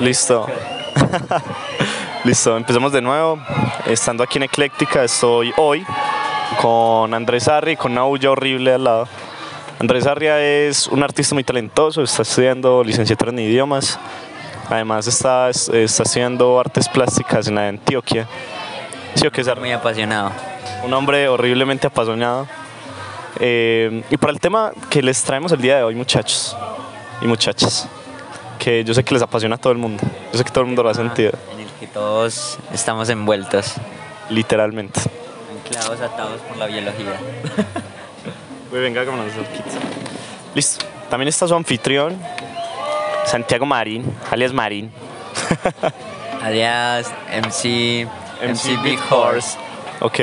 Listo. Listo, empezamos de nuevo. Estando aquí en Ecléctica, estoy hoy con Andrés Arria y con una bulla horrible al lado. Andrés Arria es un artista muy talentoso, está estudiando licenciatura en idiomas. Además, está, está estudiando artes plásticas en Antioquia. Sí, ¿o qué es Arria? Muy apasionado. Un hombre horriblemente apasionado. Eh, y para el tema que les traemos el día de hoy, muchachos y muchachas, que yo sé que les apasiona a todo el mundo, yo sé que todo el mundo lo ha sentido, En el que todos estamos envueltos, literalmente. anclados, atados por la biología. Uy, venga, como nos cerquita. Listo. También está su anfitrión, Santiago Marín, alias Marín. Alias MC, MC Big Horse. Ok.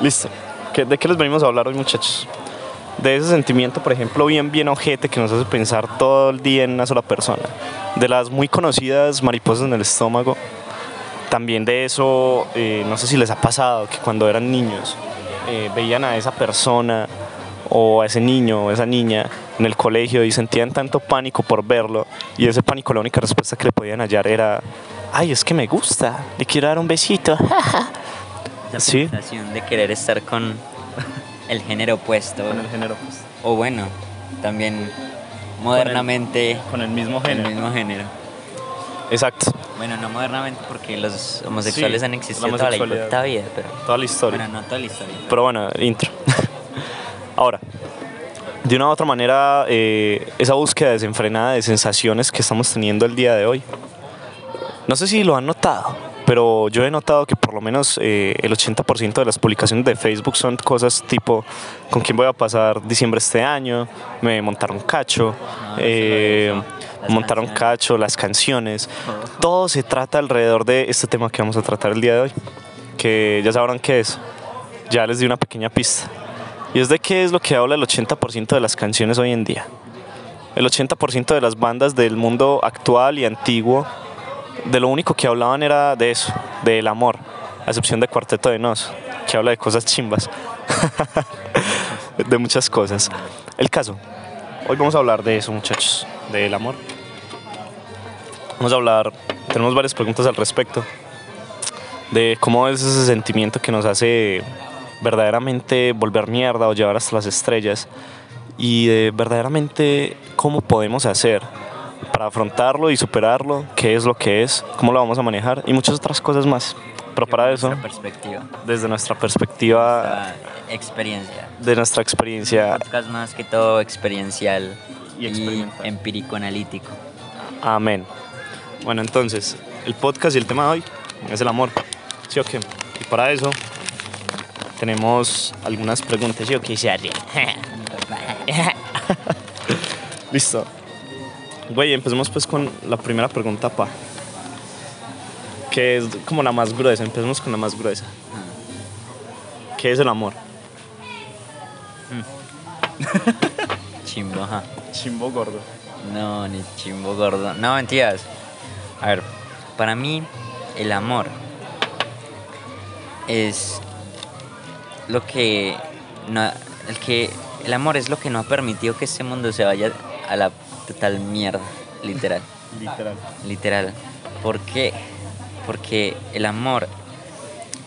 Listo. ¿Qué- ¿De qué les venimos a hablar hoy, muchachos? De ese sentimiento, por ejemplo, bien, bien ojete que nos hace pensar todo el día en una sola persona. De las muy conocidas mariposas en el estómago. También de eso, eh, no sé si les ha pasado, que cuando eran niños eh, veían a esa persona o a ese niño o esa niña en el colegio y sentían tanto pánico por verlo y ese pánico la única respuesta que le podían hallar era, ay, es que me gusta, le quiero dar un besito. La Sí. sensación de querer estar con el género opuesto. género, O bueno, también modernamente con el mismo el mismo género. Exacto, Bueno, no modernamente porque los homosexuales Sí, han existido la toda la homosexualidad. hijo- toda vida, pero... toda la historia. Bueno, no toda la historia. Pero bueno, intro. Ahora, de una u otra manera, eh, esa búsqueda desenfrenada de sensaciones que estamos teniendo el día de hoy. No sé si lo han notado, pero yo he notado que por lo menos eh, el 80% de las publicaciones de Facebook son cosas tipo con quién voy a pasar diciembre este año, me montaron cacho, no eh, solo eso, las montaron canciones. cacho, las canciones. Todo se trata alrededor de este tema que vamos a tratar el día de hoy, que ya sabrán qué es. Ya les di una pequeña pista. Y es de qué es lo que habla el 80% de las canciones hoy en día. El 80% de las bandas del mundo actual y antiguo, de lo único que hablaban era de eso, del amor, a excepción de Cuarteto de Nos, que habla de cosas chimbas, de muchas cosas. El caso, hoy vamos a hablar de eso, muchachos, del amor. Vamos a hablar, tenemos varias preguntas al respecto, de cómo es ese sentimiento que nos hace verdaderamente volver mierda o llevar hasta las estrellas y de verdaderamente cómo podemos hacer para afrontarlo y superarlo, qué es lo que es, cómo lo vamos a manejar y muchas otras cosas más. Pero para eso, Nuestra perspectiva. desde nuestra perspectiva, la experiencia. de nuestra experiencia, podcast más que todo experiencial Y experimental. empírico analítico. amén. Bueno, entonces, el podcast y el tema de hoy es el amor, ¿sí o qué? Y para eso tenemos algunas preguntas, ¿sí o qué? Charlie? Listo. Güey, empecemos pues con la primera pregunta, pa. Que es como la más gruesa. Empecemos con la más gruesa. ¿Qué es el amor? chimbo, ajá. Chimbo gordo. No, ni chimbo gordo. No, mentiras. A ver, para mí el amor es lo que no- el que el amor es lo que no ha permitido que este mundo se vaya a la total mierda, literal. Literal. Literal. ¿Por qué? Porque el amor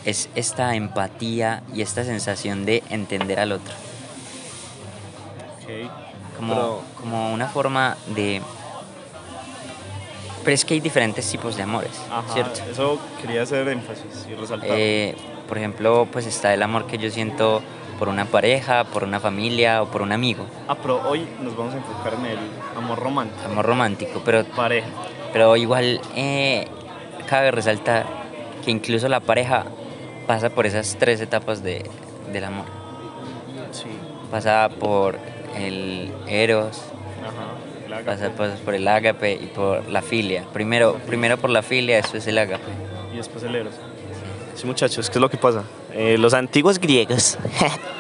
es esta empatía y esta sensación de entender al otro. Como, Pero- como una forma de... Pero es que hay diferentes tipos de amores, ¿cierto? Eso quería hacer énfasis y resaltar. Eh, por ejemplo, pues está el amor que yo siento por una pareja, por una familia o por un amigo. ah, pero hoy nos vamos a enfocar en el amor romántico. Amor romántico, pero Pareja. Pero igual eh, cabe resaltar que incluso la pareja pasa por esas tres etapas de, del amor. Sí. Pasa por el eros, Ajá. pasa pues, por el ágape y por la filia. Primero, primero por la filia, eso es el ágape. y después el Eros. Sí, muchachos, ¿qué es lo que pasa? Eh, los antiguos griegos,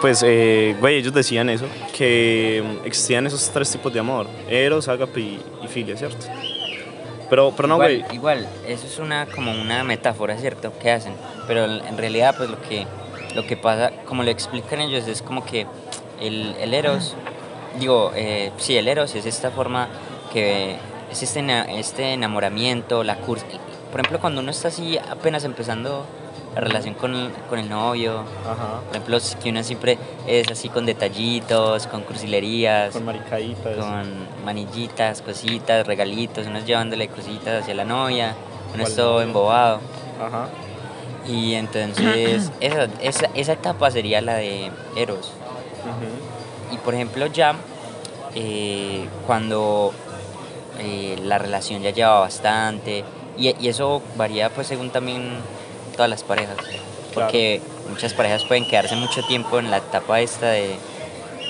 pues, eh, güey, ellos decían eso, que mm, existían esos tres tipos de amor: Eros, Agape y, y Filia, ¿cierto? Pero, pero no, güey. igual, igual, eso es una como una metáfora, ¿cierto? Que hacen, pero en en realidad pues lo que lo que pasa, como lo explican ellos, es como que el, el eros, digo, eh, sí, el eros es esta forma que es este, ena- este enamoramiento, la cursa. Por ejemplo, cuando uno está así apenas empezando la relación con, con el novio, Ajá. por ejemplo, si- que uno siempre es así con detallitos, con cursilerías, Con con, maricaditas. manillitas, cositas, regalitos, uno es llevándole cositas hacia la novia, uno Igual es todo novia. embobado. Ajá. Y entonces esa, esa, esa etapa sería la de Eros. Ujú. Y por ejemplo ya eh, cuando eh, la relación ya lleva bastante, y, y eso varía pues según también todas las parejas, porque muchas parejas pueden quedarse mucho tiempo en la etapa esta de,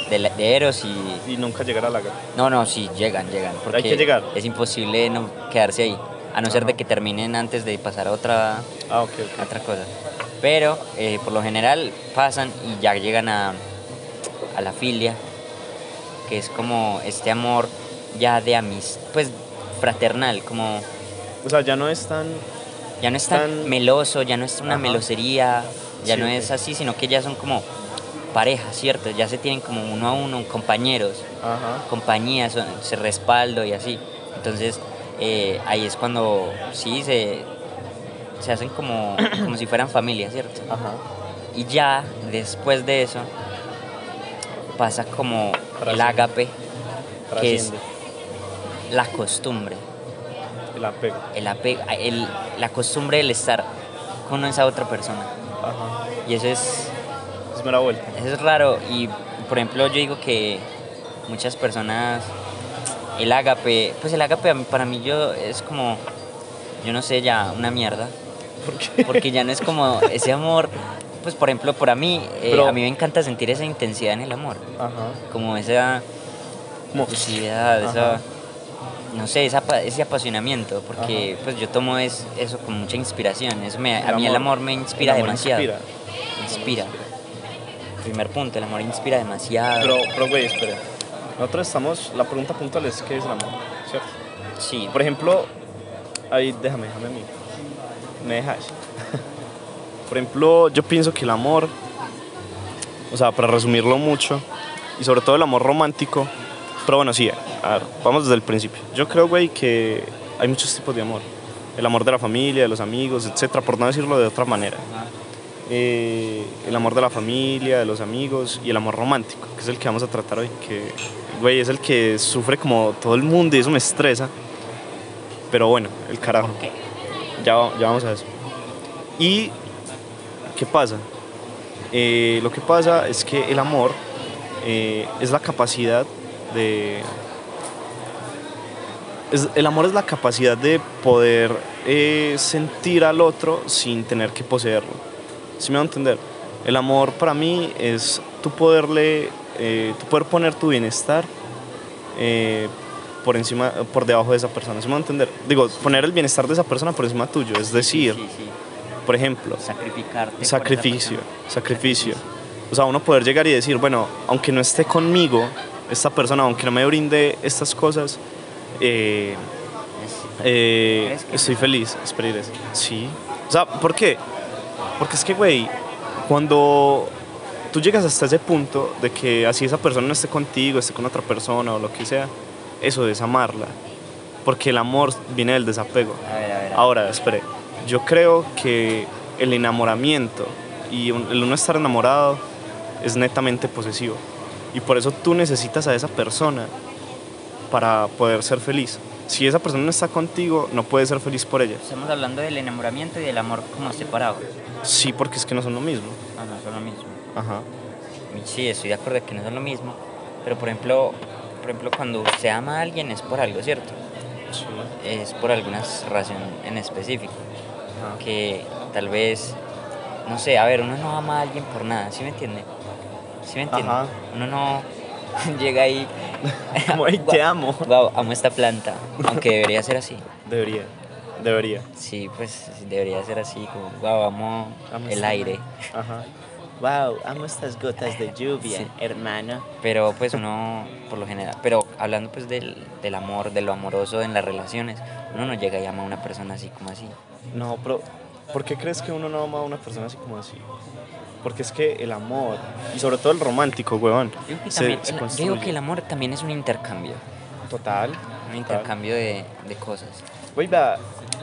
de, la- de Eros y... Y nunca llegar a la gata. No, no, sí, llegan, llegan. Porque que llegar. Es imposible no quedarse ahí, a no ser Ajá. de que terminen antes de pasar a otra Ah, ok, ok. otra cosa. Pero eh, por lo general pasan y ya llegan a, a la filia, que es como este amor ya de amistad, pues fraternal, como O sea, ya no es tan. ya no es tan, Tan- meloso, ya no es una Ajá. melosería, ya Sí, no ok. es así, sino que ya son como parejas, ¿cierto? Ya se tienen como uno a uno, compañeros, Ajá. compañías, son- se respaldo y así. Entonces eh, ahí es cuando sí se, se hacen como, como si fueran familia, ¿cierto? Ajá. Y ya después de eso pasa como el Trasciende. ágape, que es Trasciende la costumbre, el apego. el apego, el- la costumbre del estar con esa otra persona. Ajá. Y eso es, Es mera vuelta. eso es raro. Y por ejemplo yo digo que muchas personas, el ágape, pues el ágape a mí- para mí yo es como, yo no sé, ya una mierda. ¿Por qué? Porque ya no es como ese amor, pues por ejemplo, para mí, eh, Pero- a mí me encanta sentir esa intensidad en el amor. Ajá. como esa Como- curiosidad, esa, Ajá. no sé, esa apa- ese apasionamiento, porque pues yo tomo es, eso con mucha inspiración. Eso me, a El mí el amor- amor me inspira el amor demasiado. inspira. Inspira. Primer punto, el amor inspira demasiado. Pero, pero, güey, espere. Nosotros estamos. La pregunta puntual es: ¿qué es el amor? ¿Cierto? sí, Por ejemplo, ahí déjame, déjame a mí. Me dejas. Por ejemplo, yo pienso que el amor, o sea, para resumirlo mucho, y sobre todo el amor romántico, pero bueno, sí, a ver, vamos desde el principio. Yo creo, güey, que hay muchos tipos de amor. El amor de la familia, de los amigos, etcétera, por no decirlo de otra manera. Eh, el amor de la familia, de los amigos y el amor romántico, que es el que vamos a tratar hoy, que, güey, es el que sufre como todo el mundo y eso me estresa. Pero bueno, el carajo. Ya, va- ya vamos a eso. ¿Y qué pasa? Eh, lo que pasa es que el amor eh, es la capacidad de... es- el amor es la capacidad de poder eh, sentir al otro sin tener que poseerlo. ¿Sí me va a entender? El amor para mí es tú poderle, eh, tú poder poner tu bienestar eh, por encima, por debajo de esa persona. ¿Sí me va a entender? Digo, poner el bienestar de esa persona por encima tuyo. Es decir, sí, sí. por ejemplo, Sacrificarte. por esa sacrificio, persona. sacrificio. O sea, uno poder llegar y decir, bueno, aunque no esté conmigo, esta persona, aunque no me brinde estas cosas, eh, Es- eh, ¿Crees que estoy feliz. Espera, Iris. Sí. O sea, ¿por qué? Porque es que, güey, cuando tú llegas hasta ese punto de que así esa persona no esté contigo, esté con otra persona o lo que sea, eso es amarla. Porque el amor viene del desapego. a ver, a ver. a ver. Ahora, espere, yo creo que el enamoramiento y un- el uno estar enamorado es netamente posesivo. Y por eso tú necesitas a esa persona para poder ser feliz. Si esa persona no está contigo, no puedes ser feliz por ella. Estamos hablando del enamoramiento y del amor como separado. Sí, porque es que no son lo mismo. No, no son lo mismo. Ajá. Sí, estoy de acuerdo que no son lo mismo. Pero por ejemplo, por ejemplo, cuando se ama a alguien es por algo, ¿cierto? Sí. Es por alguna razón en específico. Ajá. Que tal vez, no sé, a ver, uno no ama a alguien por nada, ¿sí me entiende? ¿Sí me entiende? Ajá. Uno no llega ahí. Como, "Ay, te amo". Wow, amo esta planta, aunque debería ser así. Debería, debería. Sí, pues debería ser así, como, wow, amo, Amo el esta aire. Ajá. Wow, amo estas gotas de lluvia, Sí. hermano. Pero pues uno, por lo general, pero hablando pues del, del amor, de lo amoroso en las relaciones, uno no llega y ama a una persona así como así. No, pero ¿por qué crees que uno no ama a una persona así como así? Porque es que el amor, y sobre todo el romántico, huevón, Yo digo que, se- también- se el- yo digo construye. que el amor también es un intercambio. Total. un intercambio de, de cosas. Güey, vea,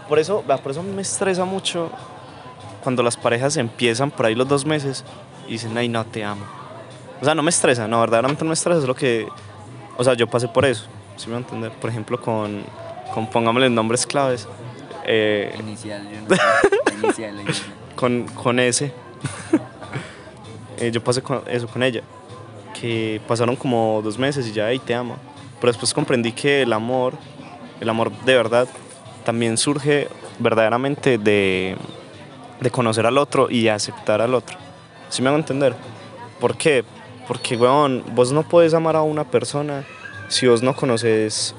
por eso, vea, por eso me estresa mucho cuando las parejas empiezan por ahí los dos meses y dicen, ay, no, te amo. O sea, no me estresa, no, verdaderamente no me estresa, es lo que. O sea, yo pasé por eso, si ¿sí me voy a entender. Por ejemplo, con, con pongámosle nombres claves. eh, Inicial, yo no. Inicial, inicial. con, con ese. Eh, yo pasé con- eso con ella. Que pasaron como dos meses y ya, ahí te amo. Pero después comprendí que el amor, el amor de verdad, también surge verdaderamente de, de conocer al otro y aceptar al otro. ¿Sí me hago entender? ¿Por qué? Porque, weón, vos no podés amar a una persona si vos no conoces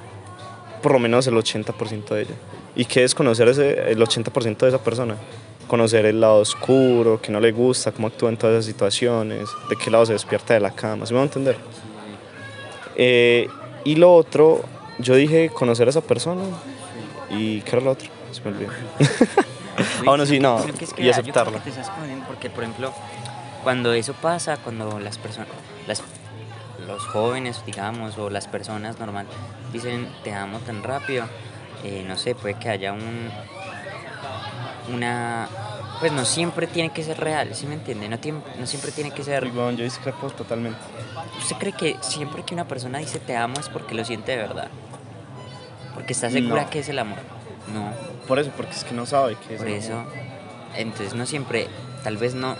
por lo menos el 80% de ella. ¿Y qué es conocer ese, el 80% de esa persona? Conocer el lado oscuro, que no le gusta, cómo actúa en todas esas situaciones, de qué lado se despierta de la cama, ¿sí me van a entender? Eh, y lo otro, yo dije conocer a esa persona y ¿qué era lo otro? Se me olvidó. Ah, bueno, sí, no, Creo que es que, y ah, yo creo aceptarlo. que te estás confundiendo porque, por ejemplo, cuando eso pasa, cuando las personas, las, los jóvenes, digamos, o las personas normal dicen te amo tan rápido, eh, no sé, puede que haya un, una, pues no siempre tiene que ser real, ¿sí me entiende? No, tiene- no siempre tiene que ser. Weón, yo discrepo totalmente. ¿Usted cree que siempre que una persona dice te amo es porque lo siente de verdad? Porque está segura No. que es el amor. No, Por eso, porque es que no sabe qué es. por el eso. amor. Entonces no siempre, tal vez no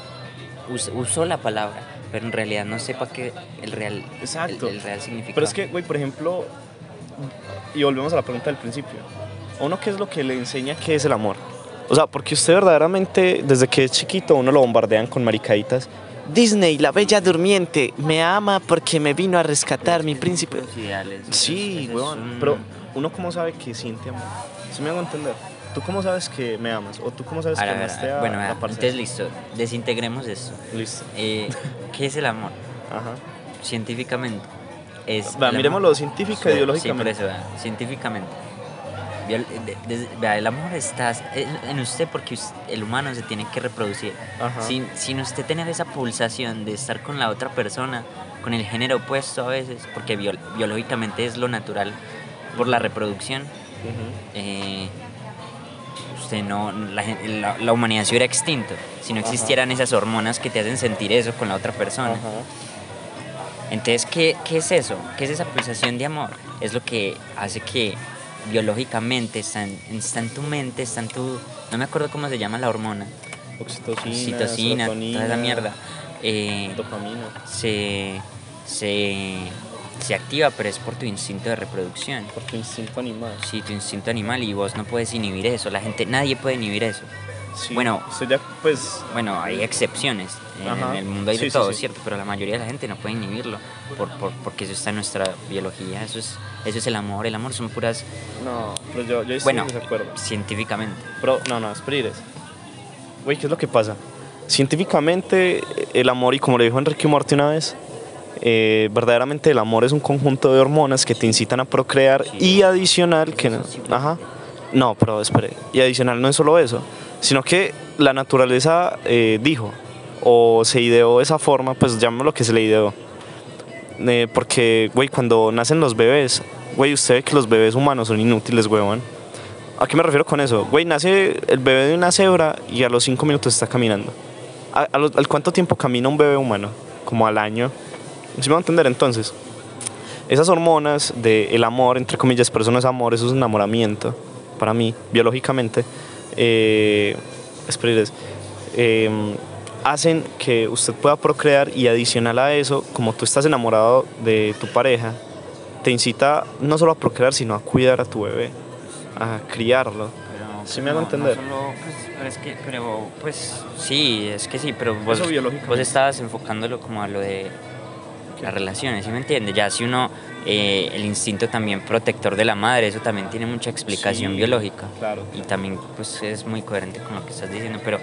us- usó la palabra, pero en realidad no sepa que el real, el- Exacto. El, real significado. Pero es que, güey, por ejemplo, y volvemos a la pregunta del principio. ¿A uno qué es lo que le enseña qué es el amor? O sea, porque usted verdaderamente, desde que es chiquito, a uno lo bombardean con maricaditas. Disney, la bella durmiente, me ama porque me vino a rescatar mi príncipe. Los ideales, entonces, Sí, es weón. un- Pero uno cómo sabe que siente amor. Si me hago entender. ¿Tú cómo sabes que me amas? ¿O tú cómo sabes Ahora, que ahora, amaste a bueno, la vea, parcela? entonces listo, desintegremos esto. Listo. Eh, ¿Qué es el amor? Ajá. Científicamente. Es Va, el miremoslo amor. científica Sí, e ideológicamente. Sí, por eso, vea, científicamente. Vea, el- de- des- vea, el amor está en en usted porque us- el humano se tiene que reproducir. Ajá. Sin, sin usted tener esa pulsación de estar con la otra persona, con el género opuesto a veces, porque bio- biológicamente es lo natural por la reproducción, Ujú. eh, usted no, la, gen- la- la humanidad se hubiera extinto si no Ajá. existieran esas hormonas que te hacen sentir eso con la otra persona. Ajá. Entonces, ¿qué, qué es eso? ¿Qué es esa pulsación de amor? Es lo que hace que biológicamente está en, está en tu mente, está en tu... No me acuerdo cómo se llama la hormona. Oxitocina, Citocina, toda esa serotonina, mierda. Eh, Dopamina. se, se, se activa, pero es por tu instinto de reproducción. Por tu instinto animal. Sí, tu instinto animal y vos no puedes inhibir eso. La gente, nadie puede inhibir eso. Sí, Bueno. estoy de ac- pues, Bueno, hay excepciones. En, Ajá. en el mundo hay Sí, de sí, todo, sí. ¿cierto? Pero la mayoría de la gente no puede inhibirlo por, por- porque eso está en nuestra biología. Eso es, eso es el amor. El amor son puras, no, pero yo, yo estoy bueno, en desacuerdo. científicamente. Pero, no, no, espérate. Güey, ¿qué es lo que pasa? Científicamente, el amor, y como le dijo Enrique Muerte una vez, eh, verdaderamente el amor es un conjunto de hormonas que te incitan a procrear y adicional que no. Ajá. No, pero espere. Y adicional no es solo eso, sino que la naturaleza eh, dijo o se ideó esa forma, pues llámalo que se le ideó. Eh, porque, güey, cuando nacen los bebés, güey, usted ve que los bebés humanos son inútiles, huevón. ¿A qué me refiero con eso? Güey, nace el bebé de una cebra y a los cinco minutos está caminando. ¿A- a los- ¿Al cuánto tiempo camina un bebé humano? Como al año. ¿Sí me va a entender entonces? Esas hormonas del amor, entre comillas, pero eso no es amor, eso es enamoramiento, para mí, biológicamente, eh, espérenles, eh, hacen que usted pueda procrear y adicional a eso, como tú estás enamorado de tu pareja, te incita no solo a procrear, sino a cuidar a tu bebé, a criarlo. Pero, Sí me hago entender. pues, pero es que, pero, pues, sí, es que sí, pero vos, Eso biológicamente. vos estabas enfocándolo como a lo de las relaciones, ¿sí me entiendes? Ya si uno, eh, el instinto también protector de la madre, eso también tiene mucha explicación Sí, biológica. claro. Y también, pues, es muy coherente con lo que estás diciendo, pero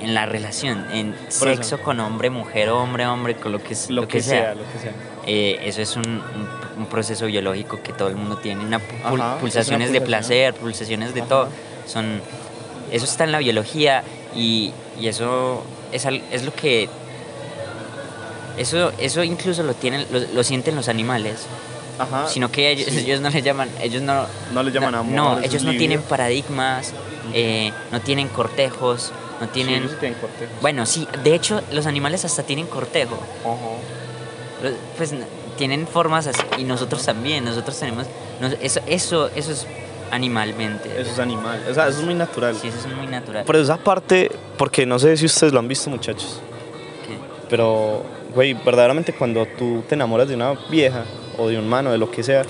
en la relación, en eso. sexo con hombre, mujer, hombre, hombre, con lo que, es- Lo, que, sea, lo que sea. eh, eso es un, un- un proceso biológico que todo el mundo tiene. Una pu- pul- Ajá, pulsaciones es una de pulsación. placer, pulsaciones de Ajá. todo. Son, eso está en la biología y, y eso es, al- es lo que... Eso, eso incluso lo, tienen, lo, lo sienten los animales, Ajá. sino que ellos, ellos no les llaman, ellos no, No les Ah, llaman amor, no, es un ellos no libido. tienen paradigmas, eh, no tienen cortejos, no tienen, bueno, sí, de hecho los animales hasta tienen cortejo, Los- pues n- tienen formas así, y nosotros también, nosotros tenemos, nos- eso, eso, eso es animalmente, Eso es animal. O sea, eso es muy natural. sí, eso es muy natural. Pero esa parte, porque no sé si ustedes lo han visto, muchachos. ¿Qué? Pero, güey, verdaderamente cuando tú te enamoras de una vieja o de un mano, de lo que sea,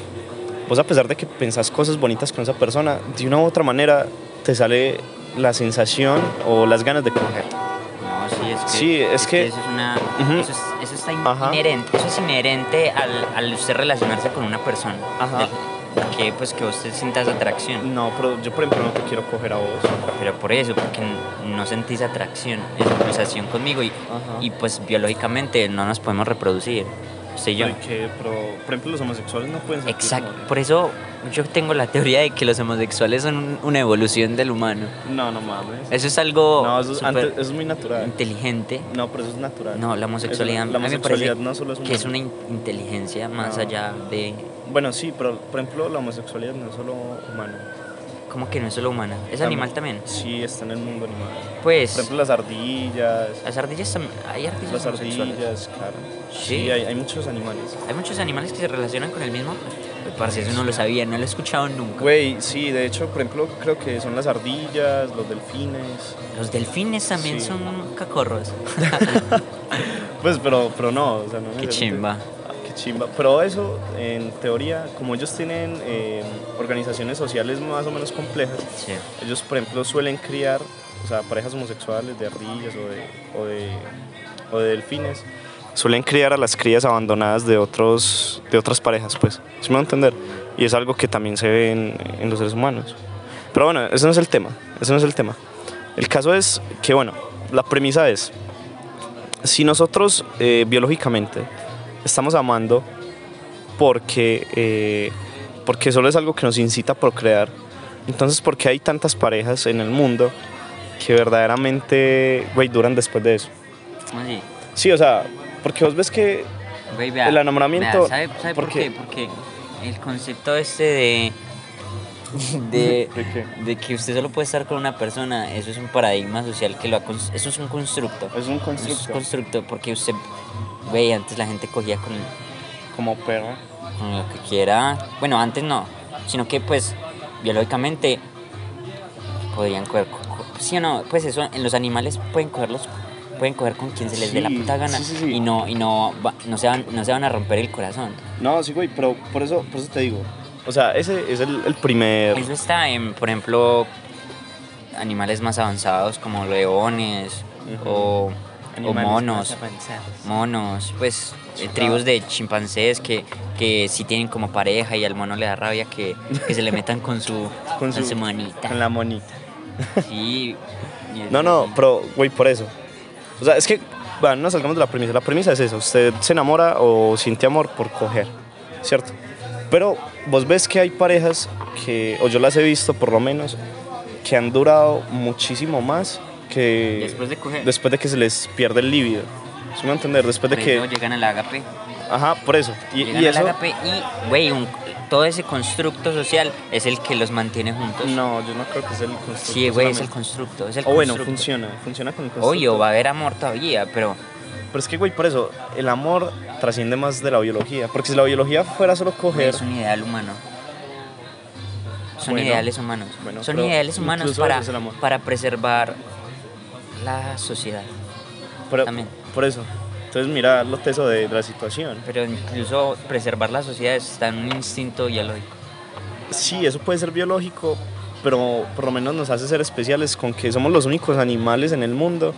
vos a pesar de que pensás cosas bonitas con esa persona, de una u otra manera te sale la sensación o las ganas de coger. No, sí, es que, Sí, es que- eso es una, Ujú. eso, es- eso está in- Ajá. inherente, eso es inherente al, al usted relacionarse con una persona, Ajá. del- que pues que usted sientas atracción. No, pero yo por ejemplo no te quiero coger a vos. Pero por eso, porque n- no sentís atracción, es pulsación conmigo y, Ajá. y, pues biológicamente no nos podemos reproducir. Usted y yo. por ejemplo, los homosexuales no pueden Exacto. Por eso yo tengo la teoría de que los homosexuales son un- una evolución del humano. No, no mames. Eso es algo No, eso es, súper antes- eso es muy natural. inteligente. No, pero eso es natural. No, la homosexualidad, Eso- la a mí me homosexualidad parece no solo es que es una humana. in- inteligencia más No. allá de... Bueno, sí, pero por ejemplo, la homosexualidad no es solo humana. ¿Cómo que no es solo humana? Es Tam- animal también. Sí, está en el mundo animal. Pues Por ejemplo, las ardillas, las ardillas también... Hay ardillas las homosexuales. ardillas, claro. Sí. Sí, hay, hay muchos animales. Hay muchos animales que se relacionan con el mismo. Me parece, eso no lo sabía, no lo he escuchado nunca. Güey, sí, de hecho, por ejemplo, creo que son las ardillas, los delfines. Los delfines también Sí. son cacorros. Pues, pero, pero no, o sea, no Qué necesariamente- chimba. Ah, Qué chimba. Pero eso, en teoría, como ellos tienen eh, organizaciones sociales más o menos complejas, Sí. ellos, por ejemplo, suelen criar, o sea, parejas homosexuales de ardillas o de, o de, o de delfines. Suelen criar a las crías abandonadas de, otros, de otras parejas, pues. ¿Sí me va a entender? Y es algo que también se ve en, en los seres humanos. Pero bueno, ese no es el tema. Ese no es el tema. El caso es que, bueno, la premisa es, si nosotros eh, biológicamente estamos amando porque, eh, porque solo es algo que nos incita a procrear, entonces, ¿por qué hay tantas parejas en el mundo que verdaderamente, güey, duran después de eso? ¿Cómo así? Sí, o sea, porque vos ves que... Güey, vea, El enamoramiento, vea, ¿Sabe, sabe por, ¿por qué? qué? Porque el concepto este de... De, ¿De qué? de que usted solo puede estar con una persona, eso es un paradigma social que lo ha cons- eso es un constructo. Es un Eso es un constructo porque usted, güey, antes la gente cogía con, como perro. con lo que quiera. Bueno, antes no, sino que pues biológicamente podrían coger, co- co- sí o no, pues eso en los animales pueden cogerlos, pueden coger con quien se les dé la Sí, puta gana sí, sí, sí. y no y no va- no se van no se van a romper el corazón. No, sí, güey, pero por eso, por eso te digo. O sea, ese es el, el primer... Eso está en, por ejemplo, animales más avanzados como leones Ujú. o, o Animales monos. Monos, pues eh, tribus de chimpancés que, que sí tienen como pareja y al mono le da rabia que, que se le metan con su, con Con su, su- manita. Con la monita. Sí, y es No, no, así. pero, güey, por eso. O sea, es que, bueno, no nos salgamos de la premisa. La premisa es esa, usted se enamora o siente amor por coger, ¿cierto? Pero vos ves que hay parejas que, o yo las he visto por lo menos, que han durado muchísimo más que... Después de coger. después de que se les pierde el líbido. ¿Sí me va a entender? Después de por eso que... llegan al agape. Ajá, por eso. Y, Llegan y al eso... agape y, güey, un- todo ese constructo social es el que los mantiene juntos. No, yo no creo que sea el constructo. pues. sí, güey, es el solamente. constructo. Es el O bueno, constructo. funciona, pues, funciona con el constructo. Obvio, va a haber amor todavía, pero Pero es que, güey, por eso, el amor trasciende más de la biología. Porque si la biología fuera solo güey, coger. es un ideal humano. Son Bueno, ideales humanos. bueno, Son pero ideales humanos incluso para, eso es el amor. para preservar la sociedad. pero- también. Por eso. Entonces, mira lo teso de, de la situación. Pero incluso preservar la sociedad está en un instinto biológico. Sí, eso puede ser biológico, pero por lo menos nos hace ser especiales con que somos los únicos animales en el mundo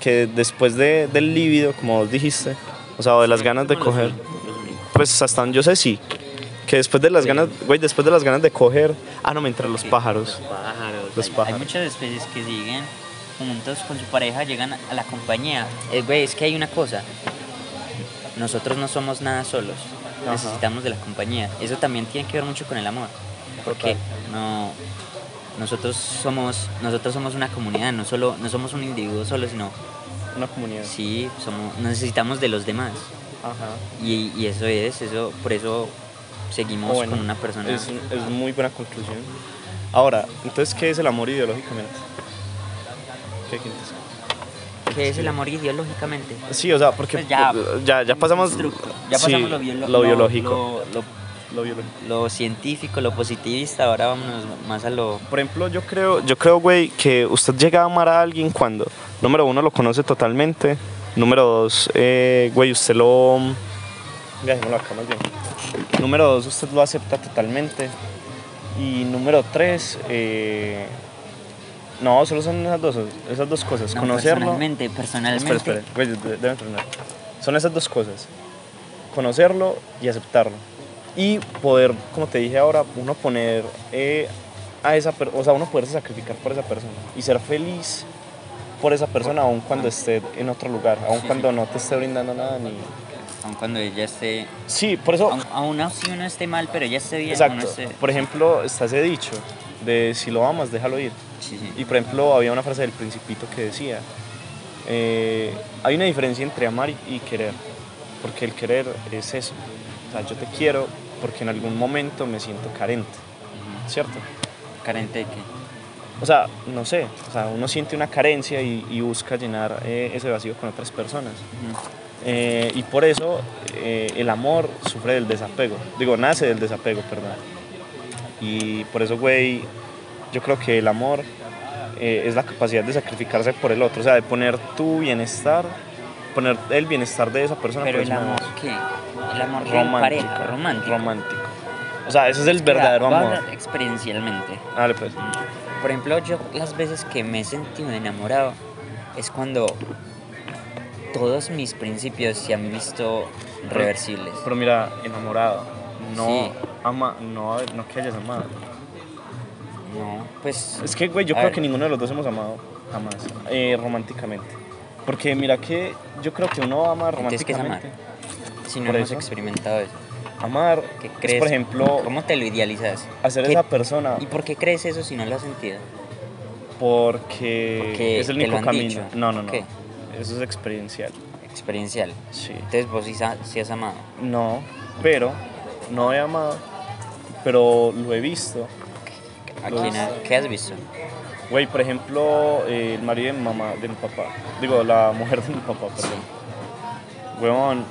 que después de- del líbido, como vos dijiste, o sea, o de las ganas de Somos los coger, únicos, los únicos. pues hasta donde yo sé sí. Que después de las Sí. ganas, güey, después de las ganas de coger, ah, no, me entre los Sí, pájaros. pájaros. Los hay, pájaros. hay muchas especies que siguen juntos con su pareja, llegan a la compañía. Eh, güey, es que hay una cosa. Nosotros no somos nada solos. Ajá. Necesitamos de la compañía. Eso también tiene que ver mucho con el amor. Porque no nosotros somos nosotros somos una comunidad, no solo no somos un individuo solo, sino Una comunidad. sí, somos necesitamos de los demás. Ajá. Y, y eso es, eso por eso seguimos Bueno, con una persona. Es, es muy buena conclusión. Ahora, entonces, ¿qué es el amor ideológicamente? ¿Qué quintas? ¿Qué es el amor ideológicamente? Sí, o sea, porque Pues ya. ya, ya pasamos, Constructo. Ya sí, pasamos lo, biolo- lo no, biológico. lo- lo- lo biológico. lo científico, lo positivista, ahora vámonos más a lo... Por ejemplo, yo creo, yo creo, güey, que usted llega a amar a alguien cuando, número uno, lo conoce totalmente. Número dos, eh, güey, usted lo... Ya, dejémoslo acá más bien. Número dos, usted lo acepta totalmente. Y número tres, eh, no, solo son esas dos, esas dos cosas. No, Conocerlo... Personalmente, personalmente. Espera, espera, güey, de- deben terminar. Son esas dos cosas. Conocerlo y aceptarlo. Y poder, como te dije ahora, uno poner eh, a esa persona, o sea, uno poderse sacrificar por esa persona y ser feliz por esa persona aun cuando esté en otro lugar, aun Sí, cuando no te esté brindando nada ni... Aun cuando ella esté... Sí, por eso... Aun, aun así uno esté mal, pero ella esté bien. uno exacto. esté- Por ejemplo, está ese dicho de si lo amas, déjalo ir. Sí, sí. Y por ejemplo, había una frase del Principito que decía: eh, Hay una diferencia entre amar y- y querer, porque el querer es eso. O sea, yo te quiero porque en algún momento me siento carente, Ujú. ¿cierto? Carente de qué. O sea, no sé, o sea, uno siente una carencia y, y busca llenar eh, ese vacío con otras personas. Ujú. Eh, y por eso eh, el amor sufre del desapego. Digo, nace del desapego, perdón. Y por eso, güey, yo creo que el amor eh, es la capacidad de sacrificarse por el otro. O sea, de poner tu bienestar, poner el bienestar de esa persona Pero por el encima de amor, vos. ¿qué? El amor de pues romántico, pareja, romántico. romántico. O sea, ese es el Vea, verdadero voy a amor. hablar Experiencialmente. Dale, pues. Por ejemplo, yo las veces que me he sentido enamorado es cuando todos mis principios se han visto reversibles. Pero mira, enamorado. No, Sí. ama, no, no que hayas amado. No, pues. Es que, güey, yo A creo ver. que ninguno de los dos hemos amado jamás, eh, románticamente. Porque mira que yo creo que uno ama Entonces, ¿qué es amar? románticamente. Si no por hemos eso. experimentado eso. Amar ¿Qué crees? es, por ejemplo, ¿Cómo te lo idealizas? hacer ¿Qué- esa persona ¿Y por qué crees eso si no lo has sentido? porque, Porque es el te lo único han camino. dicho. No, no, no. ¿Qué? Eso es experiencial. Experiencial. Sí. Entonces vos sí, sa- sí has amado. No, pero no he amado, pero lo he visto. ¿A Lo quién he has- visto. ¿Qué has visto? Güey, por ejemplo, eh, el marido de mi mamá, de mi papá. Digo, la mujer de mi papá, perdón. Weón,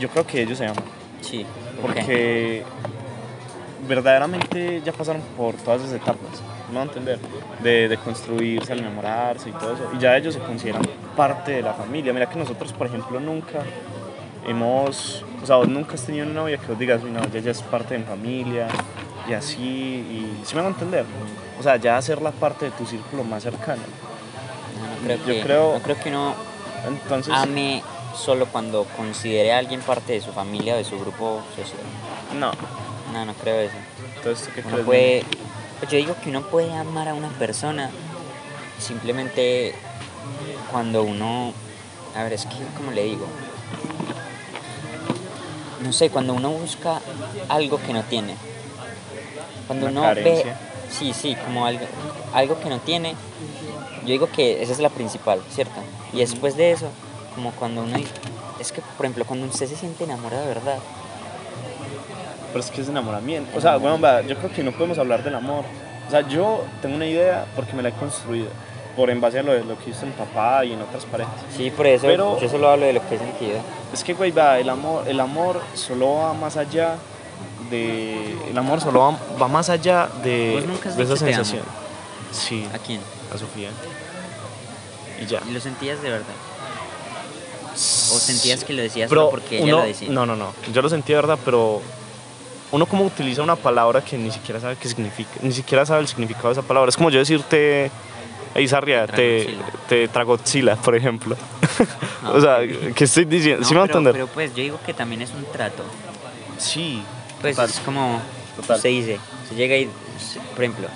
yo creo que ellos se aman. Sí. ¿por qué? porque verdaderamente ya pasaron por todas esas etapas, no entender, de, de construirse, al enamorarse y todo eso, y ya ellos se consideran parte de la familia. Mira que nosotros, por ejemplo, nunca hemos, o sea, vos nunca has tenido una novia que vos digas, mi novia ya es parte de mi familia, y así, y si me van a entender, o sea, ya hacerla parte de tu círculo más cercano. No, no creo yo que, creo- no creo que uno Entonces, ame solo cuando considere a alguien parte de su familia o de su grupo social. no, No, no creo eso. entonces, ¿tú ¿qué Uno crees? puede, pues yo digo que uno puede amar a una persona simplemente cuando uno, a ver, es que como le digo, no sé, cuando uno busca algo que no tiene, cuando Una uno ve, carencia. sí, sí, como algo, algo que no tiene, yo digo que esa es la principal, ¿cierto? Y después de eso, como cuando uno, es que por ejemplo cuando usted se siente enamorado de verdad, Pero es que es enamoramiento. O sea, bueno, va, yo creo que no podemos hablar del amor. O sea, yo tengo una idea porque me la he construido. Por en base a lo, de- lo que hizo mi papá y en otras parejas. sí, por eso Pero- yo solo hablo de lo que he sentido. Es que, güey, va, el amor, el amor solo va más allá de. El amor solo va, va más allá de, Vos Pues nunca has de esa dicho te amo. sensación. Sí, ¿A quién? a Sofía. Y ya. ¿Y lo sentías de verdad? ¿O sentías que lo decías Pero solo porque ella uno- lo decía? No, no, no. Yo lo sentí de verdad, pero uno como utiliza una palabra que ni siquiera sabe qué significa, ni siquiera sabe el significado de esa palabra. Es como yo decirte, "Ey, Sarria, te, Tragoxila. te tragoxila, por ejemplo. Ah, o sea, ¿qué estoy diciendo? No, ¿Sí me va a pero, entender? pero pues yo digo que también es un trato. sí. Pues Total. es como Total. se dice, se llega y, se- por ejemplo,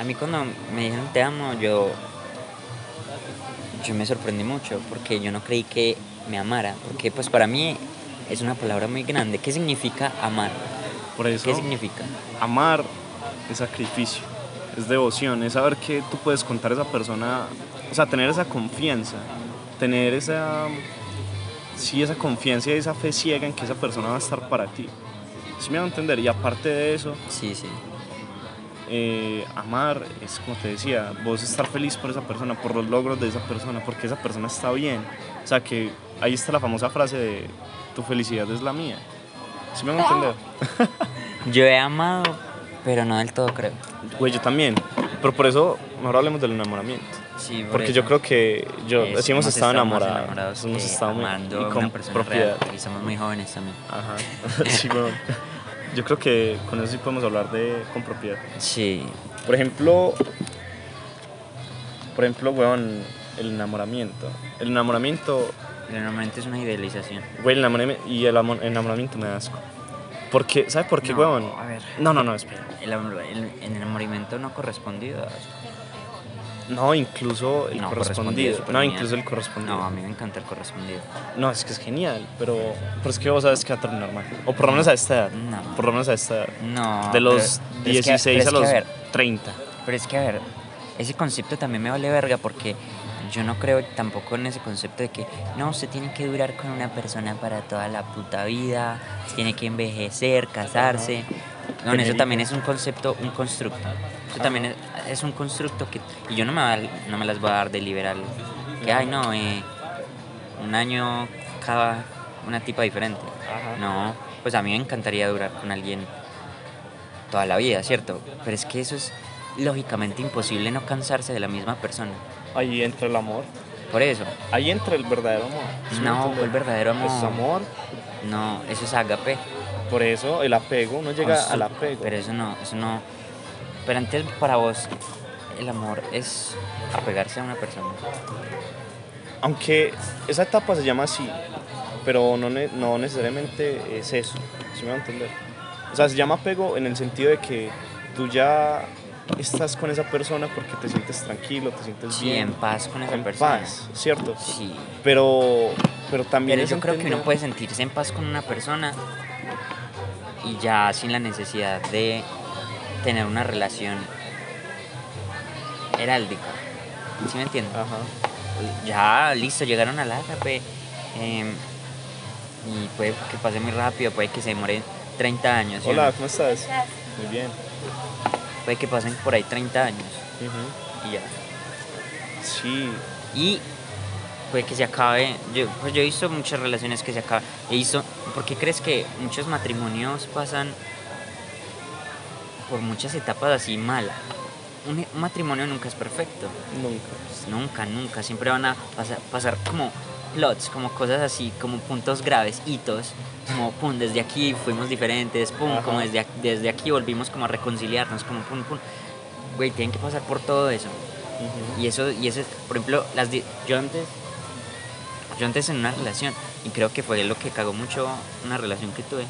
a mí cuando me dijeron te amo, yo, yo me sorprendí mucho porque yo no creí que me amara, porque pues para mí es una palabra muy grande. ¿Qué significa amar? Por eso, ¿Qué significa? amar es sacrificio, es devoción, es saber que tú puedes contar a esa persona, o sea, tener esa confianza, tener esa, sí, esa confianza y esa fe ciega en que esa persona va a estar para ti. ¿Sí me van a entender? Y aparte de eso, Sí, sí. eh, amar es como te decía, vos estar feliz por esa persona, por los logros de esa persona, porque esa persona está bien. O sea que ahí está la famosa frase de tu felicidad es la mía. ¿Sí me van a entender? Yo he amado, pero no del todo creo. Güey, yo también. Pero por eso, mejor hablemos del enamoramiento. Sí, por Porque eso. yo creo que yo, Eh, sí hemos estado estado más enamorados, hemos que estado muy- amando y a con una persona propiedad. real, y somos muy jóvenes también. Ajá, sí, weón. Yo creo que con eso sí podemos hablar de, con propiedad. Sí, Por ejemplo, por ejemplo, weón, el enamoramiento. El enamoramiento, pero normalmente es una idealización. güey, el enamoramiento, y el amo- enamoramiento me da asco. Porque, ¿sabes por qué, No, weón? a ver. No, no, no, espera. El, amor- el, el enamoramiento no correspondido. No, incluso el No, correspondido, correspondido. súper No, genial. incluso el correspondido. No, a mí me encanta el correspondido. No, es que es genial, pero, pero es que vos sabes que va a terminar mal. O por lo menos a esta edad. No. Por lo menos a esta edad. No. de los pero- pero es que- 16 pero a es que, los ver, 30. Pero es que, a ver, ese concepto también me vale verga porque yo no creo tampoco en ese concepto de que no, usted tiene que durar con una persona para toda la puta vida, tiene que envejecer, casarse. No, eso Genérico. también es un concepto, un constructo. Eso también es, es un constructo que. Y yo no me, val- no me las voy a dar de liberal. Que, ay, no, eh, un año cada una tipa diferente. Ajá. No, pues a mí me encantaría durar con alguien toda la vida, ¿cierto? Pero es que eso es lógicamente imposible no cansarse de la misma persona. Ahí entra el amor. Por eso, Ahí entra el verdadero amor. ¿Sí me no, entiendes? el verdadero amor. Eso es amor. No, eso es agape. Por eso el apego, uno llega al apego. Ah, Pero eso no, eso no. Pero antes para vos, el amor es apegarse a una persona. Aunque esa etapa se llama así, pero no, ne- no necesariamente es eso. ¿Sí me va a entender? O sea, se llama apego en el sentido de que tú ya estás con esa persona porque te sientes tranquilo, te sientes Sí, bien. en paz con esa en persona. paz, ¿cierto? Sí. Pero, pero también. Pero es yo creo que uno entender- puede sentirse en paz con una persona y ya sin la necesidad de tener una relación heráldica. ¿Sí me entiendes? Ajá. Ya, listo, llegaron al ágape. eh, y puede que pase muy rápido, puede que se demore 30 años. ¿sí o Hola, no? ¿cómo estás? Muy bien. Puede que pasen por ahí 30 años y ya. Sí, Y puede que se acabe. Yo, pues yo he visto muchas relaciones que se acaban. He visto, ¿Por qué crees que muchos matrimonios pasan por muchas etapas así malas? Un, un matrimonio nunca es perfecto. nunca. Pues nunca, nunca. Siempre van a pasar, pasar como plots, como cosas así, como puntos graves, hitos. Como, pum, desde aquí fuimos diferentes, pum, Ajá. como desde, ac- desde aquí volvimos como a reconciliarnos, como, pum, pum. Güey, tienen que pasar por todo eso. Y eso, y eso, es- por ejemplo, las di- yo antes, yo antes en una relación, y creo que fue lo que cagó mucho una relación que tuve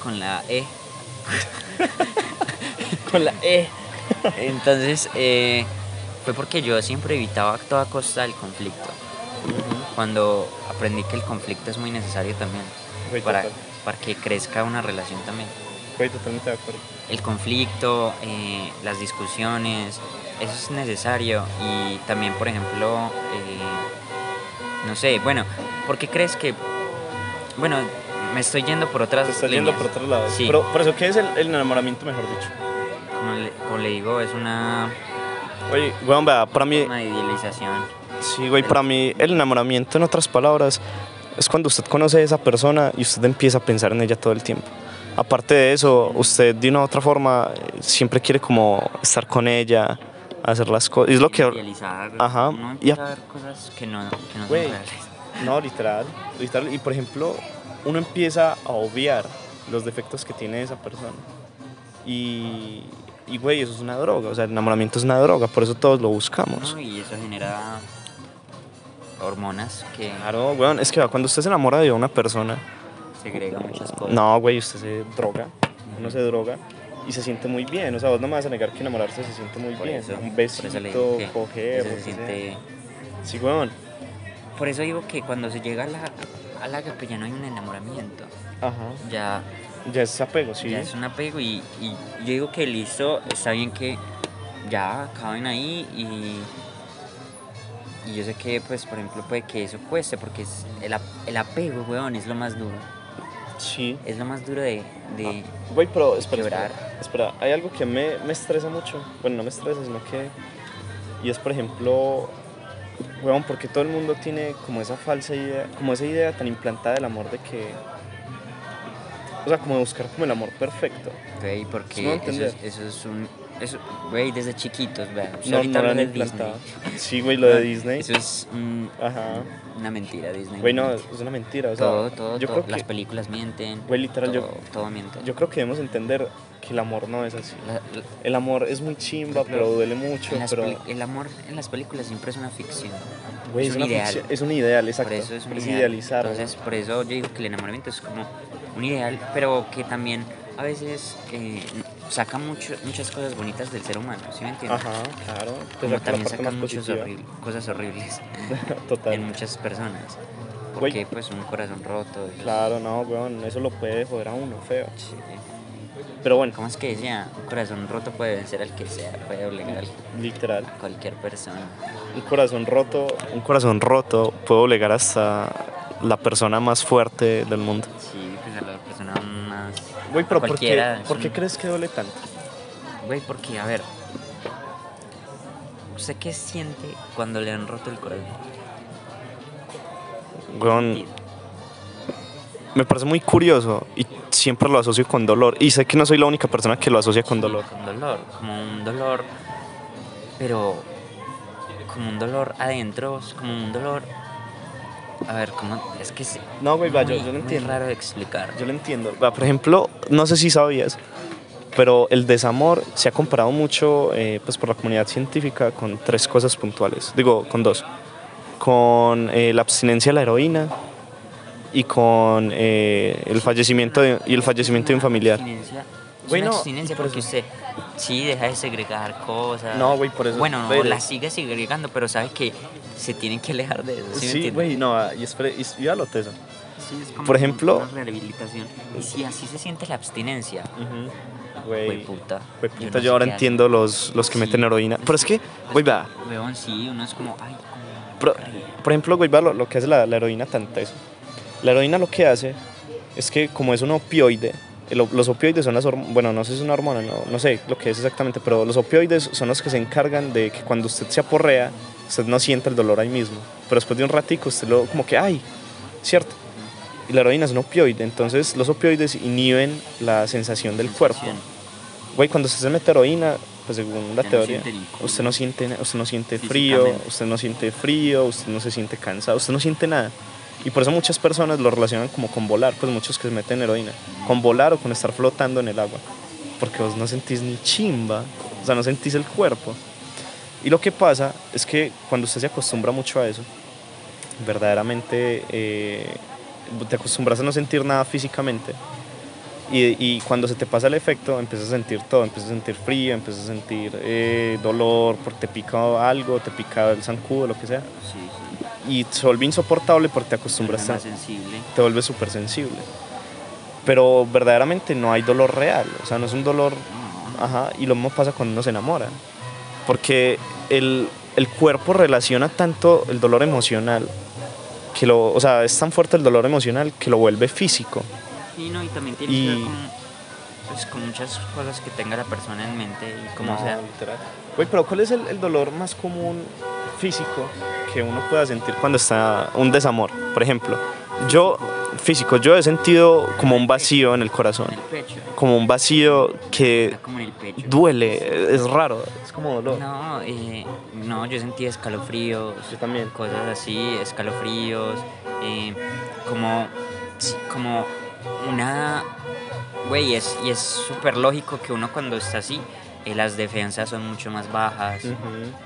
con la E. con la E. Entonces, eh, fue porque yo siempre evitaba a toda costa el conflicto. Cuando aprendí que el conflicto es muy necesario también Güey, para, total. para que crezca una relación también. Güey, totalmente de acuerdo. el conflicto, eh, las discusiones, eso es necesario. Y también, por ejemplo, eh, no sé, bueno, ¿por qué crees que.? Bueno, me estoy yendo por otras. Se está yendo líneas. por otro lado. Sí, Pero, por eso, ¿qué es el, el enamoramiento, mejor dicho? como, le, como le digo, es una, Oye, weón, vea, para mí, una idealización. sí, güey, para mí el enamoramiento, en otras palabras, es cuando usted conoce a esa persona y usted empieza a pensar en ella todo el tiempo. Aparte de eso, usted de una u otra forma eh, siempre quiere como estar con ella, hacer las cosas. Es lo que... Idealizar. Ajá, uno y empieza a- a ver cosas que no, que no son Güey. reales. No, literal, literal. Y por ejemplo, uno empieza a obviar los defectos que tiene esa persona. Y, y güey, eso es una droga. O sea, el enamoramiento es una droga, por eso todos lo buscamos. ¿no? Y eso genera hormonas que Claro, weón, es que va, cuando usted se enamora de una persona, segregan muchas cosas. no, güey, usted se droga, uno se droga y se siente muy bien. O sea, vos no me vas a negar que enamorarse se siente muy Por bien. eso- Un por eso le digo besito, que coger, eso lo se que siente. sea. Sí, weón. Por eso digo que cuando se llega a la, a la agape ya no hay un enamoramiento. Ajá. Ya, Ya es apego, sí. ya es un apego y, y yo digo que listo, está bien que ya acaben ahí y, y yo sé que pues por ejemplo puede que eso cueste porque es el, ap- el apego, weón, es lo más duro. Sí. Es lo más duro de... de- Güey, pero espera, Llorar. espera, espera. hay algo que me, me estresa mucho. Bueno, no me estresa, sino que. Y es, por ejemplo, weón, porque todo el mundo tiene como esa falsa idea, como esa idea tan implantada del amor de que. O sea, como de buscar como el amor perfecto. Güey, Ah. No porque voy a eso, es, entender. eso es un... Eso, güey, desde chiquitos, vean. No, ahorita no hablo lo han del Disney. implantado. Sí, güey, lo de Disney. Ah, Eso es un- Ajá. una mentira, Disney. Güey, no, miente. es una mentira. O sea, todo, todo, yo todo. creo que. Las películas mienten. Güey, literal, yo- todo, todo miente. Yo creo que debemos entender que el amor no es así. La- la- El amor es muy chimba, Pero- pero duele mucho, en las pero... peli- el amor en las películas siempre es una ficción. Güey, es un una ideal. ficción- es un ideal, exacto. Por eso es un Es ideal. idealizar. Entonces, por eso yo digo que el enamoramiento es como un ideal, pero que también a veces eh, saca mucho, muchas cosas bonitas del ser humano, ¿sí me entiendes? Ajá, claro. Te Como también saca la parte saca más muchas positiva. cosas horribles en Total. muchas personas. Güey. Porque pues un corazón roto. eso es- Claro, no, weón, eso lo puede joder a uno, feo. sí. Pero bueno, ¿Cómo es que decía? Un corazón roto puede vencer al que sea, puede obligar a literal. cualquier persona. Un corazón roto, un corazón roto puede obligar hasta la persona más fuerte del mundo. Sí, pues a la persona más. Güey, pero ¿por qué, Cualquiera, por sí. qué crees que duele tanto? Güey, porque, a ver. ¿Usted qué siente cuando le han roto el corazón? Weón, me parece muy curioso y siempre lo asocio con dolor. Y sé que no soy la única persona que lo asocia con dolor. Con dolor, como un dolor. Pero. Como un dolor adentro, es como un dolor. A ver, como. Es que sí. No, güey, va, yo, muy- yo lo muy entiendo. raro de explicar. Yo lo entiendo. Va, Por ejemplo, no sé si sabías, pero el desamor se ha comparado mucho eh, pues por la comunidad científica con tres cosas puntuales. Digo, con dos. Con eh, la abstinencia de la heroína y con eh, el fallecimiento de, y el fallecimiento de un familiar. Abstinencia. Es Güey, una no, abstinencia por porque eso- usted sí deja de segregar cosas. pues- No, güey, por eso- Bueno, no, pero- la sigue segregando, pero sabe que se tienen que alejar de eso. ¿sí me Sí, entiende? güey, no, ah, y espere, y, y ya lo teso. Sí, es como Por ejemplo- una rehabilitación. Y si así se siente la abstinencia, Güey, güey puta. güey, no puta, sé yo ahora qué hacer. entiendo los, los que Sí. meten heroína. Pero es que, güey, va, Weón, sí, uno es como, ay, como Pro- re- por ejemplo, güey, vea lo, lo que hace la, la heroína tan teso. La heroína lo que hace es que como es un opioide, el op- los opioides son las hormonas, bueno, no sé si es una hormona, no, no sé lo que es exactamente, pero los opioides son los que se encargan de que cuando usted se aporrea, usted no sienta el dolor ahí mismo. Pero después de un ratico, usted lo como que, ay, ¿cierto? Y la heroína es un opioide, entonces los opioides inhiben la sensación del cuerpo. Güey, cuando usted se mete heroína, pues según Ya la no teoría, siente ni- usted no siente, na- usted no siente frío, Físicamente. usted no siente frío, usted no se siente cansado, usted no siente nada. Y por eso muchas personas lo relacionan como con volar, pues muchos que se meten heroína, con volar o con estar flotando en el agua, porque vos no sentís ni chimba, o sea, no sentís el cuerpo. Y lo que pasa es que cuando usted se acostumbra mucho a eso, verdaderamente eh, te acostumbras a no sentir nada físicamente. Y, y cuando se te pasa el efecto, empiezas a sentir todo, empiezas a sentir frío, empiezas a sentir eh, dolor, porque te pica algo, te pica el zancudo, lo que sea. Sí, sí. Y se vuelve insoportable porque te acostumbras Hombre a... más sensible. Te vuelves súper sensible. Pero verdaderamente no hay dolor real, o sea, no es un dolor No, no. Ajá, y lo mismo pasa cuando uno se enamora. Porque el, el cuerpo relaciona tanto el dolor emocional, que lo, o sea, es tan fuerte el dolor emocional que lo vuelve físico. Y no, y también tiene Y- que ver con, pues, con muchas cosas que tenga la persona en mente y como No, sea. literal. Güey, pero ¿cuál es el, el dolor más común físico que uno pueda sentir cuando está un desamor? Por ejemplo, yo, físico, yo he sentido como un vacío en el En corazón, el pecho. como un vacío que Está como en el pecho. duele, es raro, es como dolor. No, eh, no, yo sentí escalofríos. Yo también. Cosas así, escalofríos. eh, como. sí, Como una. Güey, es, y es súper lógico que uno cuando está así, eh, las defensas son mucho más bajas. Ujú.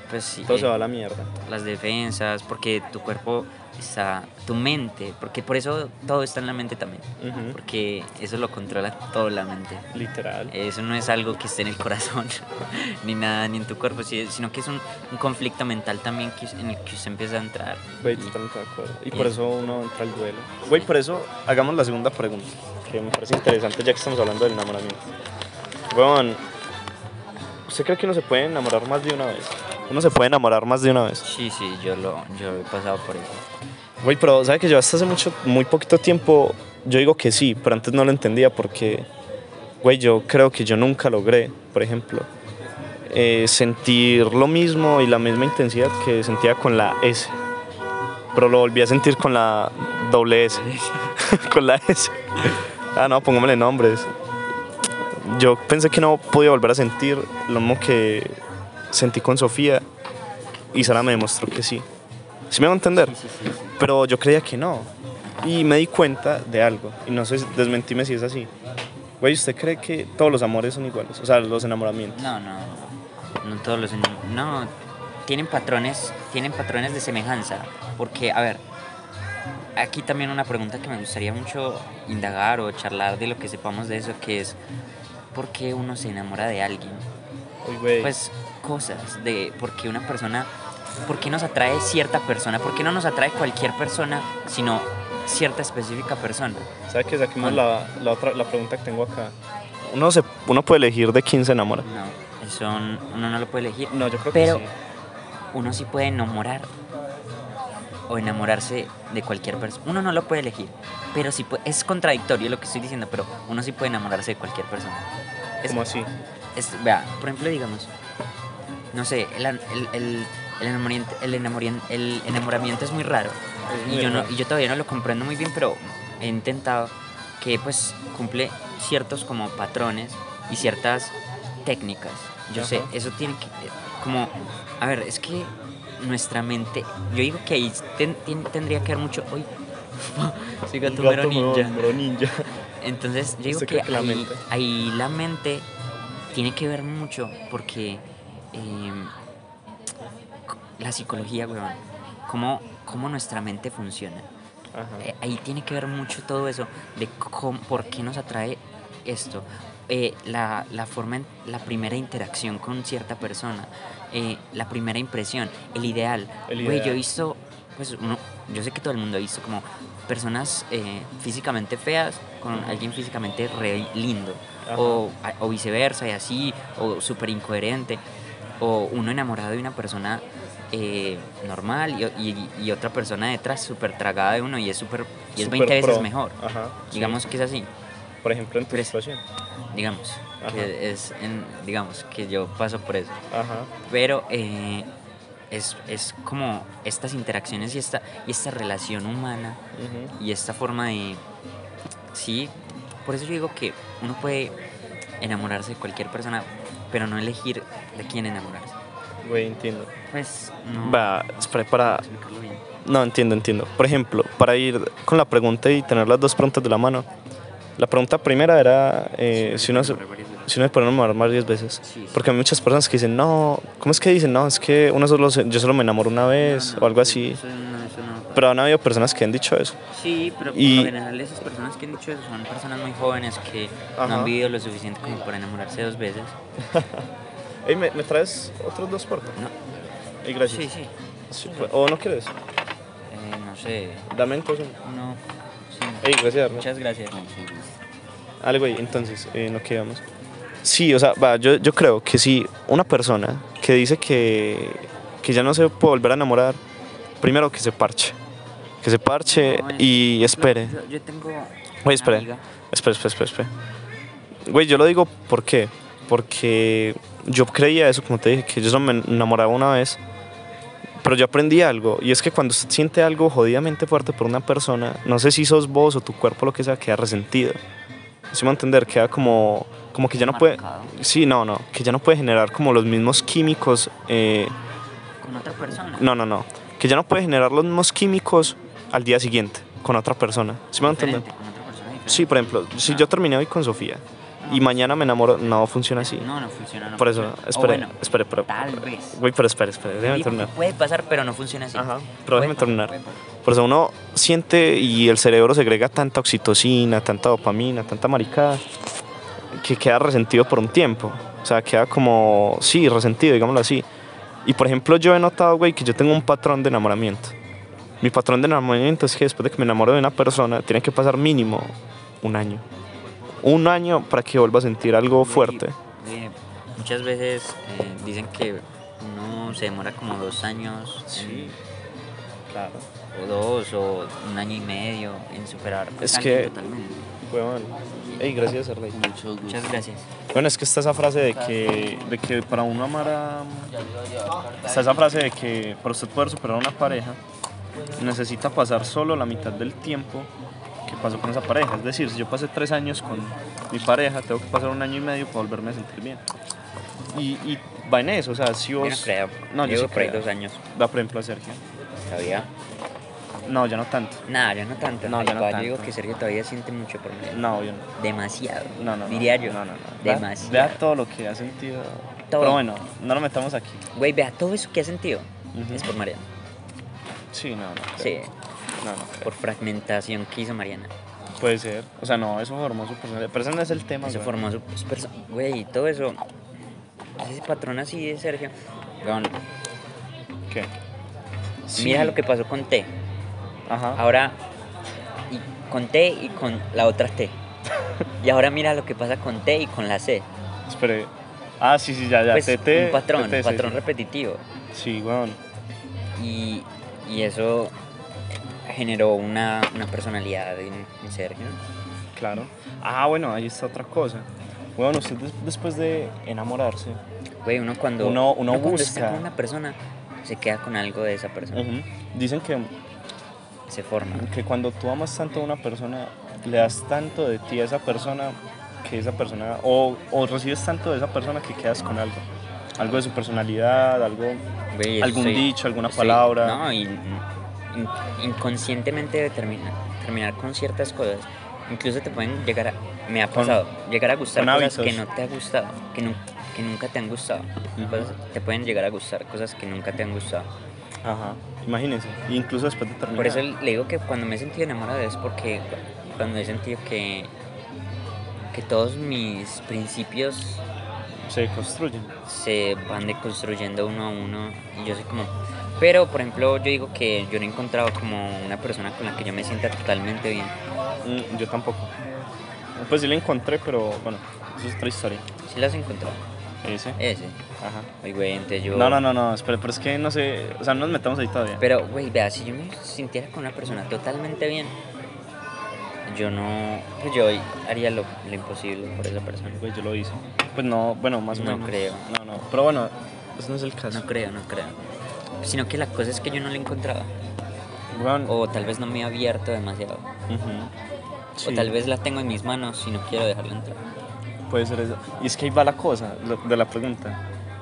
Pues sí, Mm. Todo se eh, va a la mierda. las defensas, porque tu cuerpo está. Tu mente, porque por eso todo está en la mente también. Ujú. Porque eso lo controla todo la mente. Literal. Eso no es algo que esté en el corazón, ni nada, ni en tu cuerpo, si- sino que es un, un conflicto mental también que, en el que usted empieza a entrar. Güey, Y- totalmente de acuerdo. Y y por es- eso uno entra al duelo. Güey, por eso hagamos la segunda pregunta, que me parece interesante ya que estamos hablando del enamoramiento. Weón, ¿usted cree que uno se puede enamorar más de una vez? Uno se puede enamorar más de una vez. Sí, sí, yo lo yo he pasado por eso. Güey, pero ¿sabe que yo hasta hace mucho, muy poquito tiempo yo digo que sí, pero antes no lo entendía porque, güey, yo creo que yo nunca logré, por ejemplo, eh, sentir lo mismo y la misma intensidad que sentía con la S. Pero lo volví a sentir con la doble S. con la S. Ah, no, póngamele nombres. Yo pensé que no podía volver a sentir lo mismo que sentí con Sofía y Sara me demostró que sí. ¿Sí me va a entender? Pero yo creía que no. Y me di cuenta de algo. Y no sé, desmentime si es así. Güey, ¿usted cree que todos los amores son iguales? O sea, los enamoramientos. No, no. No todos los. No. Tienen patrones, tienen patrones de semejanza. Porque, a ver, aquí también una pregunta que me gustaría mucho indagar o charlar de lo que sepamos de eso, que es ¿por qué uno se enamora de alguien? Uy, güey. Pues cosas de por qué una persona, por qué nos atrae cierta persona, por qué no nos atrae cualquier persona, sino cierta específica persona. ¿Sabe que saquemos la, la otra, la pregunta que tengo acá? Uno, se, uno puede elegir de quién se enamora. No, eso n- uno no lo puede elegir. No, yo creo que Pero sí. uno sí puede enamorar o enamorarse de cualquier persona. Uno no lo puede elegir, pero sí puede, es contradictorio lo que estoy diciendo, pero uno sí puede enamorarse de cualquier persona. Es- ¿Cómo así? es- vea, por ejemplo, digamos, no sé, el, an- el, el, el enamoramiento, el, enamorien- el enamoramiento es muy raro. Es Y muy yo, no, raro. y yo todavía no lo comprendo muy bien, pero he intentado que pues cumple ciertos como patrones y ciertas técnicas. Yo sé, Ajá. eso tiene que, como, a ver, es que nuestra mente, yo digo que ahí ten- ten- tendría que haber mucho, uy, soy gato mero ninja. ninja. Entonces, yo digo Usted que, cree que la ahí, mente. ahí la mente tiene que ver mucho porque em, c- la psicología, weón, cómo, cómo nuestra mente funciona. Ajá. Eh, ahí tiene que ver mucho todo eso de cómo- por qué nos atrae esto. Eh, la, la forma, en- la primera interacción con cierta persona, eh, la primera impresión, el ideal. El Güey, yo he ideal. visto, pues uno, yo sé que todo el mundo ha visto como personas eh, físicamente feas con alguien físicamente re lindo, Ajá. o, o viceversa, y así, o súper incoherente, o uno enamorado de una persona eh, normal y, y- y otra persona detrás súper tragada de uno y es súper y es Super 20 veces pro. mejor. Ajá. sí. Digamos que es así, Por ejemplo, en tu pero es- situación. digamos, Ajá. que es en- digamos que yo paso por eso. Ajá. Pero eh, es, es como estas interacciones y esta, y esta relación humana ujú. y esta forma de sí, por eso yo digo que uno puede enamorarse de cualquier persona, pero no elegir de quién enamorarse. Güey, entiendo. Pues no Va, espera, para, explicarlo bien. No, entiendo, entiendo. Por ejemplo, para ir con la pregunta y tener las dos preguntas de la mano. La pregunta primera era eh, si uno se, si uno se puede enamorar varias veces. Sí, sí. Porque hay muchas personas que dicen, no, ¿cómo es que dicen? No, es que uno solo se- yo solo me enamoro una No, vez no, o algo así. eso no- eso no pasa. Pero han habido personas que han dicho eso. Sí, pero por Y- lo general esas personas que han dicho eso son personas muy jóvenes que no Ajá. han vivido lo suficiente como para enamorarse dos veces. Ey, ¿me, me traes otros dos porcos? No. Ey, Sí, gracias. sí. Sí, pues, ¿O no quieres? Eh, no sé. Dame entonces. Uno. sí. Ey, gracias. Arnold. Muchas gracias. Algo güey, entonces, eh, no quedamos. Sí, o sea, va, yo, yo creo que si una persona que dice que, que ya no se puede volver a enamorar, primero que se parche. Que se parche No, es- y espere. Yo, yo tengo. Güey, una espere. amiga- Espera, espera, espera, espera. Güey, yo lo digo ¿por qué? Porque yo creía eso, como te dije, que yo solo me enamoraba una vez. Pero yo aprendí algo, y es que cuando usted siente algo jodidamente fuerte por una persona, no sé si sos vos o tu cuerpo, lo que sea, queda resentido. ¿Sí me va a entender? Queda como, como que ya no puede. Marcado. Sí, no, no, que ya no puede generar como los mismos químicos. eh, Con otra persona. no, no, no. Que ya no puede generar los mismos químicos al día siguiente con otra persona. ¿Sí me va a entender? Diferente, Con otra persona diferente. Sí, por ejemplo, si yo terminé hoy con Sofía y mañana me enamoro, no funciona así. No, no funciona. No Por eso, funciona. O espere, bueno, espere, pero. tal vez. Güey, pero espere, espere, déjame Digo que terminar. Puede pasar, pero no funciona así. Ajá, pero déjame Puede- terminar. puede pasar. Por eso uno siente y el cerebro segrega tanta oxitocina, tanta dopamina, tanta maricada, que queda resentido por un tiempo. O sea, queda como, sí, resentido, digámoslo así. Y por ejemplo, yo he notado, güey, que yo tengo un patrón de enamoramiento. Mi patrón de enamoramiento es que después de que me enamoro de una persona, tiene que pasar mínimo un año. Un año para que vuelva a sentir algo fuerte. Eh, muchas veces eh, dicen que uno se demora como dos años en- Claro. eh, O dos, o un año y medio en superar. Es Alguien que- Totalmente. Weón. Ey, gracias, Arley. Mucho gusto. Muchas gracias. Bueno, es que está esa frase de que, de que para uno amar a... Está esa frase de que para usted poder superar a una pareja necesita pasar solo la mitad del tiempo que pasó con esa pareja. Es decir, si yo pasé tres años con mi pareja, tengo que pasar un año y medio para volverme a sentir bien. Y, y va en eso, o sea, si Yo vos... no creo. No, yo Llevo sí por ahí creo. dos años. Da por ejemplo a Sergio. ¿Sabía? No, ya no tanto. Nada, yo no tanto. No, yo papá, no Yo digo tanto. que Sergio todavía siente mucho por mí. No, yo no. Demasiado. No, no, no. Diría yo. No, no, no. Vea- Demasiado. Vea todo lo que ha sentido. Todo. Pero bueno, no lo metamos aquí. Güey, vea todo eso que ha sentido. Ujú. Es por Mariana. Sí, no, no. Sí, creo. No, no. creo. por fragmentación que hizo Mariana. Puede ser. O sea, no, eso formó su personalidad. Pero ese no es el tema. Eso güey. formó su su perso- Güey, y todo eso. Ese patrón así de Sergio. Weón, ¿Qué? Mira lo que Ah. pasó con T. Ajá. Ahora, y con T y con la otra T. Y ahora mira lo que pasa con T y con la C. Espere. Ah, sí, sí, ya, ya. Pues, TT, un patrón, TT, sí, un patrón sí. repetitivo. Sí, weón. Y, y eso generó una, una personalidad en, en Sergio. Claro. Ah, bueno, ahí está otra cosa. Bueno, usted des- después de enamorarse. Güey, uno cuando, Uno- uno cuando está busca. con una persona, se queda con algo de esa persona. ujú, Dicen que Se forma. que cuando tú amas tanto a una persona, le das tanto de ti a esa persona que esa persona, o, o recibes tanto de esa persona que quedas con algo. Algo de su personalidad, algo... Güey, Algún estoy- dicho, alguna estoy- palabra. No, y in- inconscientemente determina, terminar con ciertas cosas. Incluso te pueden llegar a. Me ha Con- pasado. llegar a gustar con cosas que hábitos. no te ha gustado. Que, nu- que nunca te han gustado. Ujú. Cosas- te pueden llegar a gustar cosas que nunca te han gustado. Ajá. Imagínense. Incluso después de terminar. Por eso le digo que cuando me he sentido enamorado es porque cu- cuando he sentido que. que todos mis principios se construyen. se van deconstruyendo uno a uno y yo soy como pero por ejemplo yo digo que yo no he encontrado como una persona con la que yo me sienta totalmente bien Mm, yo tampoco. Pues sí la encontré, pero bueno, eso es otra historia. si las he encontrado Ese. ese Ajá. Ay, güey entonces yo No, no, no, no, espera, pero es que no sé, o sea, no nos metamos ahí todavía. pero güey vea si yo me sintiera con una persona totalmente bien yo no pues yo haría lo, lo imposible por esa persona Pues yo lo hice. Pues no, bueno, más o No menos. creo. No, no, pero bueno, ese no es el caso. no creo no creo sino que la cosa es que yo no la he encontrado Bueno, o tal vez no me he abierto demasiado ujú. o Sí. tal vez la tengo en mis manos y no quiero dejarla entrar Puede ser eso. Y es que ahí va la cosa lo- de la pregunta.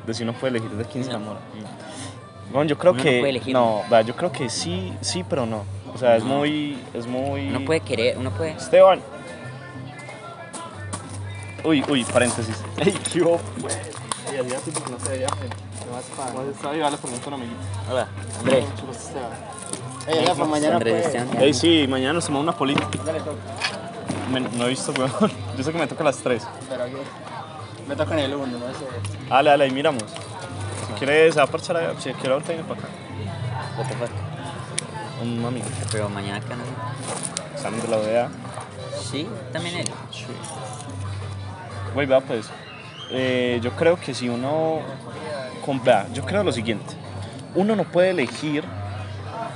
De si uno puede elegir de quién se No, enamora. no. Bueno, yo creo Uno no que. puede elegir, no, va, yo creo que sí, sí, pero no. O sea, es No. muy. Es muy. Uno puede querer, uno puede. Esteban. Uy, uy, paréntesis. Ey, qué hubo? Hola, Andrés. Ey, ya, para mañana Andrés pues. Esteban. Ey, sí, mañana nos tomamos una política. Me- no he visto, weón. Yo sé que me toca a las 3. Pero aquí. Me toca en el uno, no sé. Dale, dale, ahí miramos. Si quieres, se va a parchar allá. Si quieres, ahorita viene para acá. What the fuck. Un amigo. Pero mañana acá no. Salen de la OEA. Sí, también él. Güey, vea pues, eh, yo creo que si uno, con- vea, yo creo lo siguiente, uno no puede elegir,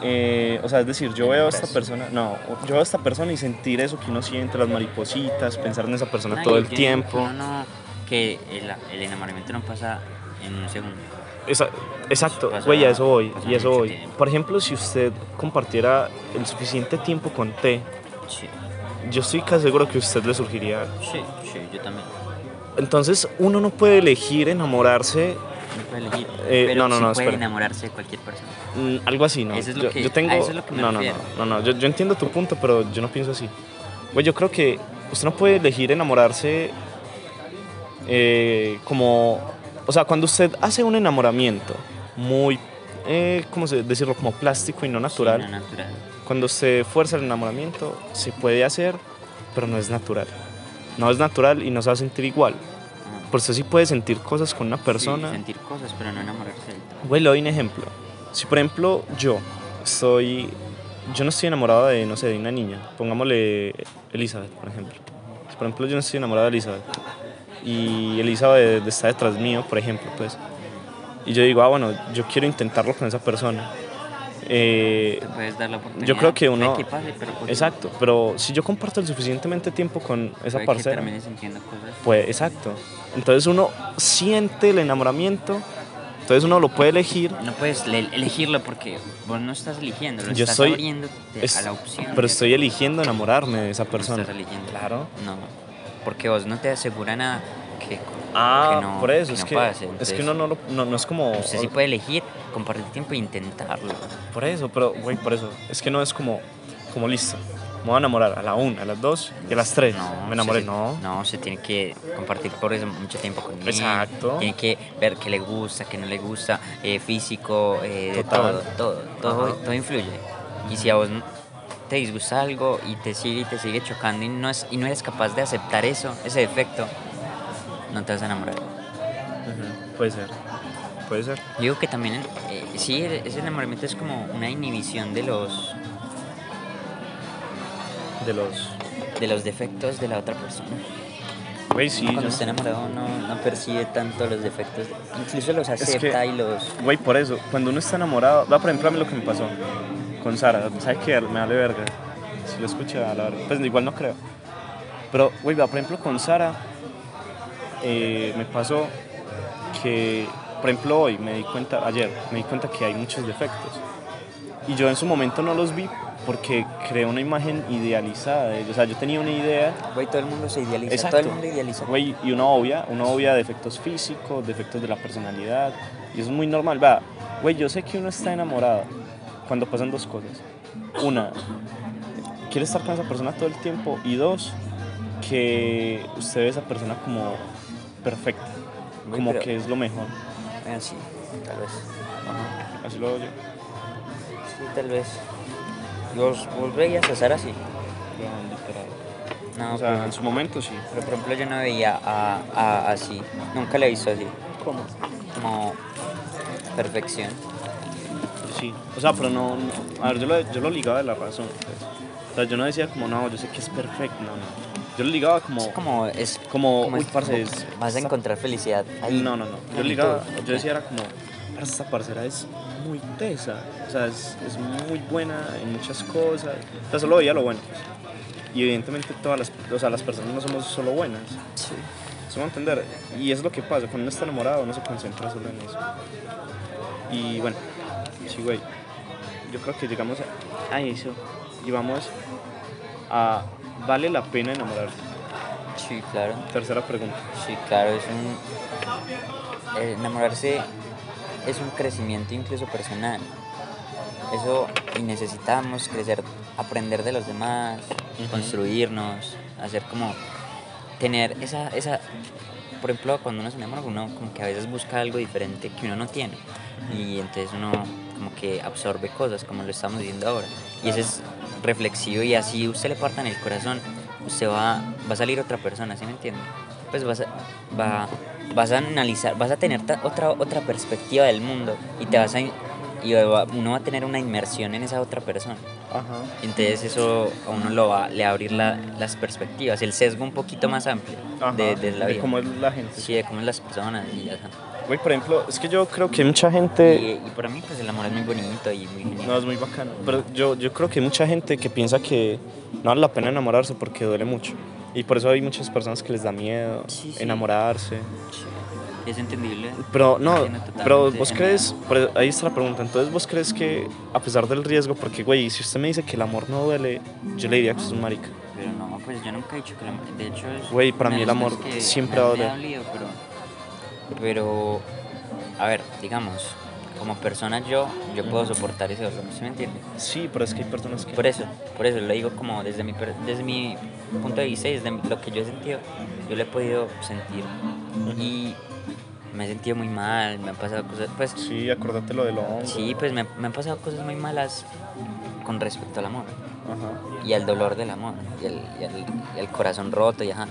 eh, o sea, es decir, yo veo a esta persona, no, yo veo a esta persona y sentir eso que uno siente, las maripositas, pensar en esa persona Ay, todo el yo- tiempo. No, no, que el, el enamoramiento no pasa en un segundo. Esa- exacto, Pasa- güey, a eso voy, pasa y a eso mucho voy. tiempo. Por ejemplo, si usted compartiera el suficiente tiempo con T, Sí, yo estoy casi seguro que a usted le surgiría sí, sí, yo también. Entonces, uno no puede elegir enamorarse, No puede elegir. Eh, pero no, no, sí no, puede espera. enamorarse de cualquier persona. Mm, algo así, ¿no? Eso es lo yo, que- yo tengo... a eso es lo que me no, no, no, refiero. no, no, yo, yo entiendo tu punto, pero yo no pienso así. Güey, yo creo que usted no puede elegir enamorarse eh, como... O sea, cuando usted hace un enamoramiento muy, eh, ¿cómo se decirlo? Como plástico y no natural. Sí, no, natural. Cuando se fuerza el enamoramiento, se puede hacer, pero no es natural. No es natural y no se va a sentir igual. Ah. Por eso sí puede sentir cosas con una Sí, persona. sentir cosas, pero no enamorarse del todo. Güey, le doy un ejemplo. Si por ejemplo yo soy. Yo no estoy enamorado de, no sé, de una niña. Pongámosle Elizabeth, por ejemplo. Si por ejemplo yo no estoy enamorado de Elizabeth. Y Elizabeth está detrás mío, por ejemplo, pues. Y yo digo, ah, bueno, yo quiero intentarlo con esa persona. eh, Te puedes dar la oportunidad. yo creo que de uno... que pase, pero pues continúa. Exacto, pero si yo comparto el suficientemente tiempo con esa Puede Que parcera, termines sintiendo cosas. pues exacto. Entonces uno siente el enamoramiento, entonces uno lo puede elegir. No puedes le- elegirlo porque vos no estás eligiendo, lo Yo estás soy- abriendo es- a la opción. Pues, pero de- estoy eligiendo enamorarme de esa no estás persona. eligiendo. Claro. No, porque vos no te asegura nada que, Ah, que no, por eso, que es, no que, pase, es entonces, que uno no, lo- no, no es como... Usted sí puede elegir compartir tiempo e intentarlo. Por eso, pero, güey, por eso. Es que no es como, como listo. Me voy a enamorar a la una, a las dos y a las tres. No, me enamoré, se- no. No, se tiene que compartir por eso mucho tiempo con él. Exacto. Tiene que ver qué le gusta, qué no le gusta, eh, físico, eh, de Total. todo, todo, todo, Ajá. todo influye. Y si a vos n- te disgusta algo y te sigue y te sigue chocando y no, es, y no eres capaz de aceptar eso, ese defecto, no te vas a enamorar. Ujú, Puede ser. Puede ser. Yo digo que también, eh, sí, el- ese enamoramiento es como una inhibición de los, De los... de los defectos de la otra persona. Güey, sí. Cuando yo- está enamorado no, no percibe tanto los defectos, incluso los que- acepta y los... Güey, por eso. Cuando uno está enamorado... Va, por ejemplo, a mí lo que me pasó con Sara. ¿Sabes qué? Me vale verga. Si lo escucha, a la verga. Pues igual no creo. Pero, güey, va, por ejemplo, con Sara... eh, me pasó que... Por ejemplo, hoy me di cuenta... Ayer me di cuenta que hay muchos defectos. Y yo en su momento no los vi porque creé una imagen idealizada de ellos. O sea, yo tenía una idea, Güey, todo el mundo se idealiza, Exacto. todo el mundo idealiza. güey, y una obvia, una obvia de defectos físicos, defectos de la personalidad. Y eso es muy normal, va. Güey, yo sé que uno está enamorado cuando pasan dos cosas. Una, quiere estar con esa persona todo el tiempo. Y dos, que usted ve a esa persona como perfecta, Güey, como pero- que es lo mejor. Bueno, Ah, sí, tal vez. Así lo veo yo. Sí, tal vez. ¿Y ¿Vos, vos veías a Sara así? No, O sea, pero- en su momento sí. pero por ejemplo yo no veía a, a- así, nunca la he visto así, ¿Cómo? como perfección. Sí, o sea, pero no, no- a ver, yo lo, yo lo ligaba de la razón. pues. O sea, yo no decía como, no, yo sé que es perfecto, no, no. Yo lo ligaba como, Es como, es Como, uy, es- parce, es- vas a encontrar felicidad ahí. no, no, no. Yo lo en ligaba, todo. yo decía era como, "Parce, esta parcera es muy tesa, o sea, es, es muy buena en muchas cosas. O sea, solo veía lo bueno. pues. Y evidentemente todas las, o sea, las personas no somos solo buenas. Sí. Se va a entender. Y es lo que pasa, cuando uno está enamorado no se concentra solo en eso. Y bueno, sí, güey. Yo creo que llegamos a, a eso. Y vamos a... ¿Vale la pena enamorarse? Sí, claro. Tercera pregunta. Sí, claro, es un. el enamorarse es un crecimiento incluso personal. Eso, y necesitamos crecer, aprender de los demás, Ujú. construirnos, hacer como. tener esa, esa. Por ejemplo, cuando uno se enamora, uno como que a veces busca algo diferente que uno no tiene. Y entonces uno como que absorbe cosas, como lo estamos viendo ahora. Y ese es reflexivo y así usted le parta en el corazón, usted va, va a salir otra persona, ¿sí me entiende? Pues vas a, va- vas a analizar, vas a tener ta- otra, otra perspectiva del mundo y te vas a... in- Y va- uno va a tener una inmersión en esa otra persona. Ajá. Entonces eso a uno lo va, le va a abrir la- las perspectivas, el sesgo un poquito más amplio de, de la vida. cómo es la gente. Sí, de cómo es las personas y ajá. Güey, por ejemplo, es que yo creo que hay mucha gente... Y, y para mí pues el amor es muy bonito y muy genial. No, es muy bacano. Pero yo, yo creo que hay mucha gente que piensa que no vale la pena enamorarse porque duele mucho. Y por eso hay muchas personas que les da miedo Sí, sí. enamorarse. Es entendible. Pero no, Imagino totalmente pero vos genial. crees, pero ahí está la pregunta, entonces vos crees que a pesar del riesgo, porque güey, si usted me dice que el amor no duele, yo le diría que es un marica. Pero no, pues yo nunca he dicho que el amor. De hecho, es. Güey, para una de mí el las amor cosas que siempre me- va a me doler. ha dolido, pero. Pero. A ver, digamos, como persona yo, yo puedo soportar ese dolor, ¿sí me entiendes? Sí, pero es que hay personas que... Por eso, por eso lo digo como desde mi, per- desde mi punto de vista y desde lo que yo he sentido, yo lo he podido sentir. Y me he sentido muy mal, me han pasado cosas. Pues Sí, acordate lo de lo hombro. sí, pues me, me han pasado cosas muy malas con respecto al amor Ajá. y al dolor del amor y al, y al- y al corazón roto y ajá.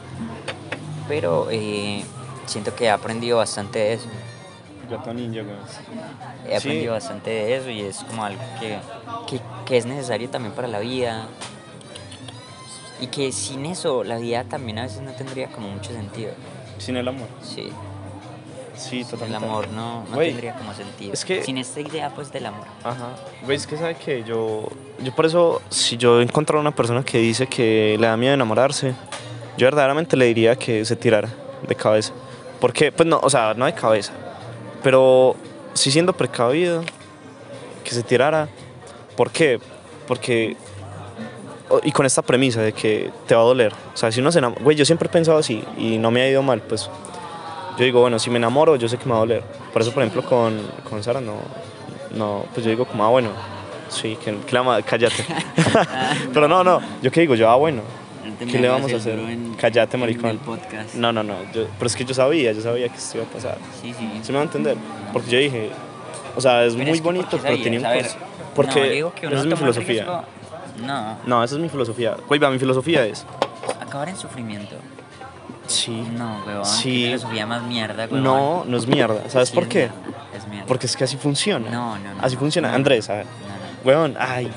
Pero eh, siento que he aprendido bastante de eso. Gato ninja, güey. He Sí. aprendido bastante de eso y es como algo que, que- que es necesario también para la vida. Y que sin eso la vida también a veces no tendría como mucho sentido. Sin el amor. Sí. Sí, El totalmente. amor no, no Güey, tendría como sentido. es que- Sin esta idea pues del amor. Ajá. Güey, es que sabe que yo. Yo por eso, si yo encontrara una persona que dice que le da miedo enamorarse, yo verdaderamente le diría que se tirara de cabeza. Porque, pues no, o sea, no de cabeza. Pero sí siendo precavido, que se tirara. ¿Por qué? Porque. o- Y con esta premisa de que te va a doler. O sea, si uno se enamora. Güey, yo siempre he pensado así y no me ha ido mal, pues. Yo digo, bueno, si me enamoro, yo sé que me va a doler. Por eso, por ejemplo, con, con Sara no, no, pues yo digo como, ah, bueno, sí, que, que la ma- cállate. Pero no, no, yo qué digo, yo, ah, bueno, ¿qué le vamos a hacer? cállate, maricón. No, no, no, yo- pero es que yo sabía, yo sabía que esto iba a pasar. Sí, sí. ¿Se me va a entender? Porque yo dije, o sea, es Pero muy que bonito, ¿por qué pero sabías? tiene un A ver, costo. Porque no, digo que uno esa es mi toma el filosofía. riesgo- No, No, esa es mi filosofía. Güey, va, mi filosofía es, acabar en sufrimiento. sí, No, huevón. Sí. qué filosofía más mierda, huevón. no, no es mierda. ¿Sabes Sí, por es qué? mierda, Es mierda. Porque es que así funciona. No, no, no. Así funciona. No. Andrés, a ver. No, Weón, ay.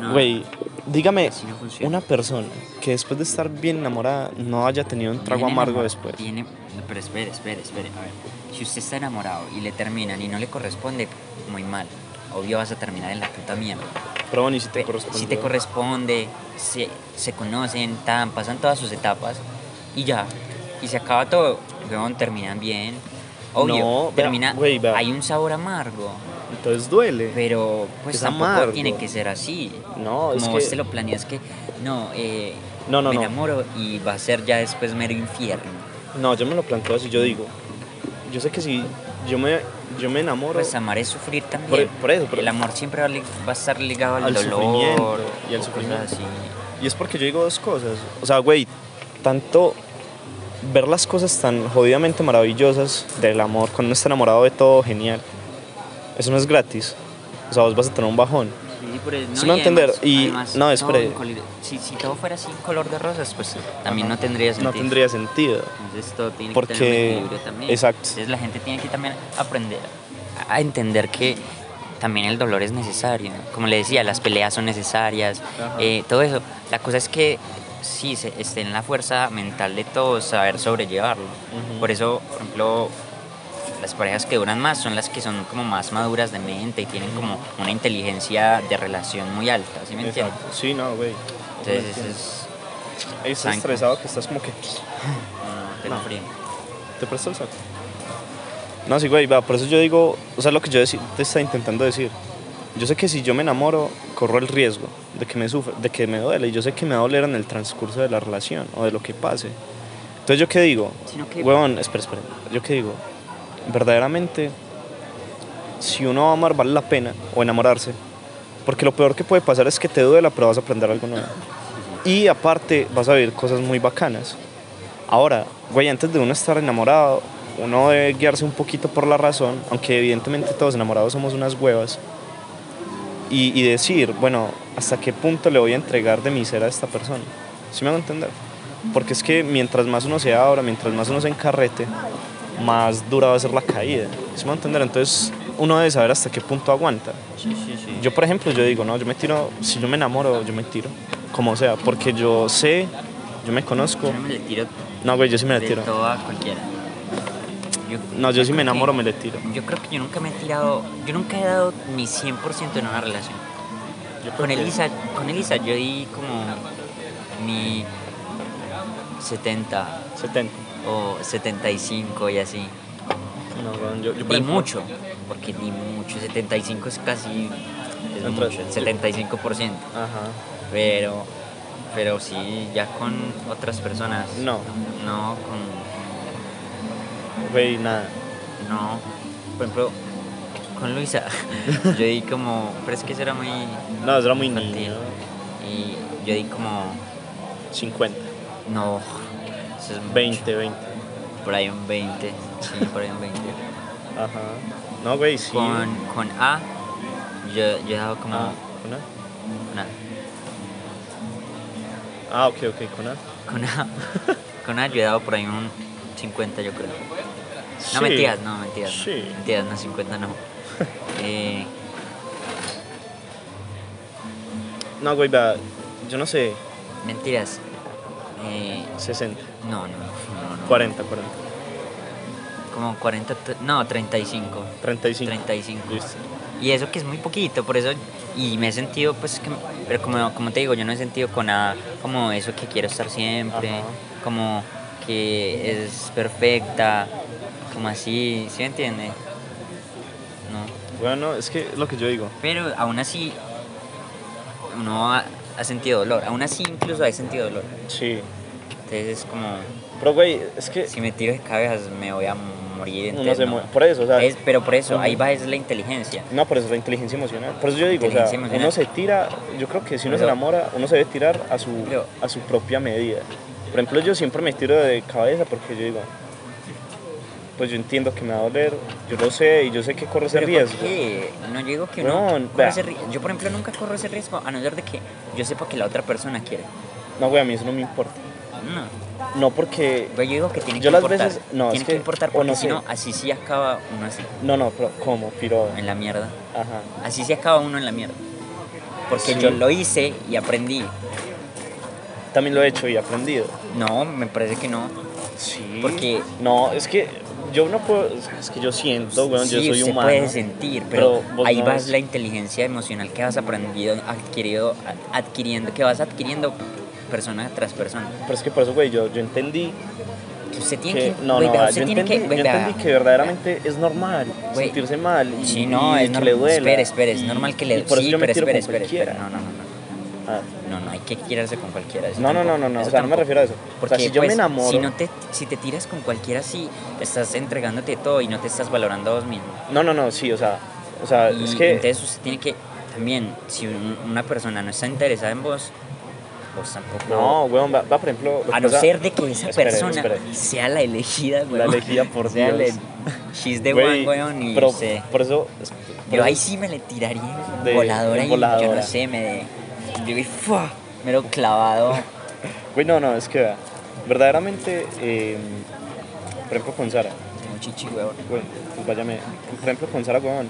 No. Güey, dígame, Así no funciona. una persona que después de estar bien enamorada no haya tenido un no. trago Viene amargo enamorado, después. viene- no, Pero espere, espere, espere. A ver, si usted está enamorado y le terminan y no le corresponde, muy mal. Obvio vas a terminar en la puta mierda. Pero bueno, y si te Pe- corresponde. Si te corresponde, se, se conocen, tan, pasan todas sus etapas y ya. Y se acaba todo. Weón, terminan bien. Obvio, No, vea, termina. güey, vea. hay un sabor amargo, Entonces duele. pero pues Es tampoco amargo. tiene que ser así. No, Como es vos que- te lo planeas que no, eh, No, no, me no. enamoro y va a ser ya después mero infierno. No, yo me lo planteo así, yo digo. Yo sé que si yo me, yo me enamoro Pues amar es sufrir también. Por- e-, por eso, pero- El amor siempre va, a li- va a estar ligado al, Al sufrimiento dolor y al o cosas sufrimiento. así. y es porque yo digo dos cosas. O sea, güey, tanto ver las cosas tan jodidamente maravillosas del amor, cuando uno está enamorado de todo genial, eso no es gratis. O sea, vos vas a tener un bajón. Sí, pero no, Sí me va a entender, y- no, todo espere. en coli- si, si todo fuera así, color de rosas, pues también no tendría sentido. No tendría sentido. Entonces todo tiene que tener un Porque. equilibrio también. Exacto. Entonces la gente tiene que también aprender a entender que también el dolor es necesario. Como le decía, las peleas son necesarias, eh, todo eso. La cosa es que sí, se, esté en la fuerza mental de todos saber sobrellevarlo. Ujú. Por eso, por ejemplo, las parejas que duran más son las que son como más maduras de mente y tienen como una inteligencia de relación muy alta, ¿sí me entiendes? Exacto. Sí, no, güey. Entonces eso es... Es Sanco. estresado que estás como que. no, te No. lo mm, frío. ¿Te presto el saco? No, sí, güey, va, por eso yo digo, o sea, lo que yo deci- te está intentando decir. Yo sé que si yo me enamoro, corro el riesgo de que me sufra, de que me duele. Y yo sé que me va a doler en el transcurso de la relación o de lo que pase. Entonces, ¿yo qué digo? Sino que- Huevón, espera, espera. ¿Yo qué digo? Verdaderamente, si uno va a amar, vale la pena o enamorarse. Porque lo peor que puede pasar es que te duela, pero vas a aprender algo nuevo. Y aparte, vas a vivir cosas muy bacanas. Ahora, güey, antes de uno estar enamorado, uno debe guiarse un poquito por la razón, aunque evidentemente todos enamorados somos unas huevas, y, y decir, bueno, ¿hasta qué punto le voy a entregar de mi ser a esta persona? ¿Sí me van a entender? Porque es que mientras más uno se abra, mientras más uno se encarrete, más dura va a ser la caída. ¿Sí me van a entender? Entonces, uno debe saber hasta qué punto aguanta. Sí, sí, sí. Yo, por ejemplo, yo digo, no, yo me tiro, si yo me enamoro, yo me tiro, como sea, porque yo sé, yo me conozco. Yo no me le tiro No, güey, yo sí me la de tiro. todo a cualquiera. Yo- No, yo si creo me enamoro que- me le tiro. Yo creo que yo nunca me he tirado, yo nunca he dado mi 100% en una relación. Con Elisa, con Elisa yo di como mi 70 70. o 75 y así. No, weón, yo, yo por Di ejemplo- mucho, porque di mucho, 75 es casi es Entonces, mucho, el yo- 75%, Ajá. pero pero sí ya con otras personas. No. No con Güey, nada. No, por ejemplo, con Luisa, yo di como, pero es que eso era muy No, eso era muy infantil. niño. Y yo di como, 50, no, eso es mucho. 20, 20. Por ahí un 20, sí, por ahí un 20. Ajá. No, güey, sí. Con, con A, yo, yo he dado como Ah, ¿con A? con A. Ah, ok, ok, con A. Con A, con A yo he dado por ahí un 50, yo creo. Sí. No, mentiras, no, mentiras. no. Sí. Mentiras, no, 50 no. Eh, No, güey, va, yo no sé, mentiras. Eh, 60, no, no, no, no. 40, 40. como 40, t- no, 35. 35. 35. Listo. Y eso que es muy poquito, por eso, y me he sentido, pues, que, pero como, como te digo, yo no he sentido con nada, como eso que quiero estar siempre, Ajá. como que es perfecta, como así, ¿sí me entiende? No. Bueno, es que lo que yo digo. Pero aún así, uno ha, ha sentido dolor, aún así incluso he sentido dolor. Sí. Entonces es como, Pero, güey, es que si me tiro de cabezas me voy a morir. uno entonces se no. mueve. Por eso, o sea. Es- pero por eso, Ujú. ahí va es la inteligencia. No, por eso es la inteligencia emocional. Por eso yo digo, o sea, Inteligencia emocional. uno se tira, yo creo que si uno se Pero- enamora, uno se debe tirar a su, Pero- a su propia medida. Por ejemplo, yo siempre me tiro de cabeza porque yo digo, pues yo entiendo que me va a doler, yo lo sé y yo sé que corro ese Pero ¿por riesgo. qué? No, yo digo que uno No, corre vea. ese ri- Yo, por ejemplo, nunca corro ese riesgo, a no ser de que yo sepa que la otra persona quiere. No, güey, a mí eso no me importa. No, No porque... pero yo digo que tiene Yo que las importar. veces- no, tiene es que, que- importar o porque no si sé. no, así sí acaba uno así, No, no, pero ¿cómo? Piro... en la mierda. Ajá. Así sí acaba uno en la mierda. Porque Sí. yo lo hice y aprendí. También lo he hecho y he aprendido. No, me parece que no. Sí. Porque- No, es que yo no puedo... Es que yo siento, güey, sí, yo soy usted humano. puede sentir, pero, pero vos ahí no vas ves. la inteligencia emocional que vas aprendido, adquirido, adquiriendo, que vas adquiriendo persona tras persona. Pero es que por eso, güey, yo, yo entendí Que Usted tiene que, que... no, güey, no, vea, ah, usted yo tiene entendí, que- güey, yo vea, entendí que verdaderamente es normal Güey. sentirse mal y, Sí, no, y es que normal, le duela. Espere, espere, es Y- normal que y le por eso sí, yo me pero tiro espere, con espere, espere. cualquiera. No, no, no, no. Ah, No, no, hay que tirarse con cualquiera. eso No, no, tampoco- no, no, no, eso o sea, no me tampoco. refiero a eso. O Porque sea, si yo pues, me enamoro, Si, no te, si te tiras con cualquiera, sí, estás entregándote todo y no te estás valorando a vos mismo. no, no, no, sí, o sea, o sea, Y Ah, es que Mm, entonces usted tiene que, también, si un- una persona no está interesada en vos, vos tampoco. no, weón, va, va, por ejemplo, lo a que no pasa- ser de que esa espere, persona espere. sea la elegida, güey. elegida, por sea la- Dios. She's the Güey, one, weón, y pero usted- por eso por Yo ahí eso- sí me le tiraría en De- voladora en y yo voladora. no sé, me de. Yo y ¡fua! me lo clavado. Güey, no, no, es que vea, verdaderamente eh, por ejemplo con Sara, Como chichi, weón. güey, pues váyame, por ejemplo con Sara, weón,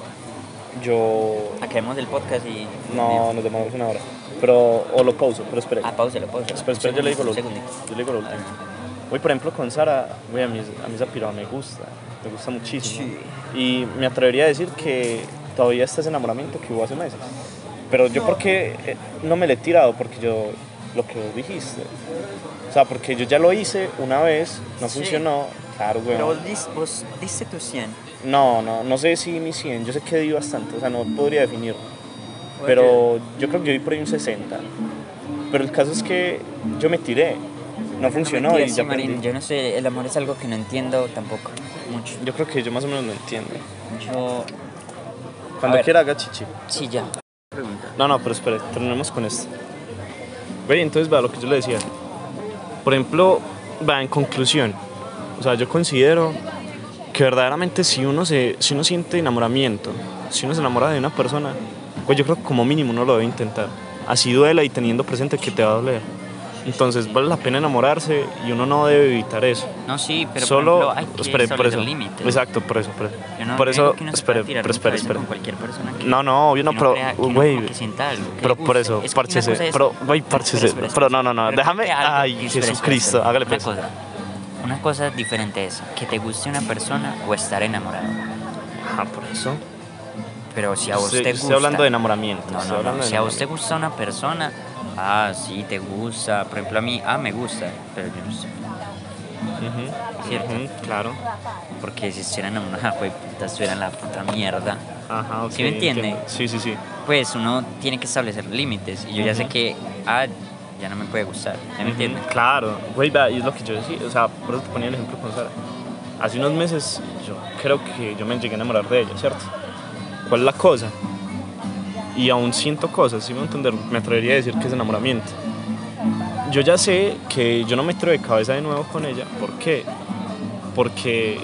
yo Acabemos del podcast y. No, nos demoramos una hora. Pero, o lo pauso, pero espere. Ah, pauselo, pauselo. espera, espera, Un Pues, yo le digo lo segundito, último. un segundito. Yo le digo lo último. Hoy, por ejemplo, con Sara, güey, a mí, a mí esa piroa me gusta. Me gusta muchísimo. Y me atrevería a decir que todavía está ese enamoramiento que hubo hace meses. Pero yo, porque eh, no me le he tirado? Porque yo, lo que vos dijiste. O sea, porque yo ya lo hice una vez, no Sí. funcionó. Claro, güey. Pero vos, dis- vos diste tu 100. No, no, no sé si mi 100, yo sé que di bastante, o sea, no podría definirlo. Porque- Pero yo creo que yo di por ahí un 60. Pero el caso es que yo me tiré, no funcionó No, mentira, y sí, ya Marín, aprendí. yo no sé, el amor es algo que no entiendo tampoco. Mucho. Yo creo que yo más o menos lo entiendo. Yo. Cuando ver. quiera haga chichi. Sí, ya. No, no, pero espere, terminemos con esto. Güey, entonces va lo que yo le decía. Por ejemplo, va en conclusión. O sea, yo considero que verdaderamente si uno, se, si uno siente enamoramiento, si uno se enamora de una persona, pues yo creo que como mínimo uno lo debe intentar. Así duela y teniendo presente que te va a doler. Entonces vale la pena enamorarse y uno no debe evitar eso. No, sí, pero. por Solo, ejemplo, hay que espere, por establecer eso. Pues límites. Exacto, por eso, por eso. Yo no- por yo eso, digo que no se espere, puede tirar pero de espere, cabeza espere. Con cualquier persona que- No, no, obvio no, que pero, crea- que no güey, como que sienta algo, que le Pero por guste. eso, Es que una párchese. cosa es- Pero, güey, Espera, párchese. espera, espera, Pero no, no, no, espera, déjame. espérate algo. Ay, Espera, espera, Jesucristo, espera. hágale Una pues. cosa, Una cosa diferente es que te guste una persona o estar enamorado. Ajá, por eso. Pero si a vos Estoy- te gusta. Estoy hablando de enamoramiento. No, estoy no, hablando no. de Si a vos te enamoramiento. gusta una persona, ah, sí, te gusta. Por ejemplo, a mí, ah, me gusta. Pero yo no sé. Ujú, ¿Cierto? ujú, Claro. Porque si estuvieran en una pues, puta, estuvieran en la puta mierda. Ajá, ok, ¿Sí me entiende? entiendo. Sí, sí, sí. Pues uno tiene que establecer límites. Y yo ya sé Ujú. que, ah, ya no me puede gustar. ¿Ya me Ujú, entiendes? Claro. Güey, vea, y es lo que yo decía. O sea, por eso te ponía el ejemplo con Sara. Hace unos meses yo creo que yo me llegué a enamorar de ella, ¿cierto? ¿Cuál es la cosa? Y aún siento cosas, si me voy a entender, me atrevería a decir que es enamoramiento. Yo ya sé que yo no me tiro de cabeza de nuevo con ella. ¿Por qué? Porque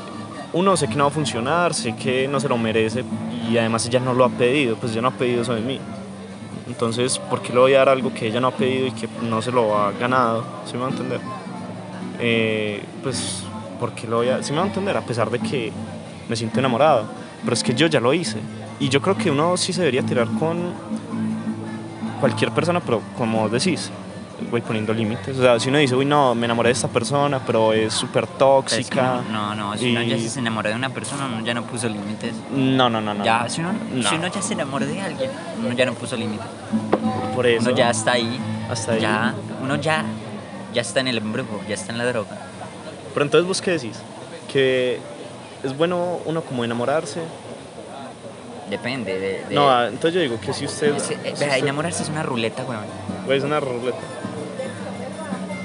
uno sé que no va a funcionar, sé que no se lo merece y además ella no lo ha pedido, pues ella no ha pedido eso de mí. Entonces, ¿por qué le voy a dar algo que ella no ha pedido y que no se lo ha ganado? ¿Sí me va a entender? Eh, pues, ¿por qué lo voy a...? ¿Sí me va a entender? A pesar de que me siento enamorado. Pero es que yo ya lo hice. Y yo creo que uno sí se debería tirar con cualquier persona, pero como vos decís, voy poniendo límites. O sea, si uno dice, uy, no, me enamoré de esta persona, pero es súper tóxica. Pues que no, no, no, si uno y- ya se enamoró de una persona, uno ya no puso límites. No, no, no, no. Ya, si uno, No. si uno ya se enamoró de alguien, uno ya no puso límites. Por eso. Uno ya está ahí. Hasta ahí. Ya, uno ya, ya está en el embrujo, ya está en la droga. Pero entonces vos qué decís? Que es bueno uno como enamorarse. Depende de... de- No, ah, entonces yo digo que si usted. Es- eh, si vea, usted- enamorarse es una ruleta, weón. Güey, es una ruleta.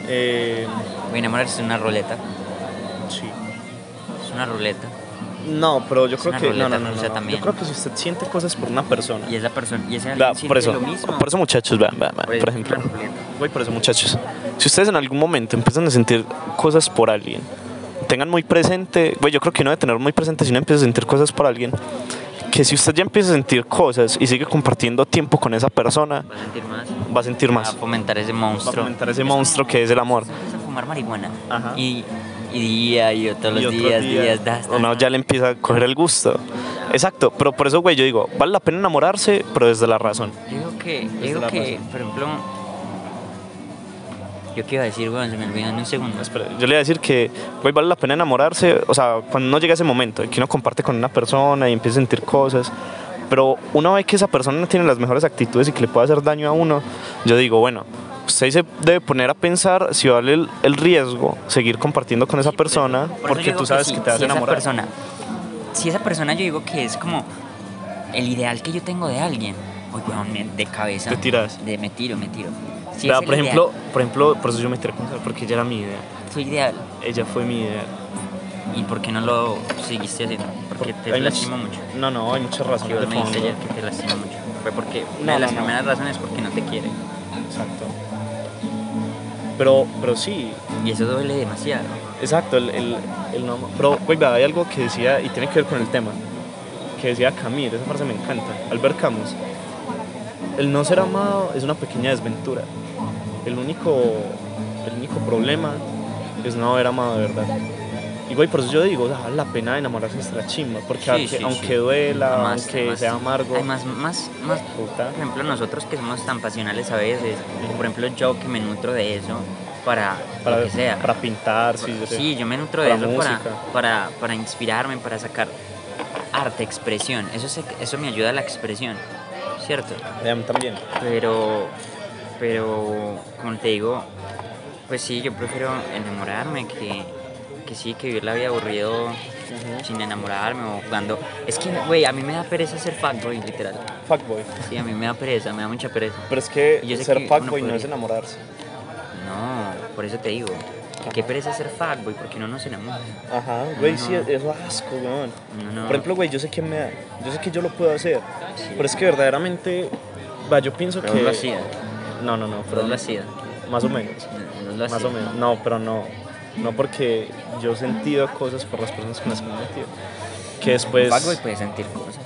Eh, Güey, Enamorarse es una ruleta. sí. Es una ruleta. No, pero yo Es creo una que. No, ruleta no, no. rusa no, no. también. Yo creo que si usted siente cosas por una persona. Y esa persona... Y ese Vea, alguien siente por eso, lo mismo. por eso muchachos, vean, vean, vean, Por eso por es una ejemplo, ruleta. voy por eso muchachos. Si ustedes en algún momento empiezan a sentir cosas por alguien, tengan muy presente, güey, yo creo que uno debe tener muy presente si uno empieza a sentir cosas por alguien, que si usted ya empieza a sentir cosas y sigue compartiendo tiempo con esa persona, Va a sentir más. va a sentir Va a más, va fomentar ese a monstruo. fomentar ese monstruo que es el amor. Empieza a fumar marihuana. Ajá. Y, y día, y todos los Y otro días, día, días, das, das, Uno das. ya le empieza a coger el gusto. Exacto, pero por eso, güey, yo digo, vale la pena enamorarse, pero desde la razón. Yo digo que, yo Desde digo la que razón. por ejemplo, yo qué iba a decir, weón, se me olvidó en un segundo. Espera, yo le iba a decir que, güey, vale la pena enamorarse, o sea, cuando no llega ese momento, de que uno comparte con una persona y empieza a sentir cosas, pero uno ve que esa persona no tiene las mejores actitudes y que le puede hacer daño a uno, yo digo, bueno, usted se debe poner a pensar si vale el, el riesgo seguir compartiendo con esa Sí, por eso- persona, por eso yo porque digo tú sabes sí, que te vas si a enamorar. Esa persona, si esa persona yo digo que es como el ideal que yo tengo de alguien, uy, weón, me- de cabeza. Te tiras. De me tiro, me tiro. Si Vea, es el por, ideal, ejemplo, por ejemplo, por eso yo me tiré con esa, porque ella era mi idea, Su ideal. ella fue mi idea. ¿Y por qué no lo seguiste haciendo? Porque te Hay much- lastimó mucho. No, no, hay muchas Que razones de vos me dijiste fondo. ayer que te lastimó mucho. Fue porque No, una de las no, no. primeras razones es porque no te quiere. Exacto. Pero, pero sí, Y eso duele demasiado. Exacto, el, el, el no- Pero, güey, vea, hay algo que decía, y tiene que ver con el tema, que decía Camille, esa frase me encanta, Albert Camus. El no ser amado es una pequeña desventura. El único, el único problema es no haber amado de verdad. Y, güey, por eso yo digo, o sea, vale la pena enamorarse de la chimba, porque Sí, aunque, sí, sí. aunque duela, Además, aunque además, Ah, sea amargo, Además, más, más, puta, por ejemplo, nosotros que somos tan pasionales a veces, o por ejemplo yo que me nutro de eso para, para, lo que sea. para pintar, sí, sí, yo sé. yo me nutro para de eso para, música. para, para inspirarme, para sacar arte, expresión. Eso, se- eso me ayuda a la expresión, ¿cierto? Y a mí también. Pero, pero, como te digo, pues sí, yo prefiero enamorarme que, que sí, que vivir la vida aburrido sin enamorarme o jugando. Es que, güey, a mí me da pereza ser fanboy, literal. Fuckboy. Sí, a mí me da pereza, me da mucha pereza. Pero es que Yo sé ser que uno fuckboy no es podría. enamorarse. No, por eso te digo. que Qué pereza ser fuckboy, porque uno no se enamora. Ajá, güey, No, sí, no. es es asco, weón. No, no. Por ejemplo, güey, yo sé que me da, yo sé que yo lo puedo hacer, Sí. pero es que verdaderamente, va, yo pienso Pero que... vos lo hacía, No, no, no, pero pero vos lo hacía. más o menos, vos lo más hacía. o menos, no, pero no, no porque yo he sentido cosas por las personas con las que me he metido, que Un fuckboy después, puede sentir cosas.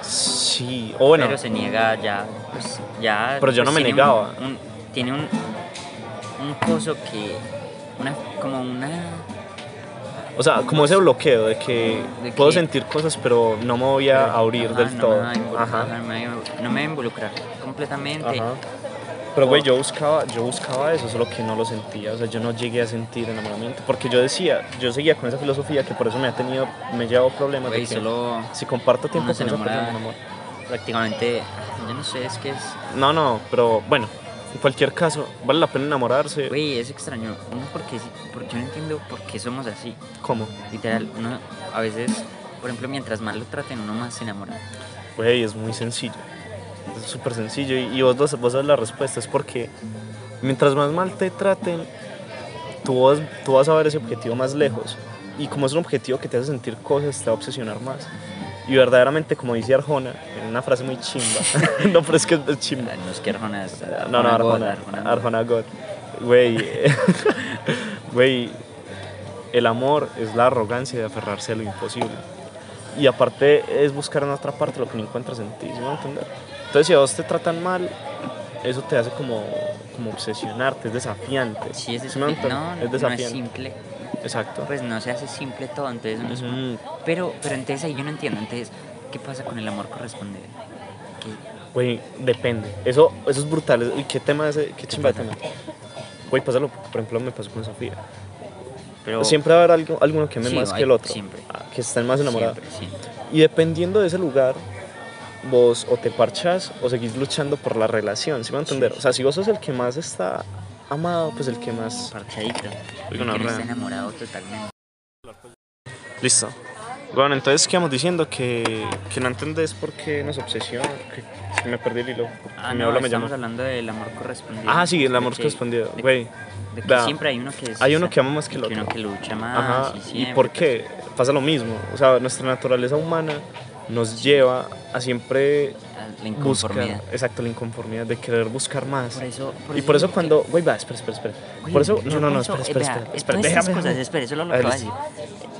sí, o bueno, Pero se niega ya, pues, ya. Pero yo pues, no me tiene un- negaba. un- tiene un, un coso que, una, como una, o sea, como ese bloqueo de que De puedo que- sentir cosas, pero no me voy a abrir Ajá, del Ah, no todo, Me voy a involucrar, No ajá, me, no me voy a involucrar completamente. ajá. Pero, güey, yo buscaba, yo buscaba eso, solo que no lo sentía. O sea, yo no llegué a sentir enamoramiento. Porque yo decía, yo seguía con esa filosofía que por eso me ha tenido, me he llevado problemas. de Güey, que solo Si comparto tiempo uno se con esa persona, enamora me enamoro. prácticamente, yo no sé, es que es, No, no, pero bueno, en cualquier caso, vale la pena enamorarse. güey, es extraño. Uno porque, porque yo no entiendo por qué somos así. ¿Cómo? Literal, uno a veces, por ejemplo, mientras más lo traten, uno más se enamora. Güey, pues, es muy sencillo. Es súper sencillo. Y, y vos, lo- vos sabes la respuesta. Es porque mientras más mal te traten, tú vas, tú vas a ver ese objetivo más lejos. Y como es un objetivo que te hace sentir cosas, te va a obsesionar más. Y verdaderamente, como dice Arjona, en una frase muy chimba. no, pero es que es chimba. No es que Arjona es- Ah, No, no, God, Arjona. Arjona God. Güey. Güey. El amor es la arrogancia de aferrarse a lo imposible. Y aparte es buscar en otra parte lo que no encuentras en ti, ¿sí me va a entender? Entonces, si a vos te tratan mal, eso te hace como, como obsesionarte, es desafiante. Sí, es, ¿Sí me va a desafiante. entender? No, no, es no es desafiante. simple. Exacto. Pues no se hace simple todo, entonces no es Ujú. Pero, pero entonces ahí yo no entiendo. Entonces, ¿qué pasa con el amor correspondido? Que Güey, depende. Eso, eso es brutal. Uy, qué tema ese, qué chimba de tema. Güey, pásalo. Por ejemplo, me pasó con Sofía. Pero Pues Siempre va a haber algo, alguno que me Sí, más hay- que el otro. siempre. Ah, Que estén más enamorados. siempre, siempre. Y dependiendo de ese lugar, vos o te parchas o seguís luchando por la relación, ¿sí me va a entender? O sea, si vos sos el que más está amado, pues el que más... Parchadito. Uy, El con que no arrea. está enamorado totalmente. Listo. Bueno, entonces quedamos diciendo que, que no entendés por qué nos obsesiona, que se me perdí el hilo. Ah, me no, habla, me estamos llama. hablando del amor correspondido. Ah, sí, el De amor que- correspondido. de- Güey, de que vea, siempre hay uno que es- hay uno que ama más que el y uno otro. que lucha más. Ajá. Y, ¿Y por Ah, siempre, pues. qué? Pasa lo mismo. O sea, nuestra naturaleza humana nos lleva a siempre pues, a La buscar... inconformidad. Exacto, la inconformidad de querer buscar más. Por eso, y por eso digo que- cuando, güey, va, espera, espera, espera. Oye, por eso, pero no, no, no, eso, espera, espera, eh, vea, espera, espera, todas estas déjame, cosas, déjame. espera, eso es lo A que ver, voy a decir. listo.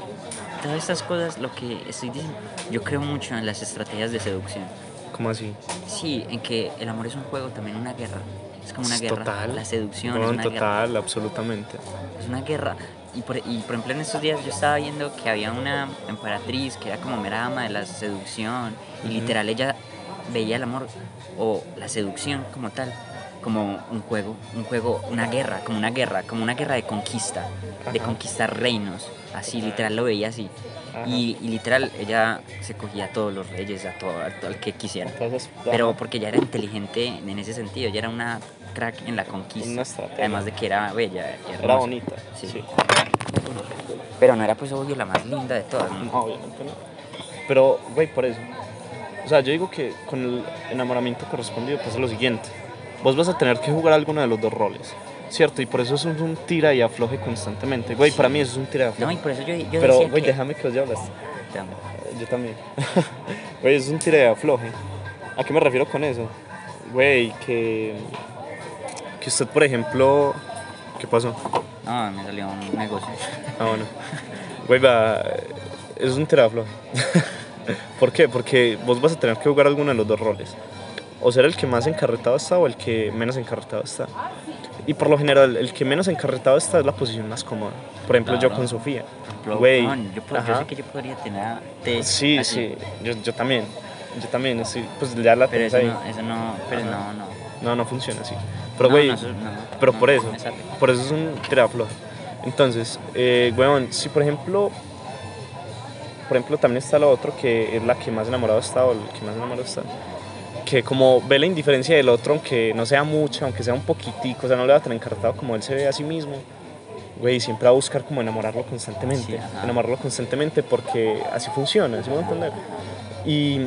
Todas estas cosas, lo que estoy diciendo, yo creo mucho en las estrategias de seducción. ¿Cómo así? Sí, en que el amor es un juego, también una guerra. Es como una Es guerra. total. La seducción es No, una guerra. total, absolutamente. Es una guerra. Y por, y por ejemplo, en estos días yo estaba viendo que había una emperatriz que era como mera ama de la seducción. Y Ujú. literal ella veía el amor o la seducción como tal, como un juego, un juego, una guerra, como una guerra, como una guerra de conquista, de Ajá. conquistar reinos. Así, Total. literal lo veía así. Ajá. Y, y literal ella se cogía a todos los reyes, a todo, a todo el que quisiera. Entonces, Pero porque ella era inteligente en ese sentido, ella era una crack en la conquista. Una estrategia. Además de que era bella. y era hermosa. bonita. Sí. sí. Pero no era pues obvio la más linda de todas. ¿no? No, obviamente no. Pero, güey, por eso. O sea, yo digo que con el enamoramiento correspondido pasa lo siguiente. Vos vas a tener que jugar alguno de los dos roles, ¿cierto? Y por eso es un, un tira y afloje constantemente. Güey, para mí eso es un tira y afloje. No, y por eso yo, yo Pero, decía güey, que... déjame que os ya hablaste. Dame. Yo también. Güey, es un tire de afloje. ¿A qué me refiero con eso? Güey, que. Que usted, por ejemplo. ¿Qué pasó? No, me salió un negocio. Ah, bueno. Güey, va. Es un tire de afloje. ¿Por qué? Porque vos vas a tener que jugar alguno de los dos roles. O ser el que más encarretado está o el que menos encarretado está. Y por lo general, el que menos encarretado está es la posición más cómoda. Por ejemplo, yo Claro. con Sofía. Pero, Güey. no, yo, pod- yo ajá. sé que yo podría tener a T Sí, así, sí, yo, yo también. Yo también, así, pues ya la Pero tenés eso ahí. no, eso no, pero Ajá. no, no. No, no funciona así. Pero, No, güey, no, eso no, pero no, por no eso, me sale. por eso es un triaflo. Entonces, eh, weón, si por ejemplo, por ejemplo, también está lo otro que es la que más enamorado está o el que más enamorado está, que como ve la indiferencia del otro, aunque no sea mucha, aunque sea un poquitico, o sea, no le va tan encartado como él se ve a sí mismo. Güey, siempre va a buscar como enamorarlo constantemente, Sí, ajá. enamorarlo constantemente porque así funciona, así me voy a entender. Y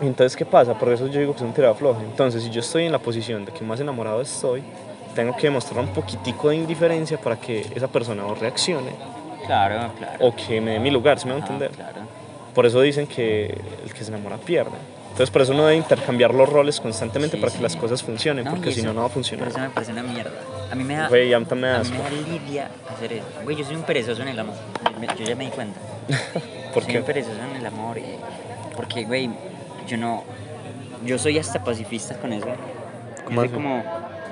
entonces, ¿qué pasa? Por eso yo digo que es un tirado flojo. Entonces, si yo estoy en la posición de que más enamorado estoy, tengo que demostrar un poquitico de indiferencia para que esa persona o reaccione Claro, claro. o que me dé mi lugar, ¿sí me va a Ajá, entender? claro. Por eso dicen que el que se enamora pierde. Entonces, por eso uno debe intercambiar los roles constantemente Sí, para que sí. las cosas funcionen, No, porque y si eso- no, no va a Pero funcionar. eso me parece una mierda. A mí me da... Güey, a mí también me da a mí me asco. da lidia hacer eso. Güey, yo soy un perezoso en el amor. Me- Yo ya me di cuenta. ¿Por soy qué? un perezoso en el amor. eh, Porque, güey, yo no... Yo soy hasta pacifista con eso. Yo ¿Cómo soy así? como...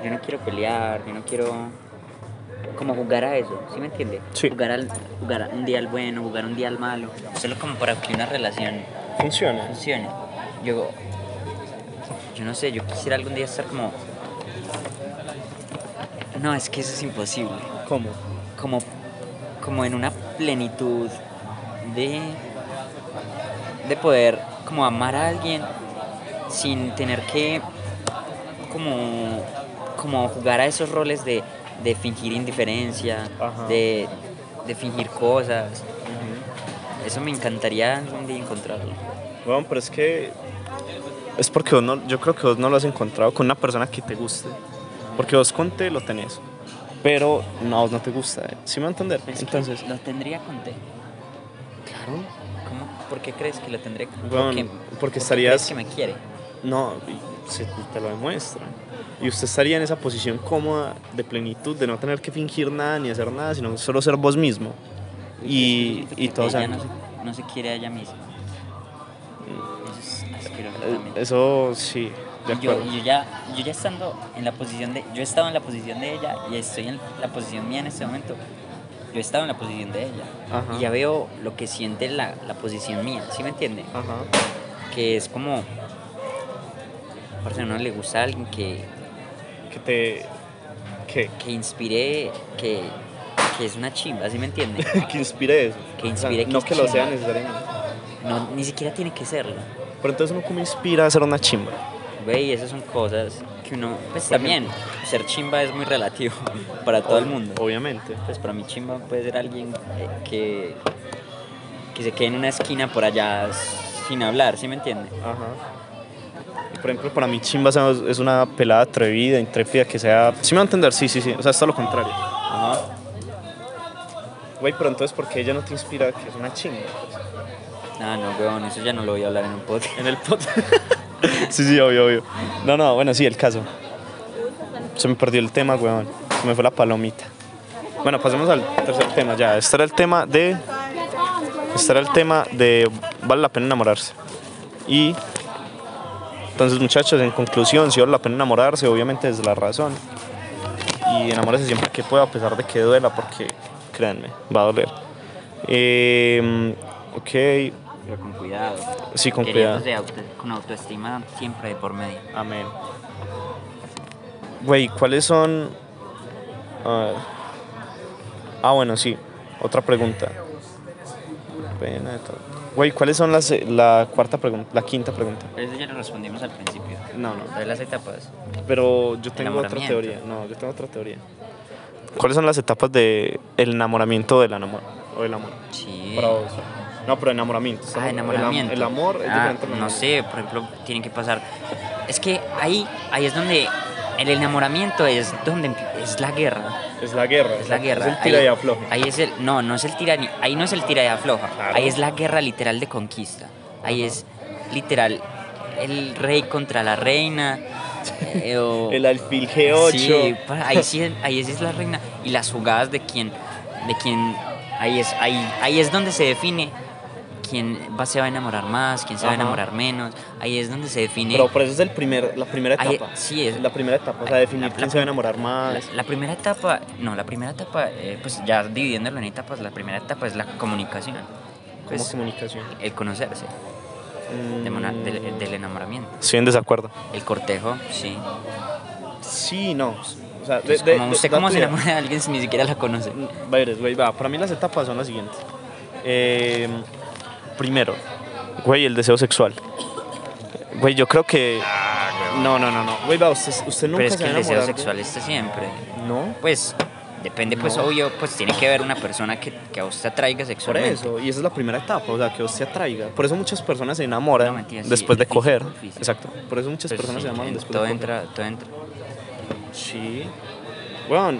Yo no quiero pelear, yo no quiero... Como jugar a eso, ¿sí me entiende? Sí. Jugar, al, jugar un día al bueno, jugar un día al malo. Solo como para que una relación Funciona. funcione. Yo, yo no sé, yo quisiera algún día estar como... No, es que eso es imposible. ¿Cómo? Como, como en una plenitud de, de poder como amar a alguien sin tener que como, como jugar a esos roles de, de fingir indiferencia, Ajá. de, de fingir cosas. Eso me encantaría algún día encontrarlo. Bueno, pero es que es porque vos no- yo creo que vos no lo has encontrado con una persona que te guste. Porque vos con te lo tenés. Pero no, a vos no te gusta. ¿eh? ¿Sí me va a entender? Es que Entonces, lo tendría con té. claro. ¿Cómo? ¿Por qué crees que lo tendré con Weón, ¿Por qué- porque por qué estarías- crees que me quiere. No, y se, te lo demuestra. Y usted estaría en esa posición cómoda de plenitud, de no tener que fingir nada ni hacer nada, sino solo ser vos mismo. Y, Siento y que todo. o sea, ella no se, no se quiere a ella misma. Eso es asqueroso eh, también. Eso sí, de Y yo, acuerdo. y yo ya, yo ya estando en la posición de. Yo he estado en la posición de ella y estoy en la posición mía en este momento. Yo he estado en la posición de ella. Ajá. Y ya veo lo que siente la, la posición mía. ¿Sí me entiende? Ajá. que es como Parce, a uno le gusta alguien que, Que te. Que, que inspire, que, que es una chimba, ¿sí me entiende? que inspire eso. Que inspire, que no es que lo sea chimba. necesariamente. No, ni siquiera tiene que serlo. Pero entonces uno como inspira a hacer una chimba. Güey, esas son cosas que uno, pues también, ser chimba es muy relativo para todo el mundo. Obviamente. Pues para mí chimba puede ser alguien eh, que, que se quede en una esquina por allá sin hablar, ¿sí me entiende? Ajá. Y, Por ejemplo, para mí chimba es- es una pelada atrevida, intrépida, que sea... Sí me va a entender, sí, sí, sí. O sea, es todo lo contrario. Ajá. Güey, pero entonces, ¿por qué ella no te inspira que es una chimba? Ah, no, weón, eso ya no lo voy a hablar en un podcast. En el pot. sí, sí, obvio, obvio. No, no, bueno, sí, el caso. Se me perdió el tema, weón. Se me fue la palomita. Bueno, pasemos al tercer tema ya. Este era el tema de. Este era el tema de. Vale la pena enamorarse. Y. Entonces, muchachos, en conclusión, si vale la pena enamorarse, obviamente es la razón. Y enamórese siempre que pueda, a pesar de que duela, porque créanme, va a doler. Eh, ok, Pero con cuidado. Sí, con Queriendo cuidado. de auto- con autoestima siempre de por medio. Amén. Güey, ¿cuáles son...? A ver. Ah, bueno, sí. Otra pregunta. Pena de todo. Güey, ¿cuáles son las... eh, La cuarta pregunta, la quinta pregunta. Pero eso ya lo respondimos al principio. No, no. De las etapas. Pero yo tengo otra Enamoramiento. teoría. No, yo tengo otra teoría. ¿Cuáles son las etapas de el enamoramiento del enamor o del amor? Sí. Para vos. No, pero enamoramiento. Ah, estamos- el am- enamoramiento. El, amor es Ah, diferente al No enamoramiento. sé, por ejemplo, tienen que pasar. Es que ahí, ahí es donde el enamoramiento es donde empie- es la guerra. Es la guerra. Es la guerra. Es el tira ahí, y afloje. Ahí es el. No, no es el tira ni- Ahí no es el tira y afloja. Claro. Ahí es la guerra literal de conquista. Ahí Ajá. es literal el rey contra la reina. eh, o- El alfil G8. Sí, pa- ahí sí, ahí sí es la reina. Y las jugadas de quien, de quien, ahí es, ahí, ahí es donde se define quién va, se va a enamorar más, quién se va a Ajá. enamorar menos. Ahí es donde se define. Pero por eso es el primer, la primera Ahí- etapa. sí, es- la primera etapa, o sea, definir la- quién la- se va a enamorar la, más. la primera etapa, no, la primera etapa, eh, pues ya dividiéndolo en etapas, la primera etapa es la comunicación, como pues, comunicación. Mm. el conocerse de mona- del, del enamoramiento, Sí, en desacuerdo. el cortejo, sí. Sí, no. O sea, Pues, como usted da cómo tu se idea. enamora de alguien si ni siquiera la conoce. Va, eres, güey, va. Para mí las etapas son las siguientes. Eh, primero, güey, el deseo sexual. Güey, yo creo que... No, no, no, no. Ah, Güey, va, usted, usted nunca Pero es se que va el a deseo enamorar de- sexual está siempre. No, Pues depende, pues No. obvio, pues tiene que haber una persona que, que a usted atraiga por sexualmente. eso. Y esa es la primera etapa, o sea, que usted atraiga. Por eso muchas personas se enamoran No, mentira, sí, después de difícil, coger. difícil. Exacto. Por eso muchas Pues, personas sí, se enamoran en- después todo de coger. entra, todo entra. Sí. Bueno,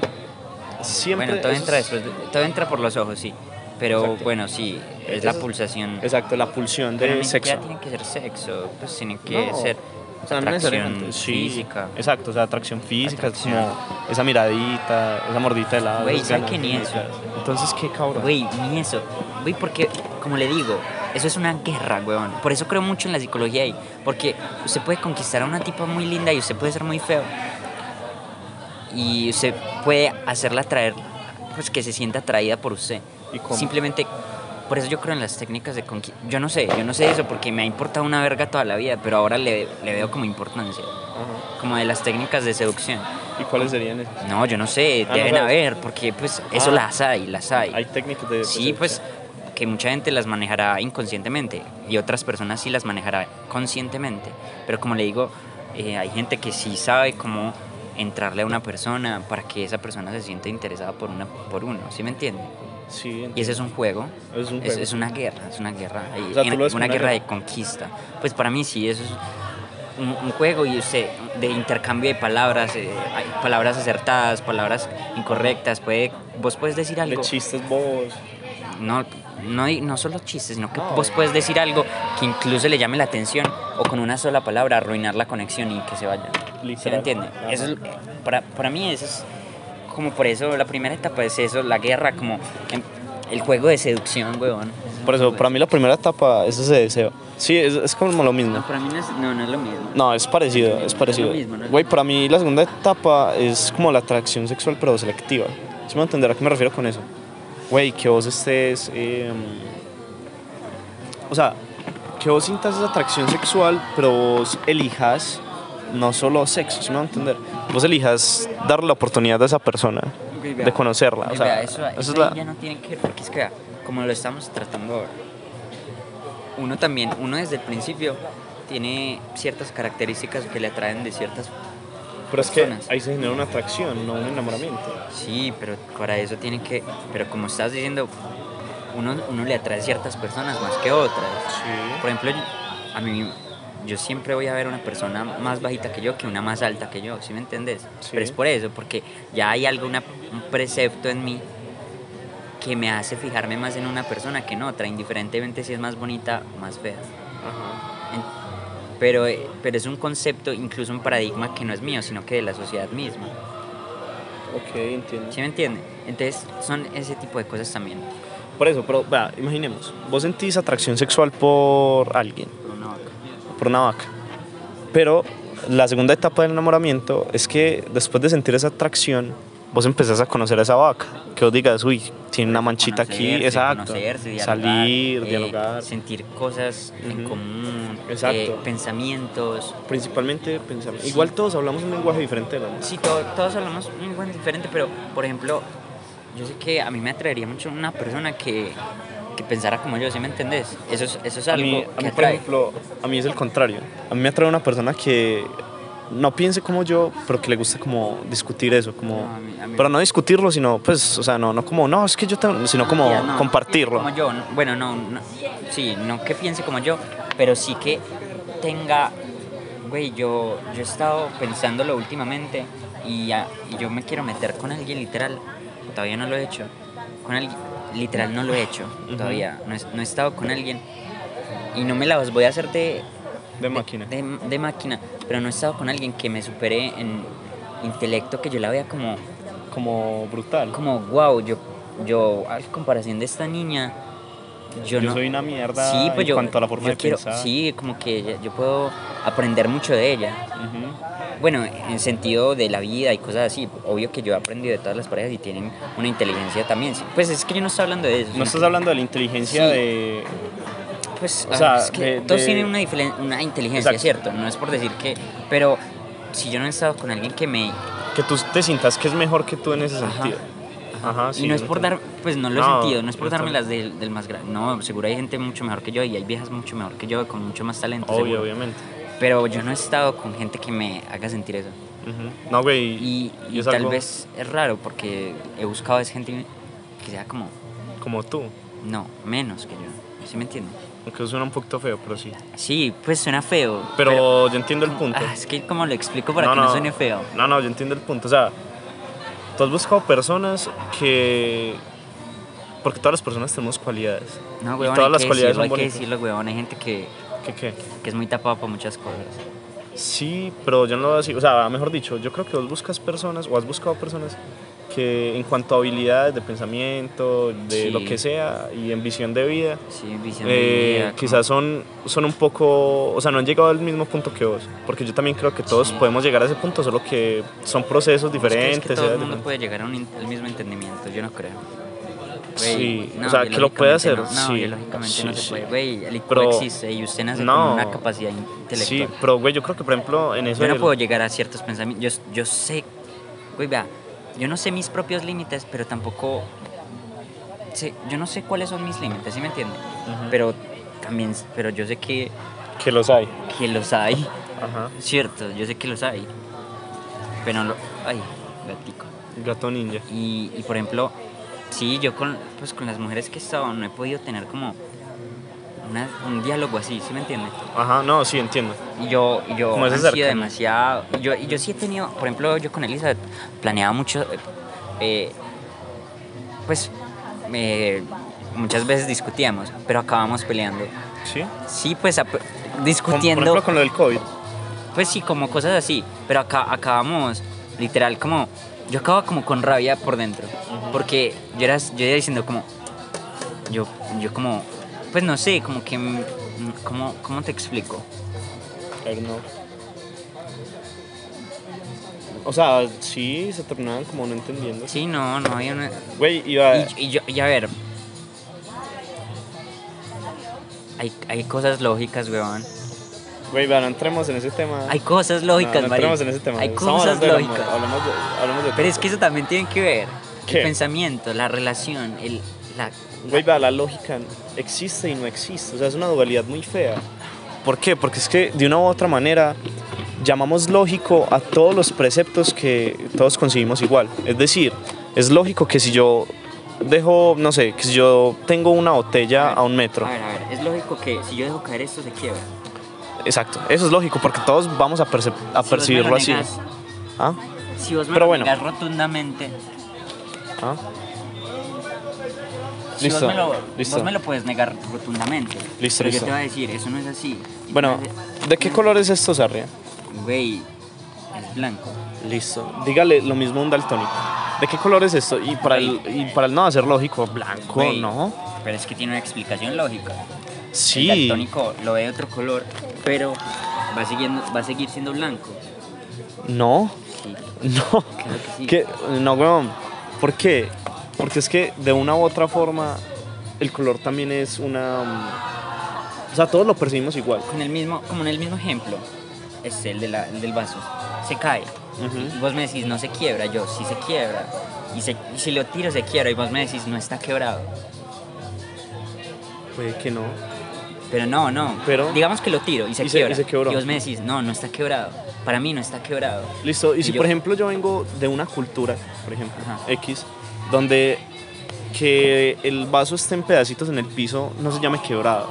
siempre. bueno, todo eso entra es- después, de- todo entra por los ojos, sí. Pero Exacto. bueno, sí, es Eso la es- pulsación. Exacto, la pulsión Pero de ni sexo. siquiera tiene que ser sexo, pues tiene que No, ser O sea, no necesariamente. atracción Sí, física. Exacto, o sea, atracción física, es Atracción. como esa miradita, esa mordita de lado. Güey, ¿sabe qué? Ni eso. Entonces, ¿qué cabrón? Güey, ni eso. Güey, porque, como le digo, eso es una guerra, weón. Por eso creo mucho en la psicología ahí. Porque usted puede conquistar a una tipa muy linda y usted puede ser muy feo. Y usted puede hacerla atraer, pues que se sienta atraída por usted. ¿Y cómo? Simplemente, por eso yo creo en las técnicas de conquista. Yo no sé, yo no sé eso porque me ha importado una verga toda la vida, pero ahora le, le veo como importancia. Ajá. Como de las técnicas de seducción. ¿Y cuáles serían esas? No, yo no sé, Ah, no deben sabes. haber, porque pues eso Ah. las hay, las Hay técnicas de. Sí, pues que mucha gente las manejará inconscientemente y otras personas sí las manejará conscientemente. Pero como le digo, eh, hay gente que sí sabe cómo entrarle a una persona para que esa persona se sienta interesada por, una, por uno, ¿sí me entiende? Sí, pues, Y ese es un juego, es un es, juego. es una guerra, es una guerra, ahí, O sea, tú en- lo ves una como guerra una de conquista. Pues para mí sí, eso es un, un juego y usted de intercambio de palabras, eh, hay palabras acertadas, palabras incorrectas, puede, vos puedes decir De algo chistes bobos. no, no, hay- no solo chistes, sino que No. vos puedes decir algo que incluso le llame la atención o con una sola palabra arruinar la conexión y que se vaya. ¿Sí Literal. me entiende? Ajá. Eso es- para, para mí eso es como por eso la primera etapa es eso, la guerra, como em- el juego de seducción, huevón. Por eso, para mí la primera etapa es ese deseo. Sí, es, es como lo mismo. No, para mí no es, no, no es lo mismo. No, es parecido, es Es lo parecido. mismo, ¿no? Güey, para mí la segunda etapa es como la atracción sexual pero selectiva. ¿Sí me va a entender a qué me refiero con eso? Güey, que vos estés... eh, o sea, que vos sintas esa atracción sexual pero vos elijas no solo sexo, si me va a entender. Vos elijas darle la oportunidad a esa persona de conocerla. Y o sea, vea, eso, esa eso es la- ahí ya no tiene que ver, porque es que, vea, como lo estamos tratando ahora, uno también, uno desde el principio tiene ciertas características que le atraen de ciertas... Pero es que personas. ahí se genera una atracción, no un enamoramiento. Sí, pero para eso tiene que... Pero como estás diciendo, uno, uno le atrae ciertas personas más que otras. Por ejemplo, yo- a mí, yo siempre voy a ver una persona más bajita que yo que una más alta que yo, ¿sí me entendés? Sí. Pero es por eso, porque ya hay algo, una- un precepto en mí que me hace fijarme más en una persona que en otra, indiferentemente si es más bonita o más fea. En- Pero, eh, pero es un concepto, incluso un paradigma que no es mío, sino que de la sociedad misma. Ok, entiendo. ¿Sí me entiende? Entonces son ese tipo de cosas también. Por eso, pero vea, imaginemos, vos sentís atracción sexual por alguien, por una vaca. Pero la segunda etapa del enamoramiento es que después de sentir esa atracción, vos empezás a conocer a esa vaca. Que vos digas, uy, tiene una manchita aquí, Conocerse, exacto. conocerse, dialogar, Salir, eh, dialogar. Sentir cosas en Ujú. común, eh, Exacto. pensamientos. Principalmente pensar. Sí. Igual todos hablamos un lenguaje diferente, ¿no? Sí, to- todos hablamos un lenguaje diferente, pero por ejemplo, yo sé que a mí me atraería mucho una persona que, que pensara como yo, ¿sí me entendés? Eso es, eso es A algo mí, a que mí, por atrae. ejemplo, a mí es el contrario. A mí me atrae una persona que no piense como yo, pero que le gusta como discutir eso, como... No, a mí- a mí- Pero no discutirlo, sino, pues, o sea, no, no como, no, es que yo también, sino como Ya, no, compartirlo. Como yo, no- bueno, no, no, sí, no que piense como yo, pero sí que tenga, güey, yo, yo he estado pensándolo últimamente y, ya- y yo me quiero meter con alguien literal, todavía no lo he hecho, con alguien, literal no lo he hecho, Ujú. todavía, no he, no he estado con alguien y no me la voy a hacer de, de máquina. de, de máquina, pero no he estado con alguien que me supere en intelecto, que yo la vea como como brutal. como, wow, yo, yo, a comparación de esta niña, yo, yo, no. soy una mierda sí, pues en yo, cuanto a la forma yo de quiero- pensar. Sí, como que ella- yo puedo aprender mucho de ella. Ujú. Bueno, en sentido de la vida y cosas así. Obvio que yo he aprendido de todas las parejas y tienen una inteligencia también. sí. Pues es que yo no estoy hablando de eso. No sino estás que- hablando de la inteligencia Sí. de... Pues, O ah, sea, es que de- todos de- tienen una, diferen- una inteligencia, Exacto. ¿cierto? No es por decir que... Pero si yo no he estado con alguien que me... Que tú te sientas que es mejor que tú en ese sentido. Ajá, sí, y no es yo por dar, entiendo. pues no lo he No, sentido, no es por yo darme también. las del, del más grande. No, seguro hay gente mucho mejor que yo y hay viejas mucho mejor que yo, con mucho más talento. Obvio, seguro. obviamente. Pero yo no he estado con gente que me haga sentir eso. Ujú. No, güey. Y, y es tal algo vez es raro porque he buscado es gente que sea como, Como tú. no, menos que yo. ¿Sí me entiendes? Aunque suena un poquito feo, pero sí. Sí, pues suena feo. Pero, yo entiendo el como- punto. ah, es que como lo explico para que no suene feo. No, no, yo entiendo el punto. O sea, tú has buscado personas que. Porque todas las personas tenemos cualidades. No, Y huevón, todas hay las que decirlo, cualidades son hay que bonitas. decirlo, huevón. Hay gente que, ¿Qué qué? que es muy tapada para muchas cosas. Sí, pero yo no lo voy a decir. O sea, mejor dicho, yo creo que vos buscas personas o has buscado personas que en cuanto a habilidades de pensamiento, de Sí. lo que sea, y en visión de vida, Sí, visión de eh, vida, como- quizás son, son un poco, o sea, no han llegado al mismo punto que vos, porque yo también creo que todos Sí. podemos llegar a ese punto, solo que son procesos Pues Es que- diferentes. Es que todo el edades mundo diferentes. puede llegar a un in- al mismo entendimiento, yo no creo. Sí, o sea, que lo puede hacer, No, no, sí, biológicamente no sí, se sí. puede. Güey, el IQ Pero- existe y usted nace con no. una capacidad Sí, intelectual. pero güey, yo creo que por ejemplo en eso... yo no del- puedo llegar a ciertos pensamientos. Yo, yo sé, güey, vea, yo no sé mis propios límites, pero tampoco. sé- yo no sé cuáles son mis límites, ¿sí me entiende? Ujú. Pero también, pero yo sé que, Que los hay. que los hay, Ajá. ¿cierto? Yo sé que los hay. Pero no lo. Ay, gatico. Gato ninja. Y, y, por ejemplo, sí, yo con, pues, con las mujeres que he estado no he podido tener como una- un diálogo así, ¿sí me entiendes? Ajá, no, sí, entiendo. Y yo, y yo Como esa han sido cercanía. demasiado. y yo, y yo sí he tenido, por ejemplo, yo con Elizabeth planeaba mucho, eh, eh, pues eh, muchas veces discutíamos, pero acabamos peleando. Sí. Sí, pues ap- Con- discutiendo. por ejemplo con lo del COVID. Pues sí, como cosas así. Pero acá acabamos, literal, como. Yo acababa como con rabia por dentro. Porque yo era, yo era diciendo, como. Yo, yo, como. Pues no sé, como que. mm, ¿Cómo, cómo te explico? Pero no. O sea, sí, se tornaban como no entendiendo. Sí, no, no había una. Güey, iba... Y, y yo, y a ver. Hay, hay cosas lógicas, weón. Güey, bueno, entremos en ese tema. Hay cosas lógicas, no, no marica. entremos en ese tema. Hay Estamos cosas hablando del amor, lógicas. Hablamos de, hablamos de Pero es todo. que eso también tiene que ver. ¿Qué? El pensamiento, la relación, el, la, Güey, vea, la lógica existe y no existe. O sea, es una dualidad muy fea. ¿Por qué? Porque es que de una u otra manera llamamos lógico a todos los preceptos que todos conseguimos igual. Es decir, es lógico que si yo dejo, no sé, que si yo tengo una botella a un metro. A ver, a ver, es lógico que si yo dejo caer esto se quiebra. Si Exacto, eso es lógico porque todos vamos a, percep- a vos me lo percibirlo así. negás, ¿Ah? Si vos me Pero lo bueno. negás rotundamente, ¿Ah? si Listo, vos, me lo, listo. vos me lo puedes negar rotundamente. Listo, pero yo listo. te voy a decir, eso no es así. Y tú Bueno, me vas ¿de qué color es esto, Sarria? a decir, Güey, es blanco. Listo. Dígale lo mismo a un daltónico. ¿De qué color es esto? Y para el, y para el no hacer lógico, blanco, Güey, ¿no? Pero es que tiene una explicación lógica. El Sí. daltónico lo ve de otro color, pero va, siguiendo, va a seguir siendo blanco. No, Sí, no. claro que sí. ¿Qué? No, weón. ¿Por qué? Porque es que de una u otra forma el color también es una... mm, O sea, todos lo percibimos igual. Con el mismo, como en el mismo ejemplo, es el, de la- el del vaso. Se cae. Ujú. Y vos me decís, no se quiebra, yo, sí se quiebra. Y, se- y si lo tiro, se quiebra. Y vos me decís, no está quebrado. Puede que no. Pero no, no. Pero- Digamos que lo tiro y se Y se- y quiebra. se quebró. vos me decís, no, no está quebrado. Para mí no está quebrado. Listo, y Y si yo- por ejemplo yo vengo de una cultura, por ejemplo, Ajá. X, donde que el vaso esté en pedacitos en el piso no se llame quebrado,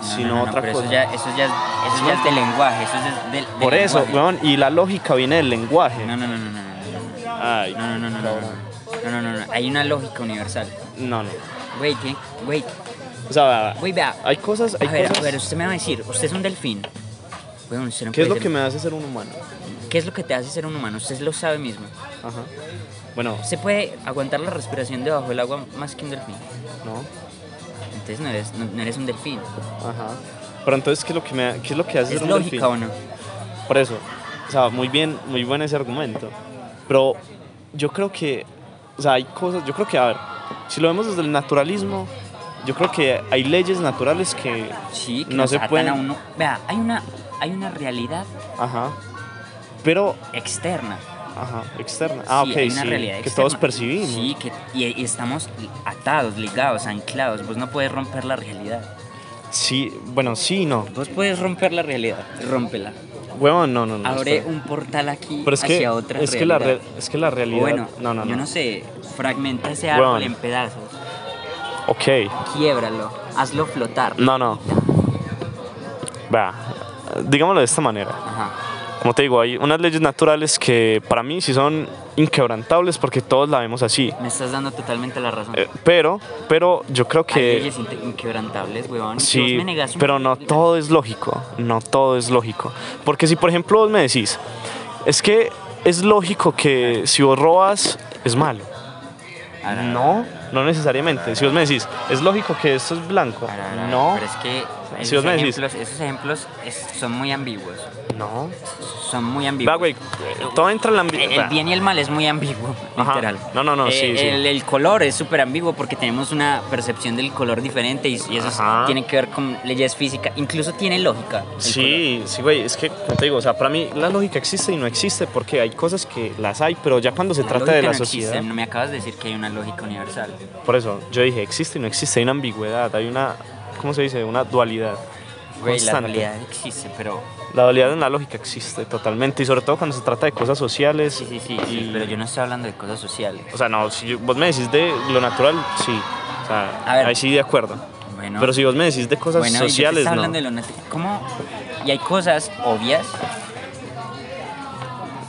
No, no, sino no, no, otra pero cosa. Eso ya, eso ya, es- eso ya es de lenguaje. Eso es del, del por eso, lenguaje. weón, y la lógica viene del lenguaje. No, no, no, no, no, no. Ay, No, no, no, no, no, no, no, no, no, no, no. Hay una lógica universal. no, no. Güey, tiene- güey, O sea, va, va. güey, vea. hay cosas, hay A ver, cosas. a ver, usted me va a decir, usted es un delfín. Weón, usted no ¿Qué es puede ser- lo que me hace ser un humano? ¿Qué es lo que te hace ser un humano? Usted lo sabe mismo. Ajá. Bueno, Usted puede aguantar la respiración debajo del agua más que un delfín. no. Entonces no eres, no, no eres un delfín. Ajá. Pero entonces, ¿qué es lo que, me, qué es lo que hace ¿Es ser un delfín? lógica o no? Por eso, o sea, muy bien, muy buen ese argumento. Pero yo creo que, o sea, hay cosas, yo creo que, a ver, si lo vemos desde el naturalismo, yo creo que hay leyes naturales que, Sí, que No nos se atan pueden- a uno. Vea, hay una, hay una realidad ajá, pero, externa. ajá, externa. Ah, Sí, ok, hay sí, una realidad que externa. todos percibimos. Sí, que, y, y estamos atados, ligados, anclados. Vos no puedes romper la realidad. Sí, bueno, sí, y no. Vos puedes romper la realidad. Rómpela. Huevón, no, no, no. Abre espera. un portal aquí Pero es hacia que, otra es que la realidad. re- es que la realidad, O bueno, no, no, no. yo no sé, fragmenta ese Weón. árbol en pedazos, Ok. quiebralo, hazlo flotar. No, no. Va, digámoslo de esta manera. Ajá. Como te digo, hay unas leyes naturales que para mí sí son inquebrantables porque todos la vemos así. Me estás dando totalmente la razón. Eh, pero, pero yo creo Hay que leyes inte- inquebrantables, weón. Si vos sí, me negás un- pero no todo es lógico, no todo es lógico. Porque si por ejemplo vos me decís, es que es lógico que si vos robas es malo. Ara, No, no necesariamente. Si vos me decís, es lógico que esto es blanco. ara, ara, No, Pero es que esos Si vos me decís- ejemplos, esos ejemplos es- son muy ambiguos. no. Son muy ambiguos. Va, güey, eh, todo entra en la ambi- pues, eh, El- El va. bien y el mal es muy ambiguo, Ajá. literal. No, no, no, Eh, sí, sí. El, el color es súper ambiguo porque tenemos una percepción del color diferente y, y eso es- Ajá. tiene que ver con leyes físicas. Incluso tiene lógica. el Sí, sí, güey, es que, como te digo, o sea, para mí la lógica existe y no existe porque hay cosas que las hay, pero ya cuando se La trata de lógica la no sociedad. existe, no me acabas de decir que hay una lógica universal. Por eso, yo dije, existe y no existe, hay una ambigüedad, hay una, ¿cómo se dice? Una dualidad. Güey, la constante. realidad existe, pero La dualidad en la lógica existe totalmente y sobre todo cuando se trata de cosas sociales. sí, sí, sí, sí, y- pero yo no estoy hablando de cosas sociales. O sea, no, si yo- vos me decís de lo natural, sí. O sea, A ver. ahí sí de acuerdo. Bueno, Pero si vos me decís de cosas bueno, y yo te sociales, estaba no. hablando de lo nat- ¿Cómo? Y hay cosas obvias.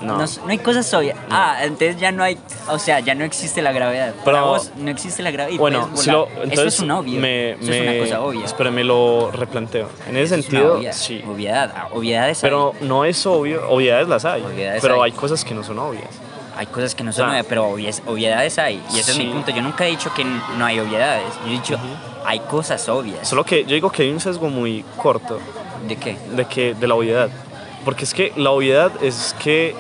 no. No, s- no hay cosas obvias. Ah, entonces ya no hay, o sea, ya no existe la gravedad. Para Pero- vos no existe la gravedad. y Bueno, puedes si lo, pues, volar. entonces eso es un obvio. Me, eso me- es una cosa obvia. Espera, me lo replanteo. En Eso ese es una sentido, obvia- sí. Obviedad, ah, obviedades Pero no es obvio, obviedades las hay, Obviedades pero hay. hay. cosas que no son obvias. hay. Hay cosas que no son Ah. obvias, pero obvies- obviedades hay. Y ese es mi Sí. punto. Yo nunca he dicho que n- no hay obviedades. Yo he dicho, hay cosas obvias. Solo que yo digo que hay un sesgo muy corto ¿De qué? de, que, de la obviedad, porque es que la obviedad es que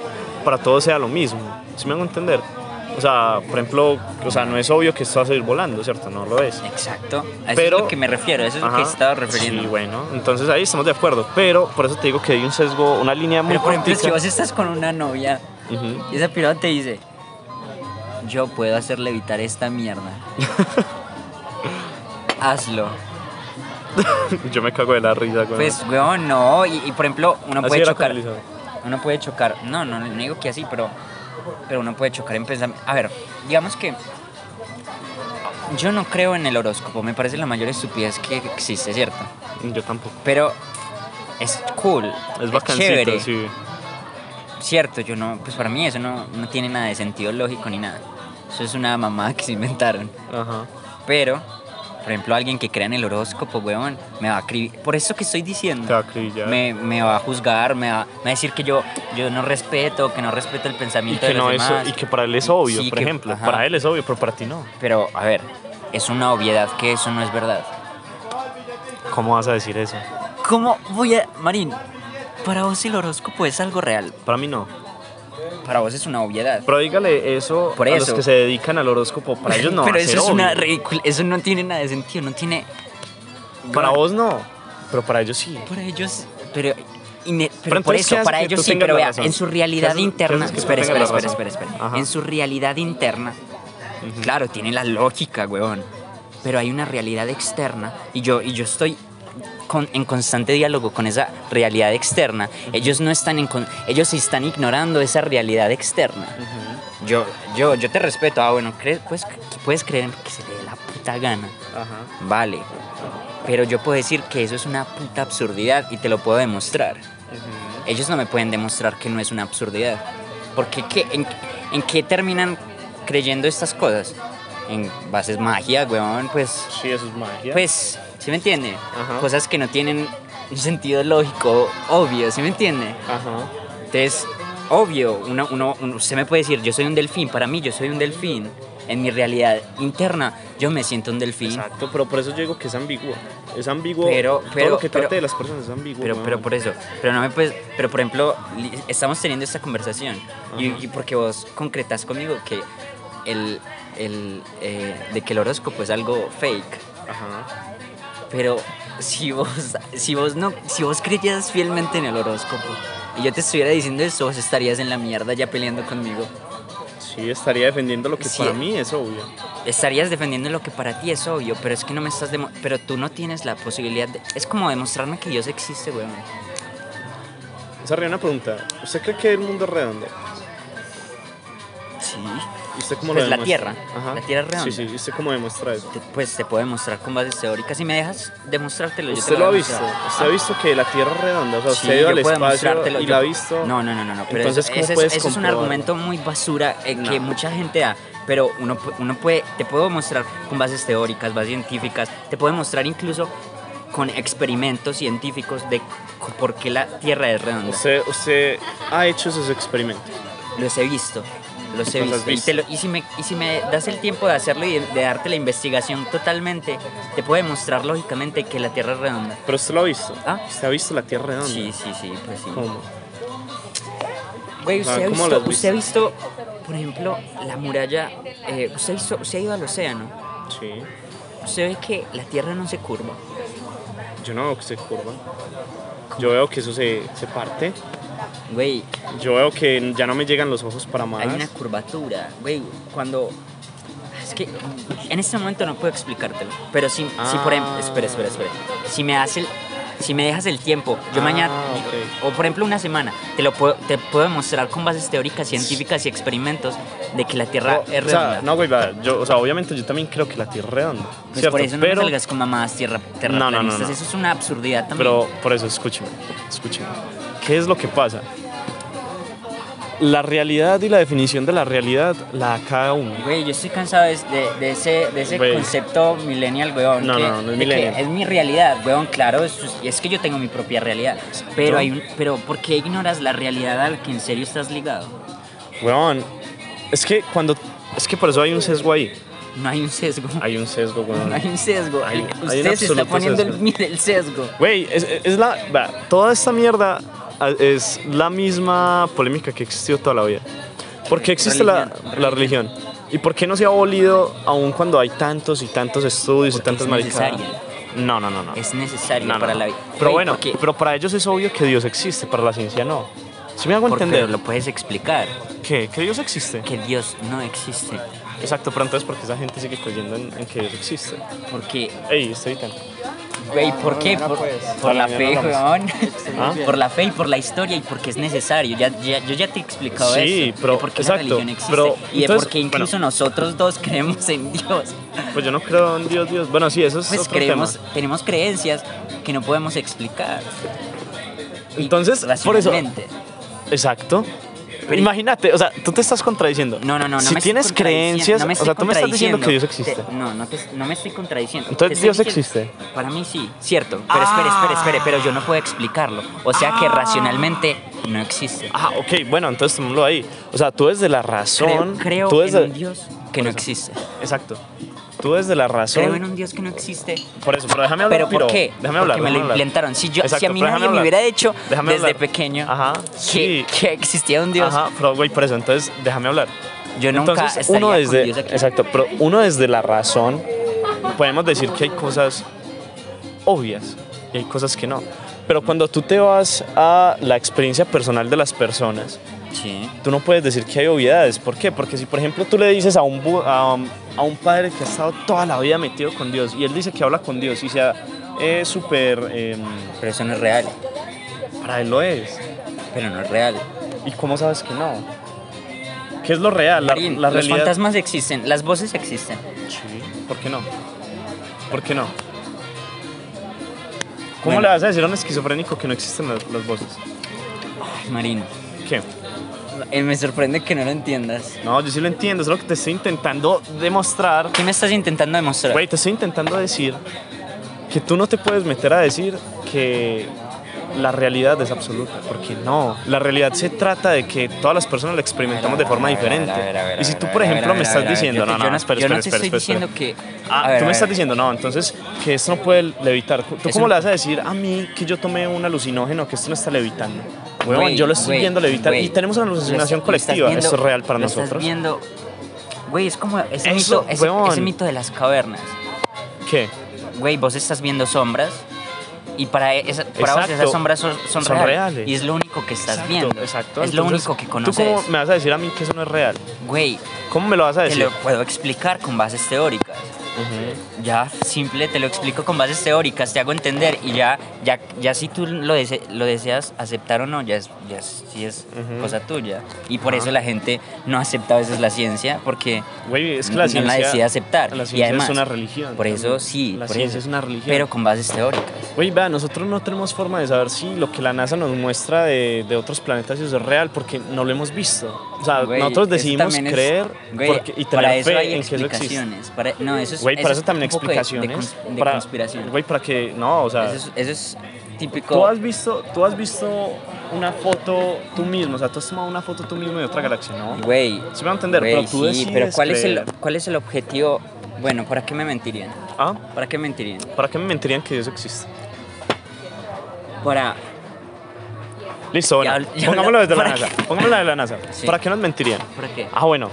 para todos sea lo mismo, ¿sí me hago entender? O O sea, por ejemplo, o sea, no es obvio que esto va a salir volando, ¿cierto? No lo es. Exacto. A eso Pero- es lo que me refiero, eso es lo que Ajá. estaba refiriendo. Sí, bueno, entonces ahí estamos de acuerdo. Pero por eso te digo que hay un sesgo, una línea muy Pero por ejemplo, cortica. si vos estás con una novia Ujú. y esa pirata te dice, yo puedo hacer levitar esta mierda. Hazlo. Yo me cago de la risa, güey. Pues, weón, no. Y, y, por ejemplo, uno Así puede era con chocar. Elizabeth. Uno puede chocar. No, no, no digo que así, pero, pero uno puede chocar en pensamiento. A ver, digamos que. Yo no creo en el horóscopo. Me parece la mayor estupidez que existe, ¿cierto? Mm, Yo tampoco. Pero es cool. Es bacancito, chévere. sí. Cierto, yo no. Pues para mí eso no, no tiene nada de sentido lógico ni nada. Eso es una mamada que se inventaron. Ajá. Pero, por ejemplo, alguien que crea en el horóscopo, weón, me va a escribir. Por eso que estoy diciendo. Te va a acribillar. me, me va a juzgar, me va, me va a decir que yo, yo no respeto, que no respeto el Y pensamiento que, de los no es, demás. y que para él es obvio, Sí, por que- ejemplo. ajá. Para él es obvio, pero para ti no. Pero, a ver, es una obviedad que eso no es verdad. ¿Cómo vas a decir eso? ¿Cómo voy a...? Marín, para vos el horóscopo es algo real. Para mí no. Para vos es una obviedad. Pero dígale eso Por a eso. los que se dedican al horóscopo. Para ellos no. va Pero a eso ser es una obvio. ridícula... Eso no tiene nada de sentido, no tiene... Para Bueno, vos no. Pero para ellos sí. Para ellos... Pero... y ne- pero entonces, por ¿qué eso, hace para que ellos tú sí, tengas pero la vea, razón? en su ¿Qué realidad haces- qué interna... haces que tú Espera, tengas espera, la espera, razón? espera, espera. Ajá. En su realidad interna, claro, tiene la lógica, weón. Pero hay una realidad externa y yo, y yo estoy con- en constante diálogo con esa realidad externa. Ellos no están en... con- ellos están ignorando esa realidad externa. Yo, yo, yo te respeto. Ah, bueno, cre- puedes, puedes creer en lo que se le dé la puta gana. Ajá. Vale. Pero yo puedo decir que eso es una puta absurdidad y te lo puedo demostrar. Ellos no me pueden demostrar que no es una absurdidad. Porque ¿qué, en, en qué terminan creyendo estas cosas? En bases magia, weón, pues... Sí, eso es magia. Pues, ¿sí me entiende? Ajá. Cosas que no tienen un sentido lógico obvio, ¿sí me entiende? Ajá. Entonces, obvio, uno, uno- uno- usted me puede decir, yo soy un delfín, para mí yo soy un delfín. En mi realidad interna, yo me siento un delfín. Exacto, pero por eso yo digo que es ambiguo. Es ambiguo. Pero- pero- todo lo que trate pero- de las personas es ambiguo. Pero, weón. pero por eso, pero no me puedes, pero por ejemplo, li- estamos teniendo esta conversación y, y porque vos concretas conmigo que el, el, eh, de que el horóscopo es algo fake, Ajá. pero si vos, si vos no, si vos creías fielmente en el horóscopo y yo te estuviera diciendo eso, vos estarías en la mierda ya peleando conmigo, Sí, estaría defendiendo lo que Sí. para mí es obvio. estarías defendiendo lo que para ti es obvio, pero es que no me estás, demo- pero tú no tienes la posibilidad, de- es como demostrarme que Dios existe, weón. Esa una pregunta. ¿Usted cree que el mundo es redondo? Sí. ¿Y usted cómo Pues lo la demuestra? Tierra. La Tierra es redonda. Sí, sí. ¿Y usted cómo demuestra eso? Te- pues te puedo demostrar con bases teóricas. Si me dejas demostrártelo, yo te ¿Usted voy lo ha a visto? demostrar. ¿Usted ha visto que la Tierra es redonda? O sea, Ah, usted ha ido yo al puedo espacio demostrártelo, y yo- la ha visto. No, no, no, no. no, pero Entonces, eso- ¿cómo ese, es- puedes ese es un comprobarlo? argumento muy basura eh, que No. mucha gente da. Pero uno, pu- uno puede, te puedo demostrar con bases teóricas, bases científicas. Te puedo demostrar incluso con experimentos científicos de c- por qué la Tierra es redonda. Usted, usted ha hecho esos experimentos. Los he visto. Los he Los has visto. Y, te visto. lo- y si me, y si me das el tiempo de hacerlo y de, de darte la investigación totalmente, te puedo demostrar lógicamente que la Tierra es redonda. Pero usted lo ha visto. Ah. ¿Usted ha visto la Tierra redonda? Sí, sí, sí, pues sí. ¿Cómo? Güey, O sea, ¿usted, ha ¿cómo visto, lo has usted ha visto, por ejemplo, la muralla? eh, usted, ha visto- usted ha ido al océano. Sí. Usted ve que la Tierra no se curva. Yo no veo que se curva. Yo veo que eso se, se parte. Güey, Yo veo que ya no me llegan los ojos para más. hay una curvatura. Güey, cuando... Es que en este momento no puedo explicártelo. Pero si, si por ejemplo... Ah. Espera, espera, espera. Si me das el... Si me dejas el tiempo, yo Ah, mañana, ok. o por ejemplo una semana, te lo puedo, te puedo demostrar con bases teóricas, científicas y experimentos de que la Tierra No, es o sea, redonda. no, güey, va, yo, o sea, obviamente yo también creo que la Tierra es redonda. Pues ¿cierto? por eso no me pero, salgas con mamadas tierra, no, no, terraplanistas. no. Eso es una absurdidad también. pero por eso, escúcheme, escúcheme. ¿Qué es lo que pasa? La realidad y la definición de la realidad la da cada uno. Güey, yo estoy cansado de, de- de ese, de ese Güey. concepto millennial, weón. No, que- no, no es de que millennial. Es mi realidad, weón, claro. Es, es que yo tengo mi propia realidad. Pero, hay un, pero ¿por qué ignoras la realidad a la que en serio estás ligado? Weón, es que cuando. Es que por eso hay un sesgo ahí. No hay un sesgo. Hay un sesgo, weón. No hay un sesgo. Hay- hay un Usted se está absoluto poniendo el, sesgo. mil- el sesgo. Güey, es, es la. va, toda esta mierda ah, es la misma polémica que existió toda la vida. Porque existe la, Religión. la religión. ¿Y por qué no se ha abolido aún cuando hay tantos y tantos estudios y Porque tantas es maricadas? necesario. No, no, no, no. Es necesario No, no, para no. la vida. Pero Ey, bueno, porque, pero para ellos es obvio que Dios existe, para la ciencia no. Si me hago porque entender, lo puedes explicar, ¿qué? ¿Que Dios existe? que Dios no existe. Exacto, pero entonces porque esa gente sigue creyendo en, en que Dios existe. Porque, Ey, estoy tan... güey, ¿por qué? mañana, Por, pues. por la fe, Mañana weón. Ah. Por la fe y por la historia y porque es necesario. Ya, ya- yo ya te he explicado Sí, eso. pero- de por qué exacto, la religión existe. pero, y de entonces, por qué incluso nosotros dos creemos en Dios. Pues yo no creo en Dios, Dios. Bueno, sí, eso es Pues otro creemos, tema. tenemos creencias que no podemos explicar. Y Entonces, por eso- racionalmente. Exacto. Imagínate, o sea, tú te estás contradiciendo. No, no, no. no Si me estoy tienes contradiciendo, creencias, no me o sea, estoy tú me estás diciendo que Dios contradiciendo. existe. Te- no, no, te- no me estoy contradiciendo. Entonces, Te estoy ¿Dios diciendo- existe? Para mí sí, cierto. Pero espere, espere, espere, pero yo no puedo explicarlo. O sea que racionalmente no existe. Ah, ok, bueno, entonces tomémoslo ahí. O sea, tú desde la razón. Creo, creo tú en desde- un Dios que no existe. Exacto. Tú desde la razón. Creo en un Dios que no existe. Por eso, pero déjame hablar. ¿Pero por piro. qué? Déjame hablar. Porque me déjame lo hablar. inventaron. Si, yo, si Exacto, a mí nadie pero déjame me hablar. hubiera hecho Déjame desde hablar. pequeño Ajá, que, sí. que existía un Dios, Ajá, pero güey, por eso, entonces déjame hablar. yo nunca entonces, estaría uno con desde. Dios aquí. Exacto, pero uno desde la razón. Podemos decir que hay cosas obvias y hay cosas que no. Pero cuando tú te vas a la experiencia personal de las personas, Sí. tú no puedes decir que hay obviedades. ¿Por qué? Porque si, por ejemplo, tú le dices a un, bu- a, um, a un padre que ha estado toda la vida metido con Dios y él dice que habla con Dios y sea eh, súper... em, Pero eso no es real. para él lo es. Pero no es real. ¿Y cómo sabes que no? ¿Qué es lo real? La, Marín, la los realidad... fantasmas existen, las voces existen. Sí, ¿Por qué no? ¿Por qué no? ¿Cómo Bueno. le vas a decir a un esquizofrénico que no existen las, las voces? Ay, Marino, ¿Qué? eh, me sorprende que no lo entiendas. No, yo sí lo entiendo, es lo que te estoy intentando demostrar. ¿Qué me estás intentando demostrar? Güey, te estoy intentando decir que tú no te puedes meter a decir que la realidad es absoluta, porque no. La realidad se trata de que todas las personas la experimentamos de forma diferente. Y si tú, por ejemplo, me estás diciendo, no, no, espera, yo espera, no te espera, estoy espera, diciendo espera. que. Ah, a ver, a tú me ver. estás diciendo, no, entonces que esto no puede levitar. ¿Tú Eso cómo no- le vas a decir a mí que yo tomé un alucinógeno que esto no está levitando? Huevón, Güey, yo lo estoy güey, viendo levitar güey. y tenemos una Lo es- alucinación lo colectiva. estás viendo- Eso es real para lo Estás nosotros. viendo. Güey, es como ese, Eso, mito, ese- huevón. ese mito de las cavernas. ¿Qué? Güey, vos estás viendo sombras. Y para, e, esa- para vos Exacto. esas sombras son, son Son reales. reales. Y es lo único que estás Exacto, viendo. Exacto. Es lo Entonces, único que ¿Tú cómo conoces. me vas a decir a mí que eso no es real? Güey, ¿Cómo me lo vas a te decir? lo puedo explicar con bases teóricas. Ujú. Ya, simple, te lo explico con bases teóricas, te hago entender y ya, ya, ya si tú lo, dese- lo deseas aceptar o no, ya es, ya es, sí es Ujú. Ah. cosa tuya. Y por eso la gente no acepta a veces la ciencia, porque Güey, es que la no ciencia. la decide aceptar. La y ciencia además, es una religión. por eso también. sí, La por ciencia eso. es una religión. pero con bases teóricas. Oye, vea, nosotros no tenemos forma de saber si lo que la NASA nos muestra de, de otros planetas eso es real porque no lo hemos visto. O sea, Güey, Ah, nosotros eso decidimos también es- creer güey, porque- y para tener eso hay fe en que eso existe. explicaciones. Para, no, eso es, Güey, para eso es también un poco de- de explicaciones. cons- De, para, conspiración. Güey, para que. No, o sea. eso, es, eso es típico. ¿tú, has visto, tú has visto una foto tú mismo. O sea, tú has tomado una foto tú mismo de otra galaxia, ¿no? Güey, Se me va a entender, güey, pero tú sí, decides pero ¿cuál es, el, creer. ¿cuál es el objetivo? Bueno, ¿para qué me mentirían? ¿Ah? ¿Para qué mentirían? ¿Para qué me mentirían que Dios existe? Para. Listo, bueno. Ya- ya pongámoslo desde la habla- ¿para NASA. Pongámoslo desde la NASA. Sí. ¿Para qué nos mentirían? ¿Para qué? Ah, bueno,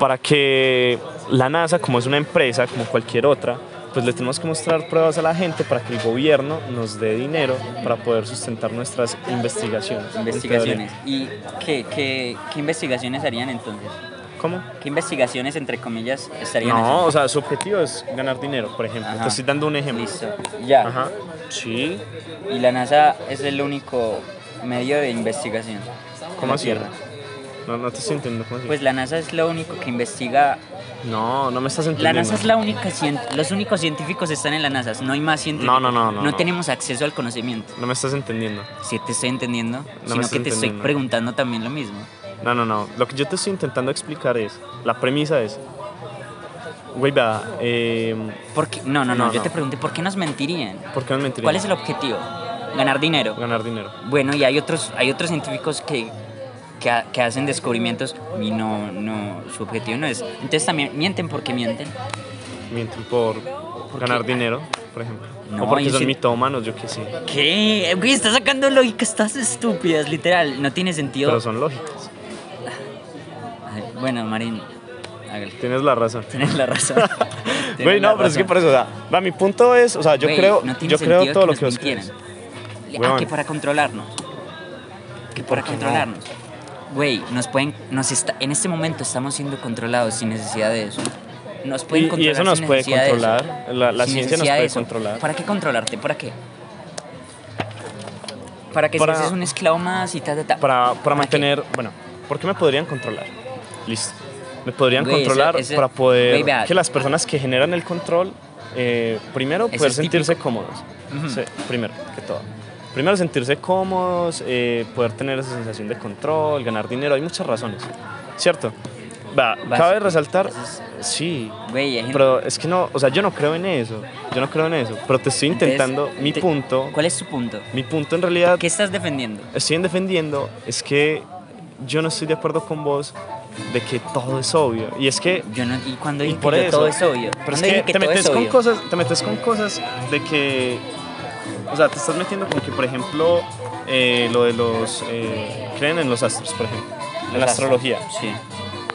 para que la NASA, como es una empresa, como cualquier otra, pues le tenemos que mostrar pruebas a la gente para que el gobierno nos dé dinero para poder sustentar nuestras investigaciones. Investigaciones. ¿Y qué, qué, qué investigaciones harían entonces? ¿Cómo? ¿Qué investigaciones, entre comillas, estarían No, haciendo? o sea, su objetivo es ganar dinero, por ejemplo. Ajá. Te estoy dando un ejemplo. Listo. Ya. Ajá. Sí. Y la NASA es el único medio de investigación. en ¿Cómo la así? Tierra. No, no te estoy entendiendo. ¿Cómo así? Pues la NASA es lo único que investiga. no, no me estás La entendiendo. NASA es la única. cien- Los únicos científicos están en la NASA. No hay más científicos. No, no, no, no, No no. tenemos acceso al conocimiento. No me estás entendiendo. Si te estoy entendiendo, sino estás que te estoy entendiendo. preguntando también lo mismo. No, no, no. Lo que yo te estoy intentando explicar es, la premisa es, güey, vea, eh, ¿Por qué? No, no, no, No, Yo no. te pregunté, ¿por qué nos mentirían? ¿por qué nos mentirían? ¿Cuál es el objetivo? Ganar dinero. Ganar dinero. Bueno, y hay otros, hay otros científicos que, que, ha- que hacen descubrimientos y no, no, su objetivo no es. Entonces también mienten porque mienten. Mientras por ganar dinero, por ejemplo. No, o porque yo son sí- mitómanos, yo qué sé. ¿Qué? Güey, estás sacando lógica, estás estúpidas, literal. No tiene sentido. Pero son lógicos. Ay, Bueno, Marín, hágale. Tienes la razón. Tienes la razón. Tienes Güey, la no, pero es que razón. por eso, o sea, va, mi punto es, o sea, yo Güey, creo, no tiene yo creo sentido todo que lo nos que vos mintieran. crees. Ah, Weón. que para controlarnos. Que para controlarnos. Güey, nos pueden, nos está, en este momento estamos siendo controlados sin necesidad de eso. Nos pueden Y- y controlar eso nos sin puede necesidad de eso. controlar, la- la Sin ciencia nos necesidad de puede eso. controlar. ¿Para qué controlarte? ¿Para qué? Para que Para- seas un esclavo más y ta, ta, ta. Para, qué? para mantener, bueno, ¿por qué me podrían controlar? Listo. Me podrían Güey, ese- controlar ese- para poder güey, vea. que las personas que generan el control, eh, primero, Ese poder es sentirse cómodos. Ujú. Sí, primero, que todo. Primero, sentirse cómodos, eh, poder tener esa sensación de control, ganar dinero, hay muchas razones, ¿cierto? Va, cabe Básico. resaltar, Eso es- sí, Güey, hay gente- pero es que no, o sea, yo no creo en eso, yo no creo en eso, pero te estoy intentando, Entonces, mi te- punto, ¿Cuál es tu punto? mi punto en realidad ¿Qué estás defendiendo? estoy defendiendo es que yo no estoy de acuerdo con vos de que todo es obvio. Y es que. Yo no, y cuando y dije por yo eso. todo es obvio. Pero es ¿Cuándo dije que, te, todo metes es con obvio? cosas, te metes con cosas de que. O sea, te estás metiendo con que, por ejemplo, eh, lo de los. eh, creen en los astros, por ejemplo. En la Exacto. astrología. Sí.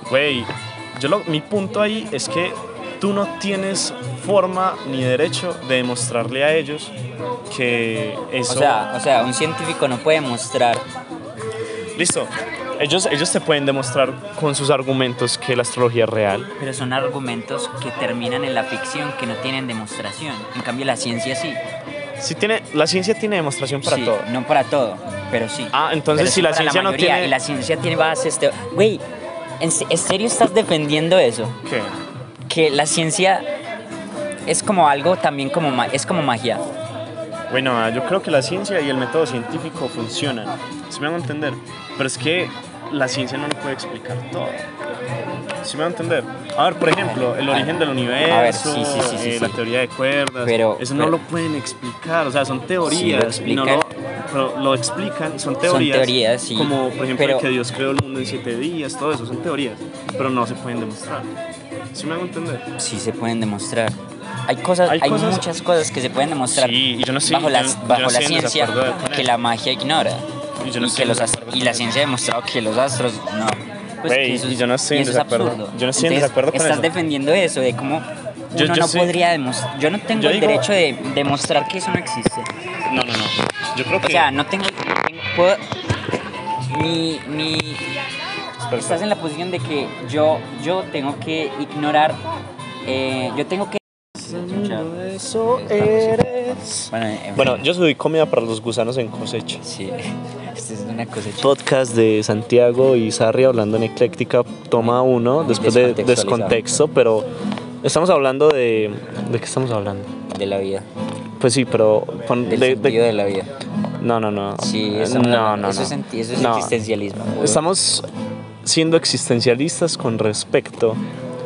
Güey, yo lo- mi punto ahí es que tú no tienes forma ni derecho de demostrarle a ellos que eso. O sea, o sea, un científico no puede mostrar. Listo. Ellos, ellos te pueden demostrar con sus argumentos que la astrología es real. Pero son argumentos que terminan en la ficción, que no tienen demostración. En cambio, la ciencia sí. Sí tiene, la ciencia tiene demostración para Sí, todo. No para todo, pero sí. Ah, entonces Pero si sí la para ciencia no mayoría, tiene- Y la ciencia tiene bases. teo- Güey, ¿en, se- en serio estás defendiendo eso? ¿Qué? Que la ciencia es como algo también como... ma- Es como magia. Bueno, ah, yo creo que la ciencia y el método científico funcionan. Si me van a entender. Pero es que la ciencia no lo puede explicar todo. Si me van a entender. A ver, por ejemplo, el A ver. origen del Ah, A ver, universo, sí, sí, sí, sí, eh, la sí. teoría de cuerdas. Pero- eso no pero- lo pueden explicar. O sea, son teorías. y no explican. lo- pero lo explican, son teorías. teorías, sí. Como, por ejemplo, Pero- que Dios creó el mundo en siete días, todo eso, son teorías. Pero no se pueden demostrar. Si me van a entender. Sí se pueden demostrar. Hay cosas, Hay hay, cosas- muchas cosas que se pueden demostrar Sí, y yo no estoy- bajo la, yo no- yo bajo no la estoy en ciencia desacuerdo con que eso. la magia ignora. Y Y, yo no estoy que en los desacuerdo ast- con y la eso. ciencia ha demostrado que los astros no. Pues Güey, que eso y es- yo no estoy y en eso es desacuerdo. absurdo. Yo no estoy en Entonces, desacuerdo con estás eso. defendiendo eso de cómo Yo- uno yo no sí- podría demostrar. Yo no tengo Yo el digo- derecho de demostrar que eso no existe. No, no, no. Yo creo que. O sea, no tengo. no tengo- puedo- mi- mi- Espera, estás espera. en la posición de que yo, yo tengo que ignorar. eh, yo tengo que. Eso eres. Bueno, en fin. Bueno, yo soy comida para los gusanos en cosecha. Sí, esto es una cosecha. Podcast de Santiago y Sarri hablando en Ecléctica, toma uno, después de descontextualizado. descontexto, pero estamos hablando de. ¿De qué estamos hablando? De la vida. Pues sí, pero. con- Del de- de- sentido de la vida. No, no, no. Sí, Eh, eso no, no, eso no. es, senti- eso es No. existencialismo. güey. Estamos siendo existencialistas con respecto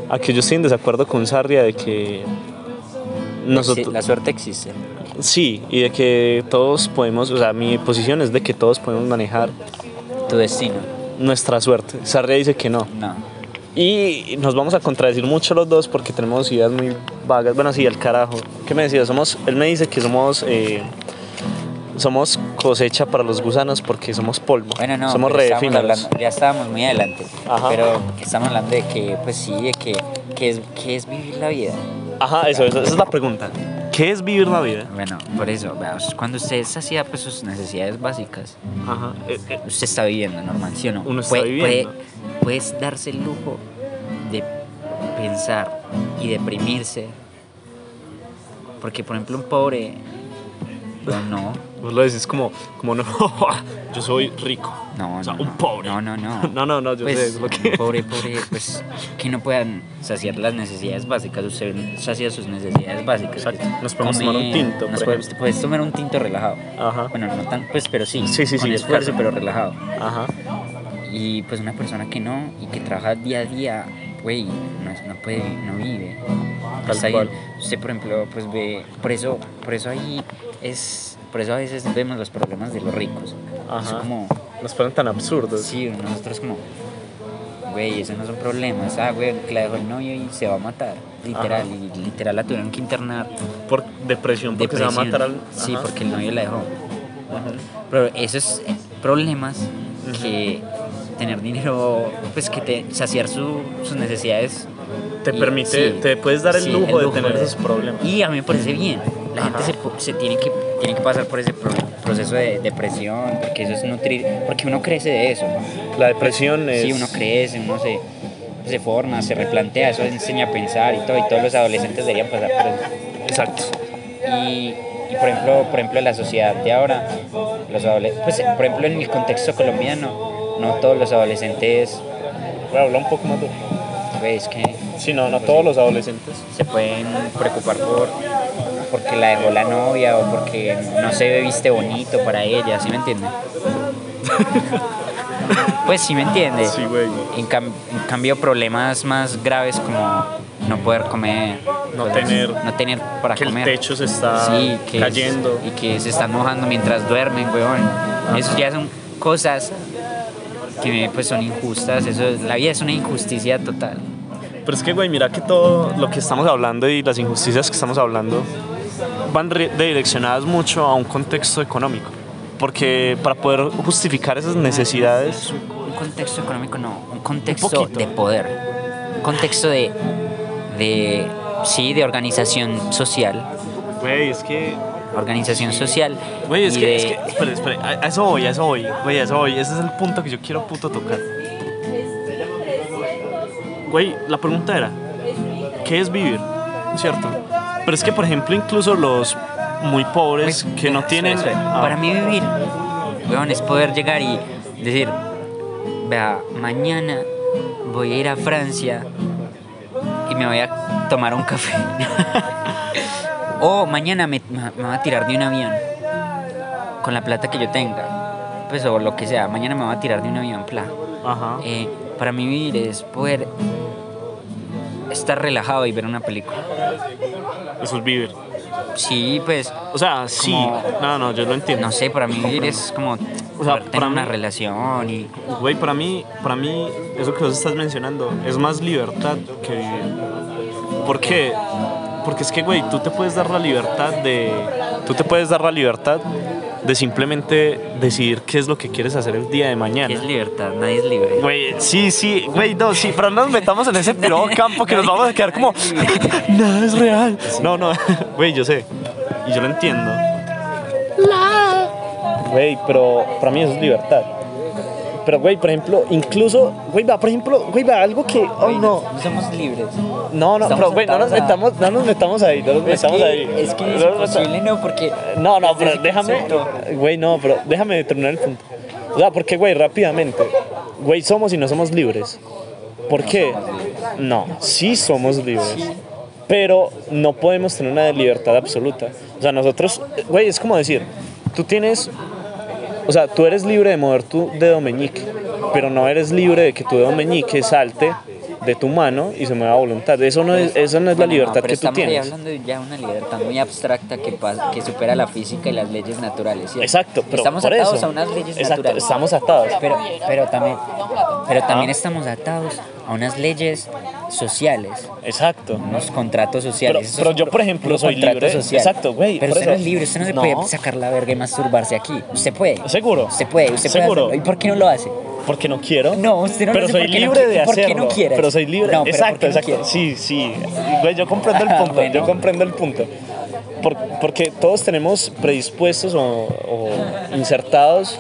a que yo estoy en desacuerdo con Sarria de que Pues Sí, nosotros La suerte existe. sí y de que todos podemos, o sea, mi posición es de que todos podemos manejar Tu destino. nuestra suerte. Sarria dice que no. No. Y nos vamos a contradecir mucho los dos porque tenemos ideas muy vagas. Bueno, sí, al carajo. ¿Qué me decía? Somos, él me dice que somos eh, somos cosecha para los gusanos porque somos polvo. Bueno, no. somos pero estábamos redefinados. hablando- Ya estábamos muy adelante. Ajá. Pero estamos hablando de que, pues sí, de que, que, es, que es vivir la vida. Ajá, eso, eso, esa es la pregunta. ¿Qué es vivir la vida? Bueno, por eso, vea, us- cuando usted sacia pues, sus necesidades básicas, Ajá. eh, eh, usted está viviendo normal, ¿sí o no? Uno está Puede- puede- viviendo. puedes darse el lujo de pensar y deprimirse. Porque, por ejemplo, un pobre. No, no. vos lo decís como, como no, yo soy rico. No, O sea, no, un no. pobre. No, no, no. No, no, no, yo sé, Pues, es lo que- un pobre, pobre, pues que no puedan saciar las necesidades básicas. Usted sacia sus necesidades básicas. Exacto. que Nos podemos tomar un tinto, Nos por podemos, ejemplo. puedes tomar un tinto relajado. Ajá. Bueno, no tan, pues, pero sí. Sí, sí, con sí, esfuerzo, claro. pero relajado. Ajá. Y pues una persona que no y que trabaja día a día, güey, no, no puede, no vive. Tal Está ahí. cual. Usted, por ejemplo, pues ve, por eso, por eso ahí es, por eso a veces vemos los problemas de los ricos. Es Ajá. como, Nos ponen tan absurdos. sí, nosotros como, güey, esos no son problemas. Ah, güey, que la dejó el novio y se va a matar. Literal, Ajá. y literal la tuvieron que internar. Por depresión, porque se va a matar al. Depresión. Sí, Ajá. porque el novio la dejó. Pero esos eh, problemas que tener dinero, pues que te saciar su- sus necesidades te Y- permite, sí, te puedes dar el sí, lujo, lujo de tener de- esos problemas. Y a mí me parece bien. La gente se, po- se tiene, que, tiene que pasar por ese pro- proceso de depresión, porque eso es nutrir, porque uno crece de eso, ¿no? La depresión es... Sí, uno crece, uno se, se forma, se replantea, eso enseña a pensar y todo, y todos los adolescentes deberían pasar por eso. Exacto. Y, y, por ejemplo, por ejemplo, la sociedad de ahora, los adolescentes, pues, por ejemplo, en el contexto colombiano, no todos los adolescentes, Voy a hablar un poco más de... pues, que Sí, no, no todos los adolescentes. se pueden preocupar por porque la dejó la novia o porque no se viste bonito para ella, ¿sí me entiende? pues sí me entiende. güey. En, cam- en cambio, problemas más graves como no poder comer, No cosas- tener- no tener para Que el comer. techo se está Sí, que cayendo. es- y que se están mojando mientras duermen, weón. Eso ya son cosas que pues son injustas. Eso, es- la vida es una injusticia total. Pero es que, güey, mira que todo lo que estamos hablando y las injusticias que estamos hablando van re- direccionadas mucho a un contexto económico. Porque para poder justificar esas necesidades, Un contexto económico no, un contexto poquito. de poder. Un contexto de, de, sí, de organización social. güey, es que... Organización social. Güey, es y que, de- es que... Espera, espera, a- a eso voy, a eso voy, güey, a eso voy. Ese es el punto que yo quiero puto tocar. Güey, la pregunta era, ¿qué es vivir? ¿Cierto? Pero es que, por ejemplo, incluso los muy pobres Pues, que no espera, tienen... espera. Ah, Para mí vivir, weón, es poder llegar y decir, vea, mañana voy a ir a Francia y me voy a tomar un café. o mañana me, me voy a tirar de un avión con la plata que yo tenga. Pues o lo que sea, mañana me voy a tirar de un avión, pla. Ajá. Eh, para mí vivir es poder estar relajado y ver una película. Eso es vivir. Sí, pues O sea, sí. Como- No, no, yo lo entiendo. No sé, para mí vivir es como O sea, poder tener para mí- una relación y Güey, para mí, para mí, eso que vos estás mencionando es más libertad que vivir. ¿Por qué? Porque es que, güey, tú te puedes dar la libertad de... Tú te puedes dar la libertad de simplemente decidir qué es lo que quieres hacer el día de ¿qué es mañana. libertad, nadie es libre. Güey, sí, sí, güey, no, sí, pero no nos metamos en ese piro campo que nos vamos a quedar como, nada es real. No, no, güey, yo sé, y yo lo entiendo. Güey, pero para mí eso es libertad. Pero, güey, por ejemplo, incluso, güey, va, por ejemplo, güey, va, algo que, oh, no, somos libres. no, no, Estamos pero, güey, no nos atados a- metamos, no nos metamos ahí, no nos metamos ahí. es que es No nos metamos- imposible, no, porque no, no, Ese es pero el déjame. concepto. Güey, no, pero déjame terminar el punto. O sea, porque, güey, rápidamente. Güey, somos y no somos libres. ¿Por qué? No, sí somos libres. Pero no podemos tener una libertad absoluta. O sea, nosotros, güey, es como decir, tú tienes. O sea, tú eres libre de mover tu dedo meñique, pero no eres libre de que tu dedo meñique salte de tu mano y se mueva a voluntad. Eso no es, eso no es Bueno, la no, libertad pero que tú estamos ahí tienes. hablando de ya una libertad muy abstracta que, pas- que supera la física y las leyes naturales. ¿cierto? Exacto, pero estamos por atados eso. a unas leyes Exacto, naturales. estamos Ah. atados. Pero, pero también, pero también estamos atados a unas leyes sociales. Exacto. unos contratos sociales. Pero- Esos pero son yo, pro- por ejemplo, unos soy contratos libre. Exacto, güey, Pero por usted no eso. es libre, usted no se No. puede sacar la verga y masturbarse aquí. Usted puede. Seguro. Usted puede, usted puede Seguro. hacerlo. ¿Y por qué no lo hace? Porque no quiero. No, usted no lo Pero hace soy porque no libre quiere- de porque no hacerlo. quieres. Pero soy libre. No, pero exacto, porque no exacto. quieres. sí, sí. Güey, yo comprendo el punto. Bueno. Yo comprendo el punto. Por- porque todos tenemos predispuestos o, o insertados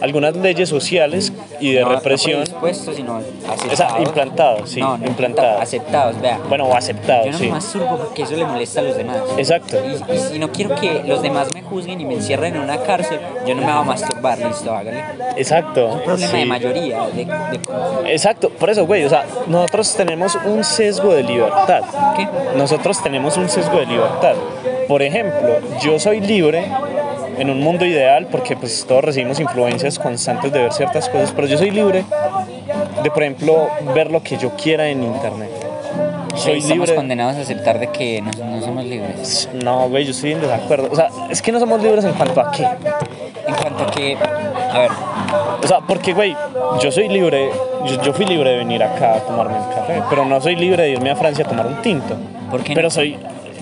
algunas leyes sociales y de No, represión. No predispuestos, sino aceptados. Esa- implantados, sí, No, no, implantados. Aceptados, vea. bueno, o Yo aceptados, no sí. me masturbo porque eso le molesta a los demás. Exacto. Y, y si no quiero que los demás me juzguen y me encierren en una cárcel, yo no me voy a masturbar, listo, hágale. Exacto. Problema sí. de mayoría, de, de- Exacto, por eso, güey, o sea, nosotros tenemos un sesgo de libertad. ¿Qué? Nosotros tenemos un sesgo de libertad. Por ejemplo, yo soy libre en un mundo ideal porque pues todos recibimos influencias constantes de ver ciertas cosas, pero yo soy libre de, por ejemplo, ver lo que yo quiera en internet. Soy Estamos libre. condenados a aceptar de que no, no somos libres. No, güey, yo estoy en desacuerdo. O sea, es que no somos libres en cuanto a qué. En cuanto a que, a ver, O sea, porque, güey, yo soy libre, yo, yo fui libre de venir acá a tomarme un café, pero no soy libre de irme a Francia a tomar un tinto. ¿Por qué no? Pero soy...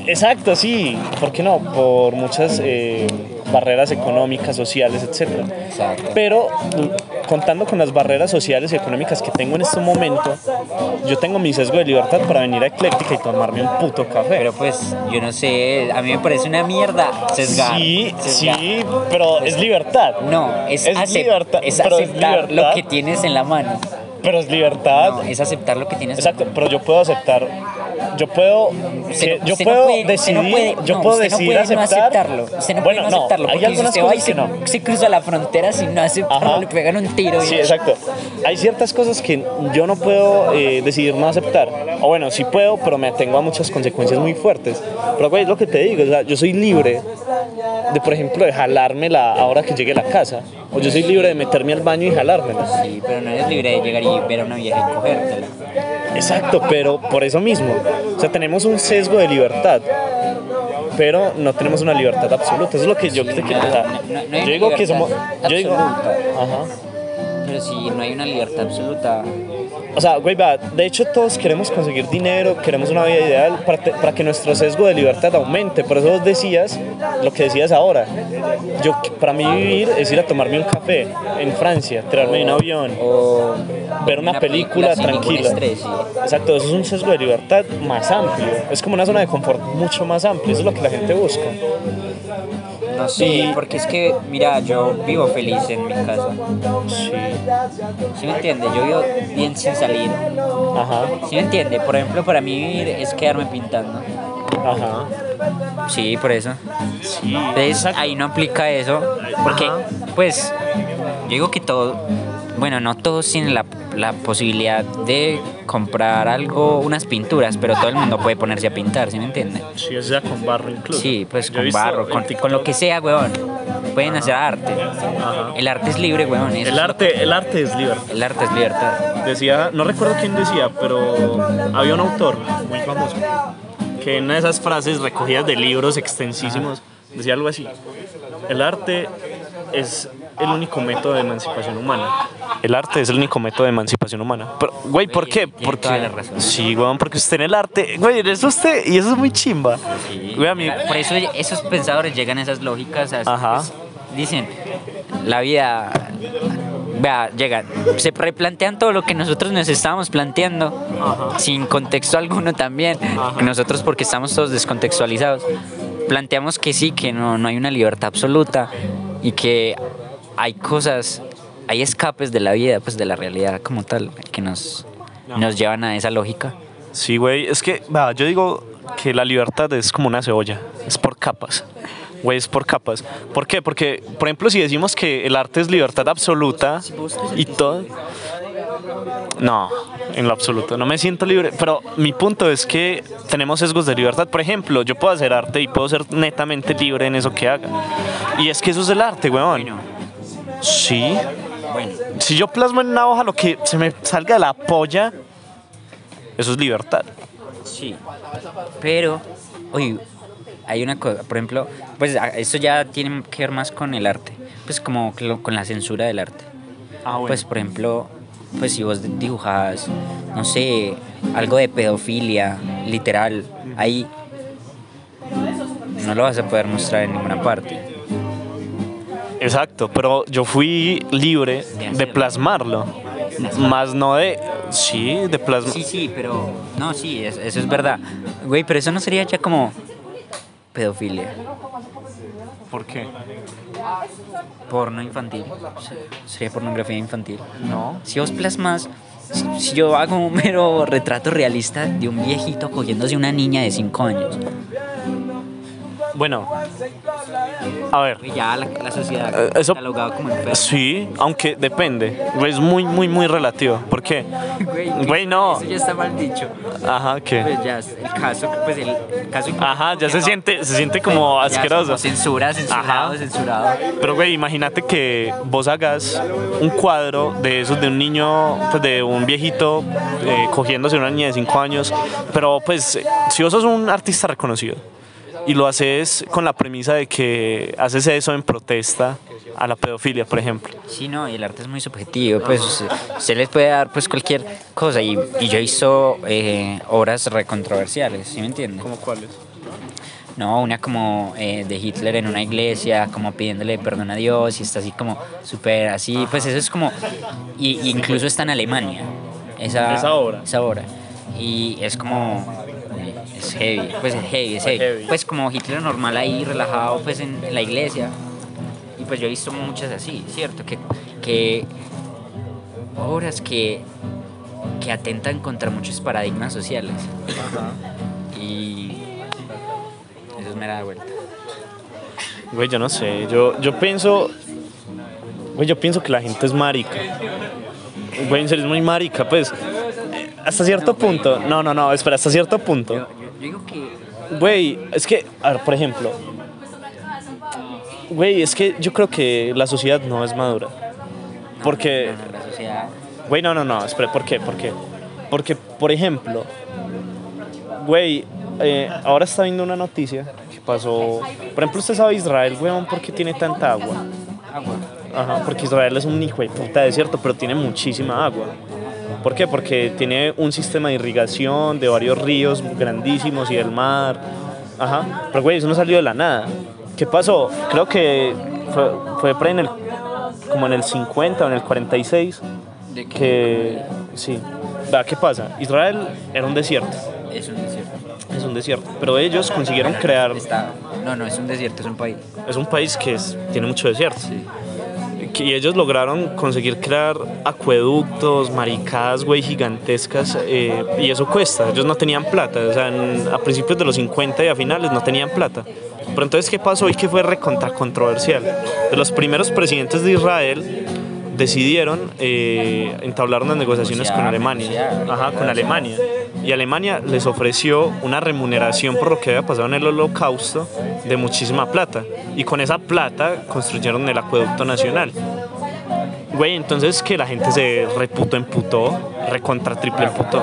Exacto, sí. ¿Por qué no? Por muchas eh, barreras económicas, sociales, etc. Exacto. Pero contando con las barreras sociales y económicas que tengo en este momento, yo tengo mi sesgo de libertad para venir a Ecléctica y tomarme un puto café. Pero pues, yo no sé, a mí me parece una mierda sesgar. sí, sesgar. sí, pero es libertad. No, es, Es acep- libertad, es pero es aceptar libertad. lo que tienes en la mano. Pero es libertad. No, es aceptar lo que tienes en la Exacto, pero yo puedo aceptar. Yo puedo, Usted no- yo usted no puedo puede- usted decidir, no puede- yo no, puedo usted no decidir puede no aceptar. aceptarlo. Usted no puede bueno, no aceptarlo. hay porque algunas si usted va y cosas que se, no. se cruza la frontera sin no aceptarlo, Ajá. le pegan un tiro. Sí, y- exacto. Hay ciertas cosas que yo no puedo eh, decidir no aceptar. O bueno, sí puedo, pero me atengo a muchas consecuencias muy fuertes. Pero, güey, es lo que te digo. o sea, yo soy libre de, por ejemplo, de jalármela ahora que llegue a la casa. O yo soy libre de meterme al baño y jalármela. Sí, pero no eres libre de llegar y ver a una vieja y cogértela. Exacto, pero por eso mismo. O sea, tenemos un sesgo de libertad. Pero no tenemos una libertad absoluta. Eso es lo que yo te quiero. o sea, no, no, no hay yo digo que libertad somos. Yo digo. Ajá. Pero si no hay una libertad absoluta, O sea, güey, va, de hecho todos queremos conseguir dinero, queremos una vida ideal para, te- para que nuestro sesgo de libertad aumente. Por eso vos decías lo que decías ahora. Yo, para mí vivir es ir a tomarme un café en Francia, tirarme de un avión, o ver una, película, sin ningún tranquila. estrés, sí. Exacto, eso es un sesgo de libertad más amplio. Es como una zona de confort mucho más amplia, eso es lo que la gente busca. No sé, Y- porque es que, mira, yo vivo feliz en mi casa. Sí. ¿Sí me entiendes? Yo vivo bien sin salir. Ajá, ¿Sí me entiendes? Por ejemplo, para mí vivir es quedarme pintando. ajá. Sí, por eso. Entonces ahí no aplica eso, porque pues yo digo que todo, bueno, no todos tienen la, la posibilidad de comprar algo, unas pinturas, pero todo el mundo puede ponerse a pintar, ¿sí me entiende? Sí, o sea, con barro incluso. Sí, pues Yo he con visto barro, en con, TikTok. con lo que sea, weón. Pueden hacer arte. El arte es libre, weón. eso El es- arte, el arte es libertad. el arte es libertad. Decía, no recuerdo quién decía, pero había un autor muy famoso que en una de esas frases recogidas de libros extensísimos decía algo así: El arte es el único método de emancipación humana. El arte es el único método de emancipación humana. Pero, güey, ¿por qué? Tiene Porque toda la razón. sí, güey, porque usted en el arte, güey, es usted y eso es muy chimba. Güey, a mí- Por eso esos pensadores llegan a esas lógicas. a- Ajá. pues, dicen, la vida. Vea, llegan. Se replantean todo lo que nosotros nos estábamos planteando. Sin contexto alguno también. Nosotros, porque estamos todos descontextualizados. Planteamos que sí, que no, no hay una libertad absoluta. Y que hay cosas. Hay escapes de la vida, pues de la realidad como tal. Que nos, nos llevan a esa lógica. Sí, güey, es que va, yo digo que la libertad es como una cebolla, es por capas. Güey, es por capas. ¿Por qué? Porque, por ejemplo, si decimos que el arte es libertad absoluta y todo... No, en lo absoluto, no me siento libre. Pero mi punto es que tenemos sesgos de libertad. Por ejemplo, yo puedo hacer arte y puedo ser netamente libre en eso que haga. Y es que eso es el arte, weón. Sí. Bueno. Si yo plasmo en una hoja lo que se me salga de la polla, eso es libertad. Sí. Pero, oye, hay una cosa, por ejemplo, pues a- eso ya tiene que ver más con el arte, pues como que lo- con la censura del arte. Pues, por ejemplo, pues si vos dibujas, no sé, algo de pedofilia, literal, ahí no lo vas a poder mostrar en ninguna parte. Exacto, pero yo fui libre de hacerlo. plasmarlo. Más no de. Sí, de plasmar. Sí, sí, pero, no, sí, es- eso es verdad. Güey, pero eso no sería ya como pedofilia, ¿Por qué? porno infantil, se- sería pornografía infantil. No. Si vos plasmas, si, si yo hago un mero retrato realista de un viejito cogiéndose una niña de 5 años, Bueno. A ver. pues ya la, la sociedad Eh, eso- catalogada como enferma. Sí, aunque depende. Es muy, muy, muy relativo. ¿Por qué? Güey, Güey, no. Eso ya está mal dicho. Ajá, ¿qué? Pues ya, es el caso, pues el, el caso. Ajá, ya que se no- siente, se siente como ya es asqueroso. como Censura, censurado, Ajá. censurado. Pero, güey, imagínate que vos hagas un cuadro de esos de un niño, pues de un viejito eh, cogiéndose una niña de 5 años. Pero, pues, eh, si vos sos un artista reconocido y lo haces con la premisa de que haces eso en protesta a la pedofilia, por ejemplo. Sí, no, y el arte es muy subjetivo, pues se, les puede dar pues cualquier cosa y, y yo hizo eh, obras recontroversiales, ¿sí me entiendes? ¿Cómo cuáles? No, una como eh, de Hitler en una iglesia, como pidiéndole perdón a Dios y está así como súper así. Pues eso es como. Y, y incluso está en Alemania. Esa, Esa obra. Esa obra. Y es como. eh, Es heavy, pues es heavy, es heavy. Heavy. Pues como Hitler normal ahí, relajado, pues en, en la iglesia. Y pues yo he visto muchas así, ¿cierto? Que, que obras que, que atentan contra muchos paradigmas sociales. Y eso es mera vuelta. Güey, yo no sé. Yo, yo pienso. Güey, yo pienso que la gente es marica. Güey, en serio, es muy marica, pues. Eh, Hasta cierto punto. No, no, no, espera, hasta cierto punto. digo que Güey, es que, a ver, por ejemplo. Güey, es que yo creo que la sociedad no es madura. Porque. la sociedad Güey, no, no, no, espera, ¿por qué? ¿Por qué? Porque, por ejemplo, güey, eh, ahora está viendo una noticia que pasó. Por ejemplo, usted sabe Israel, weón, ¿por qué tiene tanta agua? agua. Ajá, porque Israel es un hijo de puta desierto, pero tiene muchísima agua. ¿Por qué? Porque tiene un sistema de irrigación de varios ríos grandísimos y del mar. Ajá, pero güey, eso no salió de la nada. ¿Qué pasó? Creo que fue, fue por ahí en el, como en el 50 o en el 46 De que sí. Vea, ¿qué pasa? Israel era un desierto, es un desierto. es un desierto, pero ellos consiguieron crear Está, no, no es un desierto, es un país. es un país que es- tiene mucho desierto. Que- Y ellos lograron conseguir crear acueductos, maricadas, güey, gigantescas. eh, y eso cuesta. Ellos no tenían plata. O sea, en- a principios de los 50 y a finales no tenían plata. Pero entonces, ¿qué pasó? Y que fue recontra controversial. De los primeros presidentes de Israel decidieron eh, entablar unas negociaciones con Alemania. Ajá, con Alemania. Y Alemania les ofreció una remuneración por lo que había pasado en el holocausto de muchísima plata. Y con esa plata construyeron el acueducto nacional. Güey, entonces que la gente se reputo emputó, recontra triple emputó.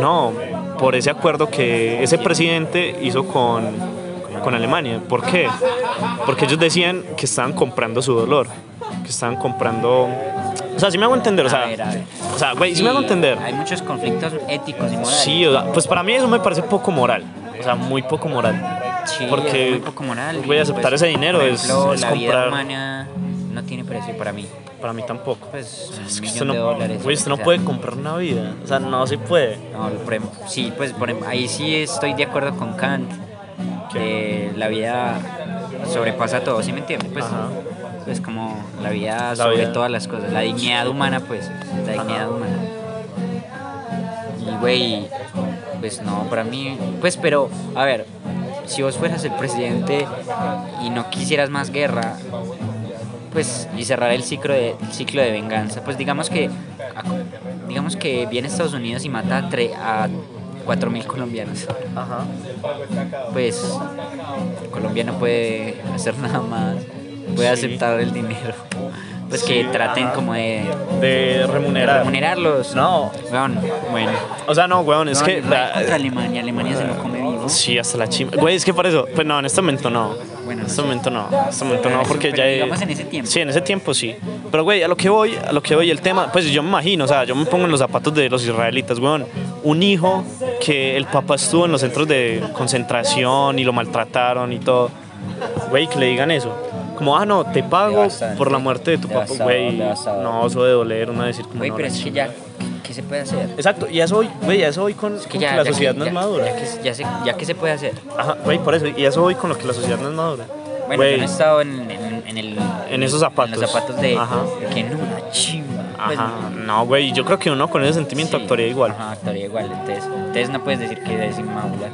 No, por ese acuerdo que ese presidente hizo con, con Alemania. ¿Por qué? Porque ellos decían que estaban comprando su dolor, que estaban comprando... O sea, si me hago entender, o A sea, ver, a ver. o sea, güey, si me hago Sí, entender. Hay muchos conflictos éticos y morales. Sí, o sea, pues para mí eso me parece poco moral, o sea, muy poco moral. Sí, porque es muy poco moral. voy a y, pues, aceptar ese dinero, por es- ejemplo, es la vida comprar- humana no tiene precio para mí. Para mí tampoco. Pues un Es que millón usted de no, dólares. güey, usted no o sea, puede comprar una vida, o sea, no se puede. No, por ejemplo, sí, pues por ejemplo, ahí sí estoy de acuerdo con Kant. Que la vida sobrepasa todo, ¿sí me entiendes? Pues, Ajá. pues como la vida La sobre vida. todas las cosas, la dignidad humana, pues, la dignidad humana. Y güey, pues no, para mí, pues pero, a ver, si vos fueras el presidente y no quisieras más guerra, pues y cerrar el ciclo de el ciclo de venganza, pues digamos que a- digamos que viene Estados Unidos y mata a, tre- a 4000 colombianos. Ajá. Pues Colombia no puede hacer nada más, puede Sí. aceptar el dinero. Pues que Sí, traten ajá. como de, De de remunerar. remunerarlos. No. Weón, bueno. O sea, no, weón, es No, que. Israel la- contra Alemania, Alemania se lo come vivo. sí, hasta la chimba. Güey, es que por eso. Pues no, en este momento no. Bueno, en no este sé. momento no. En este momento no, Pero porque eso, ya. pero digamos en ese tiempo. Sí, en ese tiempo sí. Pero, güey, a lo que voy, a lo que voy, el tema. Pues yo me imagino, o sea, yo me pongo en los zapatos de los israelitas, weón. Un hijo que el papá estuvo en los centros de concentración y lo maltrataron y todo. Güey, que le digan eso. Como, ah, no, te pago Devastante. por la muerte de tu papá. Devastador, Güey, devastador. no, eso de doler, uno decir como. Güey, no, pero la es que chimba. ya, ¿qué, qué se puede hacer? Exacto, y eso hoy, güey, a eso hoy con, Es con que la sociedad no es madura. Ya, que, ya, se, ya que se puede hacer. Ajá, güey, por eso, y eso hoy con lo que la sociedad no es madura. Bueno, Güey, yo no he estado en, en, en el, En esos zapatos. En los zapatos de, Ajá. de que no, una chimba. Pues, ajá, no, güey, yo creo que uno con ese sentimiento sí, actuaría igual. Ajá, actuaría igual. Entonces, entonces no puedes decir que es inmadura.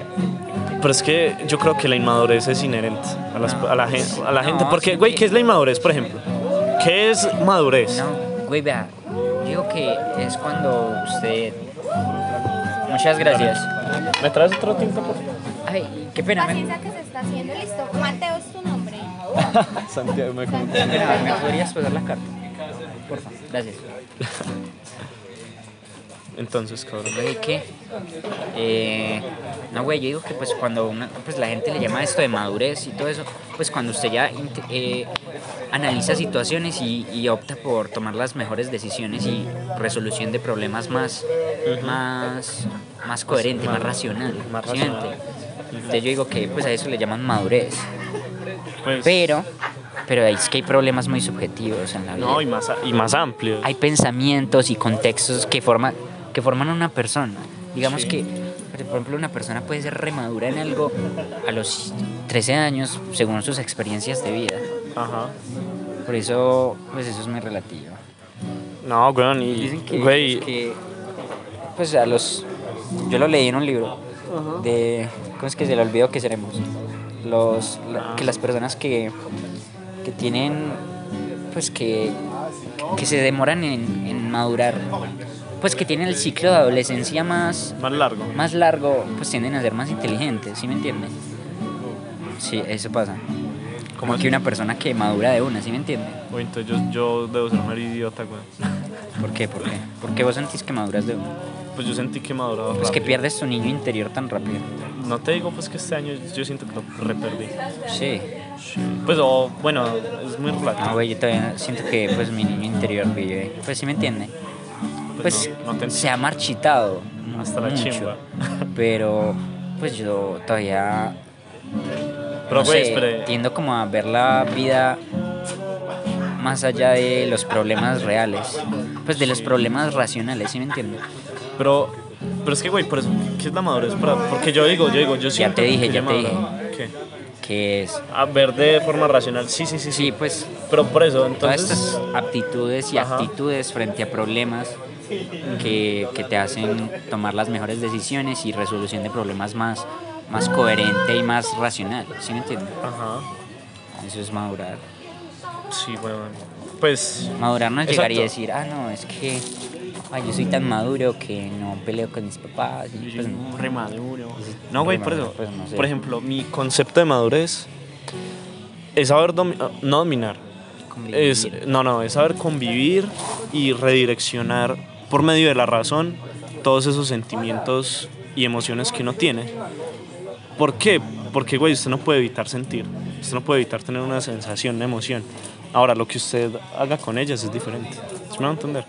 Pero es que yo creo que la inmadurez es inherente a, las- No. a la, gen- a la No, gente. Porque, sí. güey, ¿qué es la inmadurez, por ejemplo? ¿Qué es madurez? No, güey, vea. Digo que es cuando usted. Muchas gracias. ¿Me traes otro tinto, por Ay, qué pena. Me, Paciencia que se está haciendo, listo. Mateo es tu nombre. Santiago, me qué pena, ¿me podrías pasar la carta? Por favor, gracias. Entonces, cabrón. Güey, ¿qué? Eh, no, güey, yo digo que pues cuando una- pues, la gente le llama esto de madurez y todo eso, pues cuando usted ya int- eh, analiza situaciones y, y opta por tomar las mejores decisiones y resolución de problemas más, más, más coherente, más racional. Más ¿sí me racional. entiende? Entonces yo digo que pues a eso le llaman madurez. Pues, Pero, pero es que hay problemas muy subjetivos en la vida. no, y más, a- y más amplio. hay pensamientos y contextos que forman que forman a una persona. Digamos que, por ejemplo, una persona puede ser remadura en algo a los 13 años según sus experiencias de vida. Ajá. Por eso, pues eso es muy relativo. No, weón, y. Dicen que, güey, pues, que- pues, a los... Yo lo leí en un libro de... ¿Cómo es que se le olvidó que seremos? Los, la- que las personas que, que tienen... Pues que, que se demoran en, en madurar. Pues que tienen el ciclo de adolescencia más, más largo. más largo, pues tienden a ser más inteligentes, ¿sí me entiendes? Sí, eso pasa. Como que una persona que madura de una, ¿sí me entiendes? Uy, entonces yo, yo debo ser un idiota, weón. ¿Por qué? ¿Por qué? ¿Por qué vos sentís que maduras de una? Pues yo sentí que maduraba. Pues que rápido. pierdes tu niño interior tan rápido. No te digo, pues que este año yo siento que lo reperdí. Sí. Pues, o bueno, es muy relativo. Ah, güey, yo todavía siento que pues mi niño interior vive. Pues sí me entiende. Pues no, no te se ha marchitado. mu- Hasta la mucho, chimba. Pero pues yo todavía Pero, no güey, sé, espere. tiendo como a ver la vida más allá de los problemas reales. Pues de los problemas racionales, ¿sí me entiendes? Pero, pero es que, güey, por eso, ¿qué es la madurez? Para- porque yo digo, yo digo, yo siento te dije, que ya te he madurado. ¿Qué? Que es... A ver de forma racional, sí, sí, sí, sí. Sí, pues Pero por eso, todas entonces, estas aptitudes y Ajá. actitudes frente a problemas que, que te hacen tomar las mejores decisiones y resolución de problemas más, más coherente y más racional. ¿Sí me entiendes? ajá, Eso es madurar. sí, bueno, pues, Madurar no es llegar y Exacto. decir, ah, no, es que ay, yo soy tan maduro que no peleo con mis papás. Y, pues, no. re maduro. No, güey, por Re maduro, eso, pues, no sé. por ejemplo, mi concepto de madurez es saber domi- ah, no dominar, Convivir. es, no, no, es saber convivir y redireccionar por medio de la razón todos esos sentimientos y emociones que uno tiene. ¿Por qué? Porque, güey, usted no puede evitar sentir, usted no puede evitar tener una sensación, una emoción. Ahora, lo que usted haga con ellas es diferente. ¿Sí me va a entender?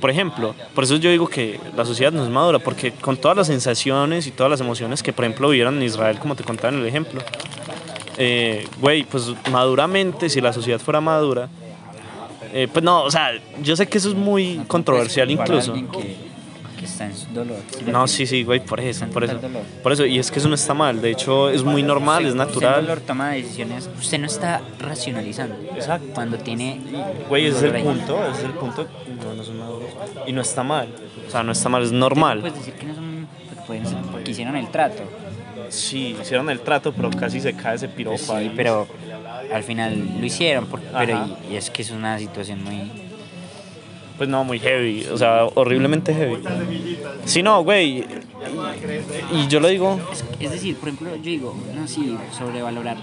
Por ejemplo, por eso yo digo que la sociedad no es madura, porque con todas las sensaciones y todas las emociones que, por ejemplo, vivieron en Israel, como te contaba en el ejemplo, eh, güey, pues maduramente, si la sociedad fuera madura, eh, pues no, o sea, yo sé que eso es muy controversial Para incluso. alguien que, que está en su dolor. ¿sí me No, entiendes? sí, sí, güey, por eso, por eso. Sentar dolor. Por eso, y es que eso no está mal, de hecho es muy normal, es Usted- Usted en natural. dolor toma decisiones. Usted no está racionalizando. Exacto. Cuando tiene. Güey, ese es dolor el ahí. punto, ese es el punto. No, no son maduros. Y no está mal, o sea, no está mal, es No normal. Puedes decir que no son. porque pueden ser- porque hicieron el trato. Sí, hicieron el trato, pero casi se cae ese piropo Sí, ahí. pero al final lo hicieron. por- pero Ajá. y, y es que es una situación muy. Pues no, muy heavy, o sea, horriblemente heavy. Sí, no, güey. Y yo lo digo, Es, es decir, por ejemplo, yo digo, no, sí, sobrevalorar.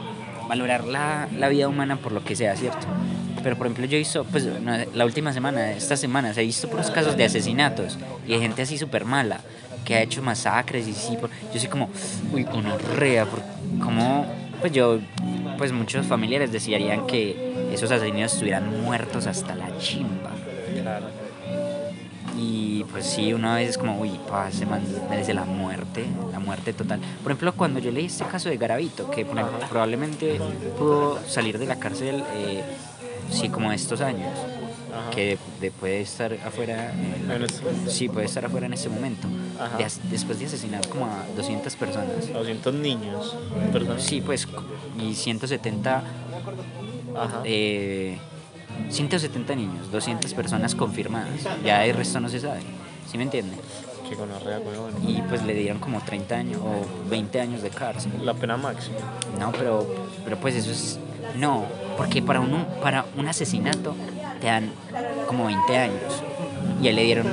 Valorar la, la vida humana por lo que sea, ¿cierto? Pero por ejemplo, yo he visto, pues no, la última semana, esta semana, se he visto puros casos de asesinatos y de gente así súper mala que ha hecho masacres y sí. por- yo soy como, uy, gonorrea, por como, pues yo, pues muchos familiares desearían que esos asesinos estuvieran muertos hasta la chimba. Y pues sí, una vez es como, uy, pa, ese man merece la muerte, la muerte total. Por ejemplo, cuando yo leí este caso de Garavito, que por ejemplo, probablemente pudo salir de la cárcel, eh, sí, como estos años, que de- de- puede estar afuera, eh, En este sí, puede estar afuera en ese momento, de as- después de asesinar como a 200 personas. 200 niños, personas. Sí, pues, y 170, eh, 170 niños, 200 personas confirmadas, ya el resto no se sabe, ¿sí me entiende? Que gonorrea, weón. Y pues le dieron como 30 años o 20 años de cárcel. La pena máxima. No, pero, pero pues eso es... No, porque para, uno, para un asesinato te dan como 20 años. Y a él le dieron...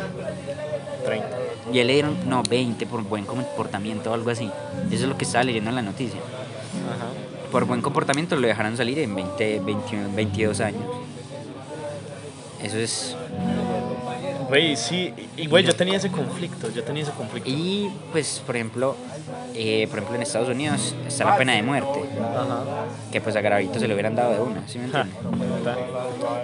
30. Y a él le dieron, no, 20 por buen comportamiento o algo así. Eso es lo que estaba leyendo en la noticia. Por buen comportamiento lo dejaron salir en 20, 21, 22 años. Eso es Güey, sí, y güey, yo tenía ese conflicto, yo tenía ese conflicto. Y pues, por ejemplo, eh, por ejemplo en Estados Unidos está la pena de muerte, que pues a Garavito se le hubieran dado de una, ¿sí me entiendes?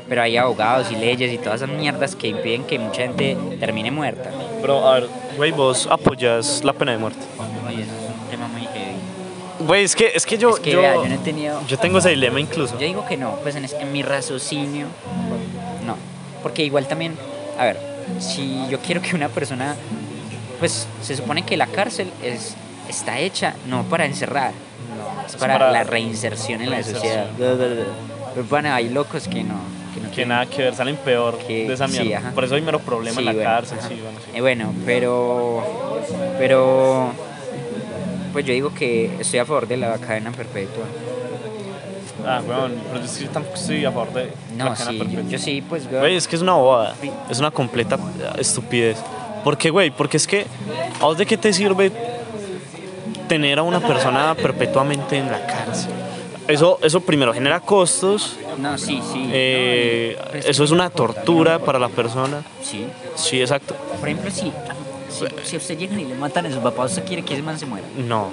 Pero hay abogados y leyes y todas esas mierdas que impiden que mucha gente termine muerta. Pero, a ver, güey, vos apoyas la pena de muerte. Oye, eso es un tema muy heavy. Güey, es que, es que yo. Es que yo, vea, yo no he tenido- yo tengo ese dilema incluso. Yo digo que no, pues en, es- en mi raciocinio, no. Porque igual también, a ver, si yo quiero que una persona, pues se supone que la cárcel es, está hecha no para encerrar, es para, para- la reinserción en la sociedad. Pero bueno, hay locos que no. Que no Que quieren- nada que ver, salen peor Que- de esa sí, mierda. ajá. Por eso hay mero problema en Sí, la bueno, cárcel. ajá. Sí, bueno, sí. Eh, bueno, pero. Pero. Pues yo digo que estoy a favor de la cadena perpetua. Ah, weón, pero yo sí tampoco estoy a favor de. No, la cadena sí, yo, perpetua. yo sí, pues. Güey, Veo, es que es una bobada. Es una completa estupidez. Porque, güey, porque es que, ¿a vos de qué te sirve tener a una persona perpetuamente en la cárcel? Eso, eso primero genera costos, no, sí, sí. eh, no, pues, eso es una tortura para la persona. Sí. Sí, exacto. Por ejemplo, sí. Si, si a usted llega y le matan a su papá, ¿usted quiere que ese man se muera? No.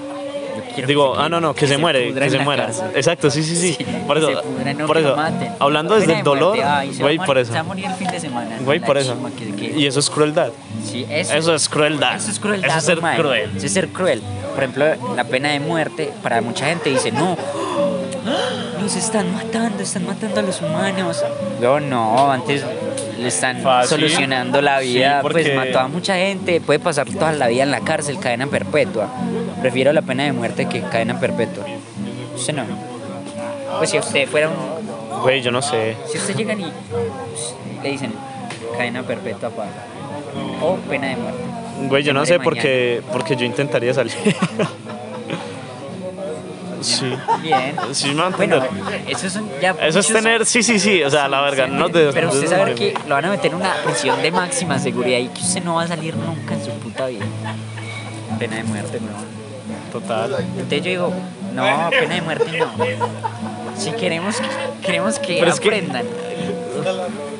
Yo quiero Digo, se quede- ah, no, no, que se muere, pudra que en se la muera. cárcel. Exacto, sí, sí, sí. Por que eso, se pudra, no por que lo eso. maten. Hablando Pena desde el de muerte, dolor, ay, se va güey, a morir- por eso. Se va a morir el fin de semana. Güey, la por eso. chimba que- que- Y eso es crueldad. Sí, eso. Eso es crueldad. Eso es crueldad. Eso es ser mae. cruel. Eso es ser cruel. Por ejemplo, la pena de muerte, para mucha gente dice, no, nos están matando, están matando a los humanos. No, no, antes le están Fácil. solucionando la vida, Sí, porque- pues mató a mucha gente, puede pasar toda la vida en la cárcel, cadena perpetua. Prefiero la pena de muerte que cadena perpetua. Usted no. Pues si usted fuera un... Güey, yo no sé. Si usted llega y pues, le dicen cadena perpetua para... O pena de muerte. Güey, yo no Siempre sé por qué, porque yo intentaría salir. sí. Bien. Sí, me va a Bueno, entender. eso es, un- ya Eso es muchos- tener, sí, sí, sí, o sea, la verga, no te... Pero usted sabe que lo van a meter en una prisión de máxima seguridad y que usted no va a salir nunca en su puta vida. Pena de muerte, no. Total. Entonces yo digo, no, pena de muerte no. Si queremos que, queremos que Pero es que- aprendan.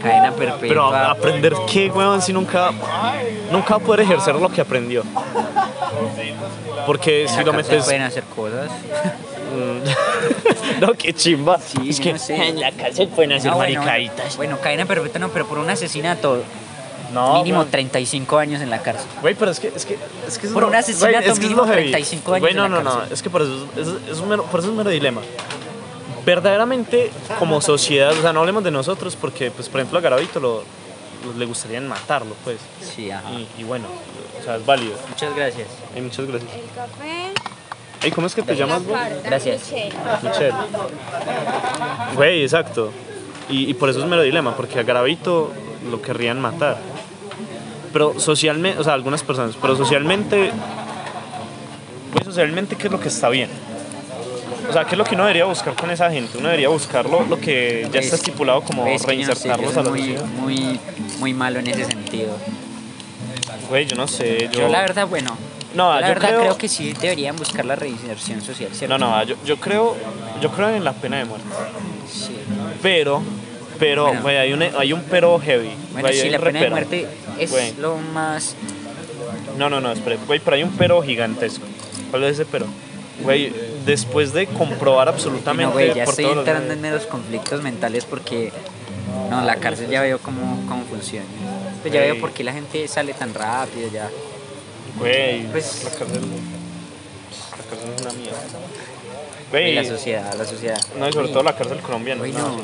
Cadena perpetua. Pero a- aprender qué, weón, si nunca, nunca va a poder ejercer lo que aprendió. Porque En si la lo cárcel metes... pueden hacer cosas. Mm. no, qué chimba. Sí, es yo que no sé. en la cárcel pueden hacer Ah, bueno, maricaditas. bueno, cadena perpetua no, pero por un asesinato, No, mínimo weón. 35 años en la cárcel. Güey, pero es que es que es que es Por lo- un asesinato güey, es que es mínimo lo heavy. 35 años Güey, no, en no, la no, cárcel. es que por eso es, es un mero, por eso es un mero dilema. Verdaderamente como sociedad, o sea, no hablemos de nosotros porque pues por ejemplo a Garavito lo, lo- le gustaría matarlo, pues. Sí, ajá. Y, y bueno, o sea, es válido. Muchas gracias. Ay, muchas gracias. El café, Ey, ¿cómo es que te la llamas, vos? carta, Gracias. Michelle. Michelle. Güey, exacto. Y, y por eso es mero dilema, porque a Garavito lo querrían matar. Pero socialmente, o sea, algunas personas, pero socialmente. Güey, socialmente, ¿qué es lo que está bien? O sea, ¿qué es lo que uno debería buscar con esa gente? Uno debería buscar lo, lo que ya está Es- estipulado como es que yo no sé, yo reinsertarlos soy a la muy, sociedad. muy, muy malo en ese sentido. Güey, yo no sé. Yo, Yo la verdad, bueno, No, la yo verdad creo- creo... que sí deberían buscar la reinserción social, ¿cierto? No, no, yo, yo creo. Yo creo en la pena de muerte. Sí. Pero, pero, Bueno. güey, hay un, hay un pero heavy. Bueno, Güey, hay sí, un la pena de repero. muerte es Güey. lo más... No, no, no, espere. Güey, pero hay un pero gigantesco. ¿Cuál es ese pero? Güey, después de comprobar absolutamente No, güey, ya por estoy todos los- entrando en los conflictos mentales porque... No, la cárcel ya veo cómo, cómo funciona. Pues ya Güey. veo por qué la gente sale tan rápido ya. Güey, Pues- la cárcel... La cárcel es una mierda. Y la Güey, sociedad, la sociedad. no, y sobre todo la cárcel colombiana. Güey, no. no.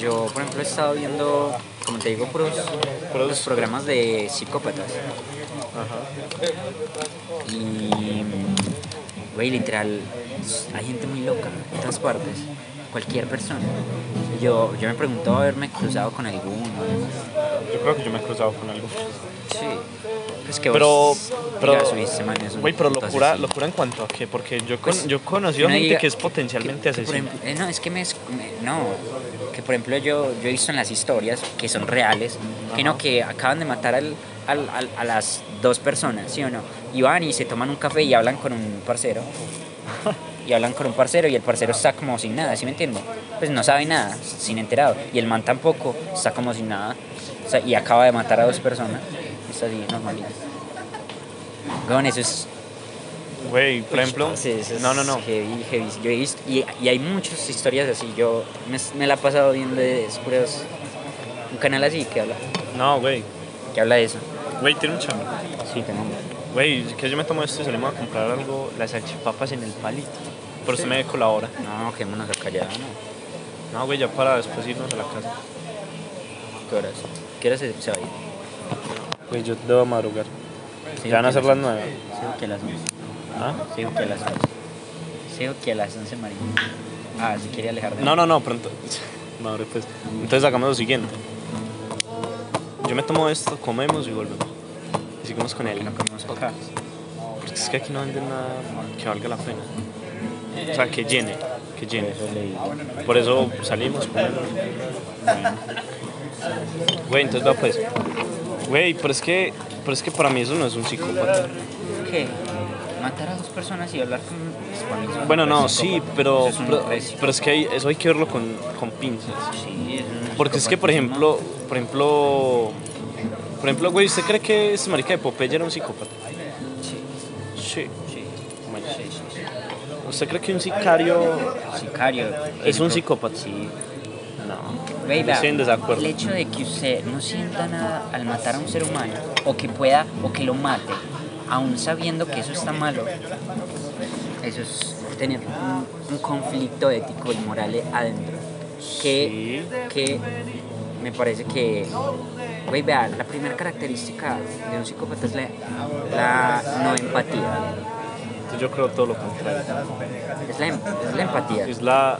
Yo, por ejemplo, he estado viendo, como te digo, puros, Puros- los programas de psicópatas. Y, Eh, güey, literal, hay gente muy loca en todas partes. Cualquier persona. Yo, yo me pregunto haberme cruzado con alguno. Yo creo que yo me he cruzado con algo. Sí. Pues que Pero, vos pero, digas, "Uy, este man es un güey, pero puto locura, asesino". locura en cuanto a qué, porque yo, con, Pues, yo he conocido no gente diga- que es potencialmente que- que por asesina. ejemplo- eh, no, es que me, es- me- No, que por ejemplo yo, yo he visto en las historias que son reales, que no, que acaban de matar al, al- al- a las dos personas, ¿sí o no? Y van y se toman un café y hablan con un parcero. Y hablan con un parcero y el parcero está como sin nada, ¿sí me entiendes? Pues no sabe nada, sin enterado. Y el man tampoco está como sin nada. O sea, y acaba de matar a dos personas. Está así, normalito. Weón, eso es Güey, por ejemplo... entonces, es No, no, no. heavy, heavy. Yo he visto, y, y hay muchas historias así. Yo me, me la he pasado viendo de es puras- un canal así que habla, No, güey. que habla de eso. Güey, tiene un chamber. Sí, tengo. Güey, que yo me tomo esto y salimos a comprar algo, las salchipapas en el palito. Pero usted me colabora. No, quedémonos acá ya. ¿no? No, güey, ya para después irnos a la casa. ¿Qué horas? ¿Qué horas se, se va a ir? Güey, yo debo madrugar. Sí, ya van a que ser las nueve. Sigo que a las 11. ¿Ah? Sigo que a las 11. Sigo que a las 11, María. Ah, se quiere alejar de No, no, no, pronto. Madre, pues. Entonces hagamos lo siguiente. Yo me tomo esto, comemos y volvemos. Y seguimos con él. No comemos acá. Porque Pues es que aquí no venden nada que valga la pena. O sea, que llene, que llene. Por eso salimos, comemos. Güey, entonces va pues. Güey, pero es que, pero es que para mí eso no es un psicópata. ¿Qué? Matar a dos personas y hablar con, con ellos. Bueno, Eso no, es sí, psicópata. pero, Eso es un pero, re psicópata. pero es que hay- eso hay que verlo con, con pinzas. Sí, eso es un Porque es que, por psicopatismo. ejemplo, por ejemplo, por ejemplo, güey, ¿usted cree que este marica de Popeye era un psicópata? Sí. Sí, sí, sí, sí. ¿Usted cree que un sicario Sicario. es un ejemplo. psicópata? Sí. No. Vea, Estoy en desacuerdo. El hecho de que usted no sienta nada al matar a un ser humano, o que pueda, o que lo mate, aún sabiendo que eso está malo, eso es tener un, un conflicto ético y moral adentro. Que, que me parece que, güey, vea, la primera característica de un psicópata es la, la no empatía. Entonces yo creo todo lo contrario. Es la, em- es la empatía. Es la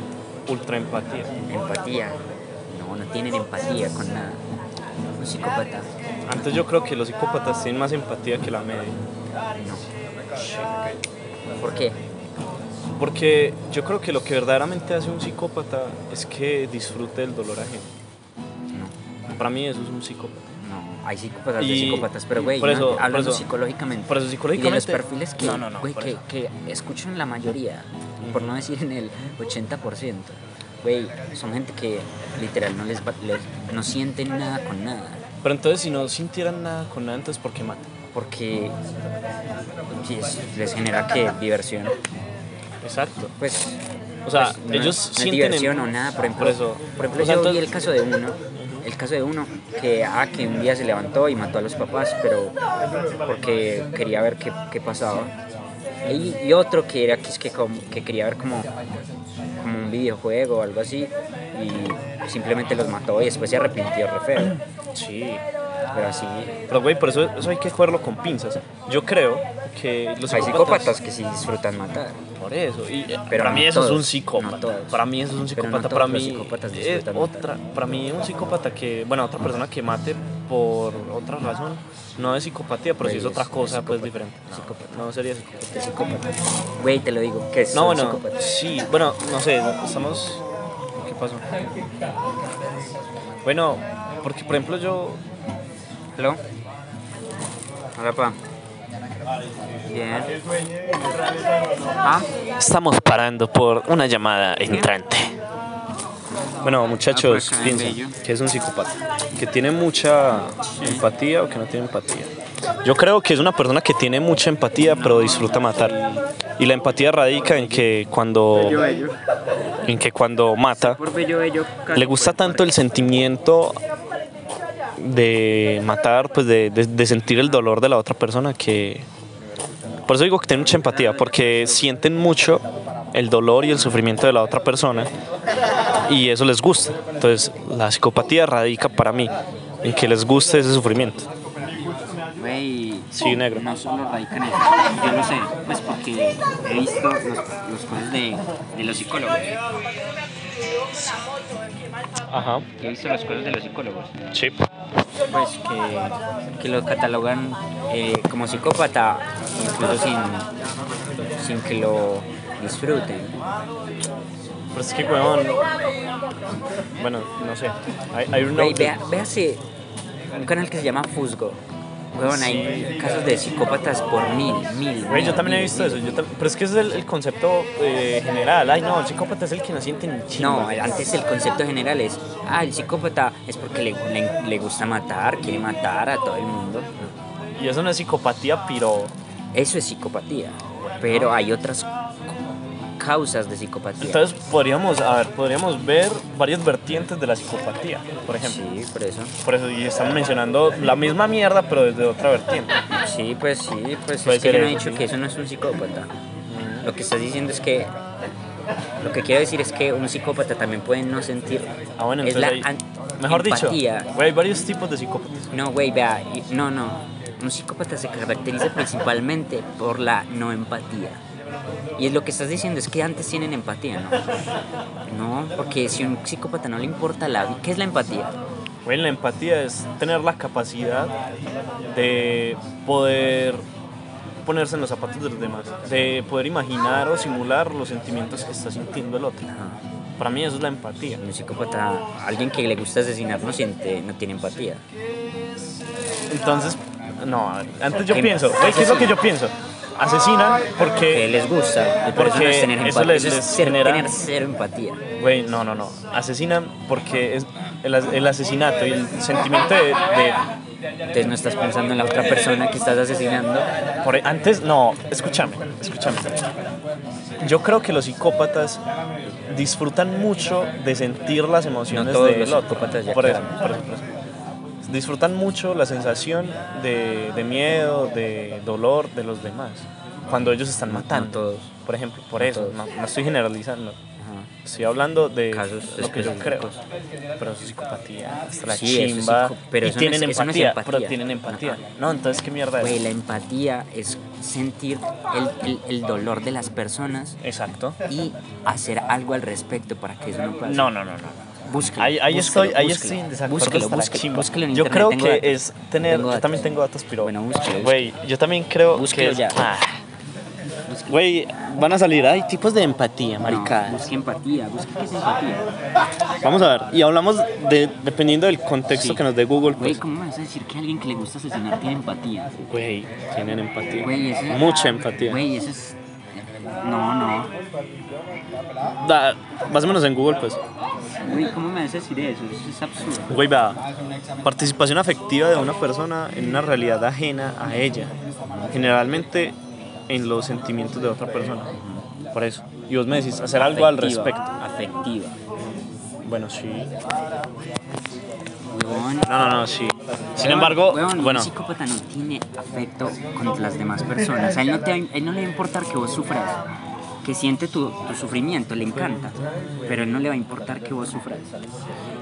ultraempatía. Empatía. No, no tienen empatía con nada. Un psicópata. Antes yo creo que los psicópatas tienen más empatía que la media. ¿Por qué? Porque yo creo que lo que verdaderamente hace un psicópata es que disfrute el dolor ajeno. No, Para mí eso es un psicópata. no. Hay psicópatas de Y- psicópatas, pero güey, por no, eso- por hablando eso- psicológicamente. por eso Y de los psicológicamente- perfiles que, No, no, no, güey, por que, eso. que escuchan la mayoría, por no decir en el 80%. Güey, son gente que literal no les, va- les- no sienten nada con nada. Pero entonces si no sintieran nada con nada, entonces ¿por qué matan? Porque sí, es- les genera que diversión. Exacto. Pues O sea, Pues, no Ah, ellos es- no es sienten... diversión o nada, por ejemplo. Por eso. por ejemplo, O sea, yo vi entonces- el caso de uno, el caso de uno que, ah, que un día se levantó y mató a los papás, pero porque quería ver qué, qué pasaba. Y, y otro que era que, es que, como- que quería ver como, como un videojuego o algo así y simplemente los mató y después se arrepintió re feo. Sí. Pero así, Pero, güey, por eso, eso hay que jugarlo con pinzas. Yo creo que los hay psicópatas que sí disfrutan matar. Por eso. Y, eh, Pero para no mí eso es todos, un no psicópata. todos. para mí eso es un Pero no psicópata. todos para los mí. psicópatas eh, disfrutan otra, para mí un psicópata que. Bueno, otra persona que mate por otra razón. No es psicopatía, pero si Güey, es otra es- cosa, es pues psicópata. diferente. No sería psicópata. Es psicópata. Güey, te lo digo, que es No, un bueno, psicópata. sí, bueno, no sé, estamos. ¿Qué pasó? Bueno, porque por ejemplo yo. ¿Aló? Hola, pa. Bien. Ah, Estamos parando por una llamada entrante. Bueno, muchachos, Ah, por acá, bello. piensen que es un psicópata, que tiene mucha empatía o que no tiene empatía. Yo creo que es una persona que tiene mucha empatía, pero disfruta matar. Y la empatía radica en que cuando en que cuando mata por eh, bello, bello. le gusta tanto el sentimiento de matar, pues de, de- de sentir el dolor de la otra persona que... Por eso digo que tiene mucha empatía, porque sienten mucho el dolor y el sufrimiento de la otra persona y eso les gusta. Entonces, la psicopatía radica para mí en que les guste ese sufrimiento. Güey, Sí, negro. no solo radican en Yo lo sé, pues porque he visto los, los cosas de, de los psicólogos. Ajá, He visto las cosas de los psicólogos. chip. Pues que, que lo catalogan eh, como psicópata, incluso sin, sin que lo disfruten. Pero es que, weón, Bueno, no sé. Hay, hay un Güey, audio- vea, véase un canal que se llama Fusgo. Weón, hay casos de psicópatas por mil, mil. Güey, mil, yo también he mil, visto mil. eso, yo tam- pero es que ese es el, el concepto eh, general. Ay, no, el psicópata es el que no siente ni chimba. No, antes el concepto general es, ah, el psicópata es porque le, le- le gusta matar, quiere matar a todo el mundo. Y eso no es psicopatía, pero. Eso es psicopatía. Pero hay otras ca- causas de psicopatía. Entonces podríamos, a ver, podríamos ver varias vertientes de la psicopatía, por ejemplo. sí, por eso. Por eso, y están mencionando la misma mierda, pero desde otra vertiente. Sí, pues sí, pues Puede es que ser yo no he eso, dicho sí. que eso no es un psicópata. Lo que estás diciendo es que Lo que quiero decir es que un psicópata también puede no sentir. Ah, bueno, es entonces la hay- an- Mejor empatía. dicho, güey, hay varios tipos de psicópatas. No, güey, vea, y- no, no. Un psicópata se caracteriza principalmente por la no empatía. Y es lo que estás diciendo, es que antes tienen empatía, ¿no? No, porque si a un psicópata no le importa la vida, ¿qué es la empatía? Güey, la empatía es tener la capacidad de poder ponerse en los zapatos de los demás, de poder imaginar o simular los sentimientos que está sintiendo el otro. Ajá. Para mí eso es la empatía. Un psicópata, alguien que le gusta asesinar no siente, no tiene empatía. Entonces, no, a ver, antes yo ¿Qué pienso, más? güey, ¿qué es lo que yo pienso? Asesinan Que porque... les gusta, y por eso no es Porque tener empatía, eso eso, les- es les ser- genera- tener cero empatía. Güey, no, no, no. Asesinan porque es el, as- el asesinato y el sentimiento de- de Entonces no estás pensando en la otra persona que estás asesinando. Por- e- antes, no, escúchame, escúchame. Yo creo que los psicópatas disfrutan mucho de sentir las No emociones todos del los otro. psicópatas, ya por, eso, claro. por eso, por eso. Disfrutan mucho la sensación de, de miedo, de dolor de los demás. Cuando ellos están matando. todos. Por ejemplo, por No eso. todos. No, no estoy generalizando. Ajá. Estoy hablando de Casos lo que yo creo. específicos. Pero eso es psicopatía, hasta la Sí, eso es chimba. psico- pero y eso no tienen es- eso no es empatía, empatía. Pero tienen empatía. Ajá. No, entonces, ¿qué mierda Güey, es? la empatía es sentir el, el- el dolor de las personas Exacto. y hacer algo al respecto para que eso no pase. No, no, no, no. Búsquelo, Ahí, ahí búsquelo, estoy, ahí búsquelo. estoy en desacuerdo. Búsquelo, hasta la búsquelo, chimba. búsquelo en Yo internet, creo tengo que datos. es tener. Tengo yo también datos. tengo datos, pero. Bueno, búsquelo. Güey, yo también creo Búsquelo que. ya. Ah, Güey, van a salir. Hay tipos de empatía, No, maricadas. busque empatía, busque qué es empatía. Vamos a ver. Y hablamos de, dependiendo del contexto Sí. que nos dé Google. Güey, Pues, ¿cómo me vas a decir que alguien que le gusta asesinar tiene empatía? güey, tienen empatía. Güey, eso es- ah, Mucha empatía. Güey, eso es... No, no. Da, más o menos en Google, pues. Güey, ¿cómo me vas a decir eso? Eso es absurdo. Güey, vea. Participación afectiva de una persona en una realidad ajena a ella. Generalmente en los sentimientos de otra persona. Por eso. y vos me decís hacer algo al Afectiva, respecto. Afectiva. Bueno, sí. Huevón. No, no, no, sí. Sin embargo, Huevón, bueno. un psicópata no tiene afecto con las demás personas. A él no, te, a él no le va a importar que vos sufras. Que siente tu, tu sufrimiento, le encanta. Pero él no le va a importar que vos sufras.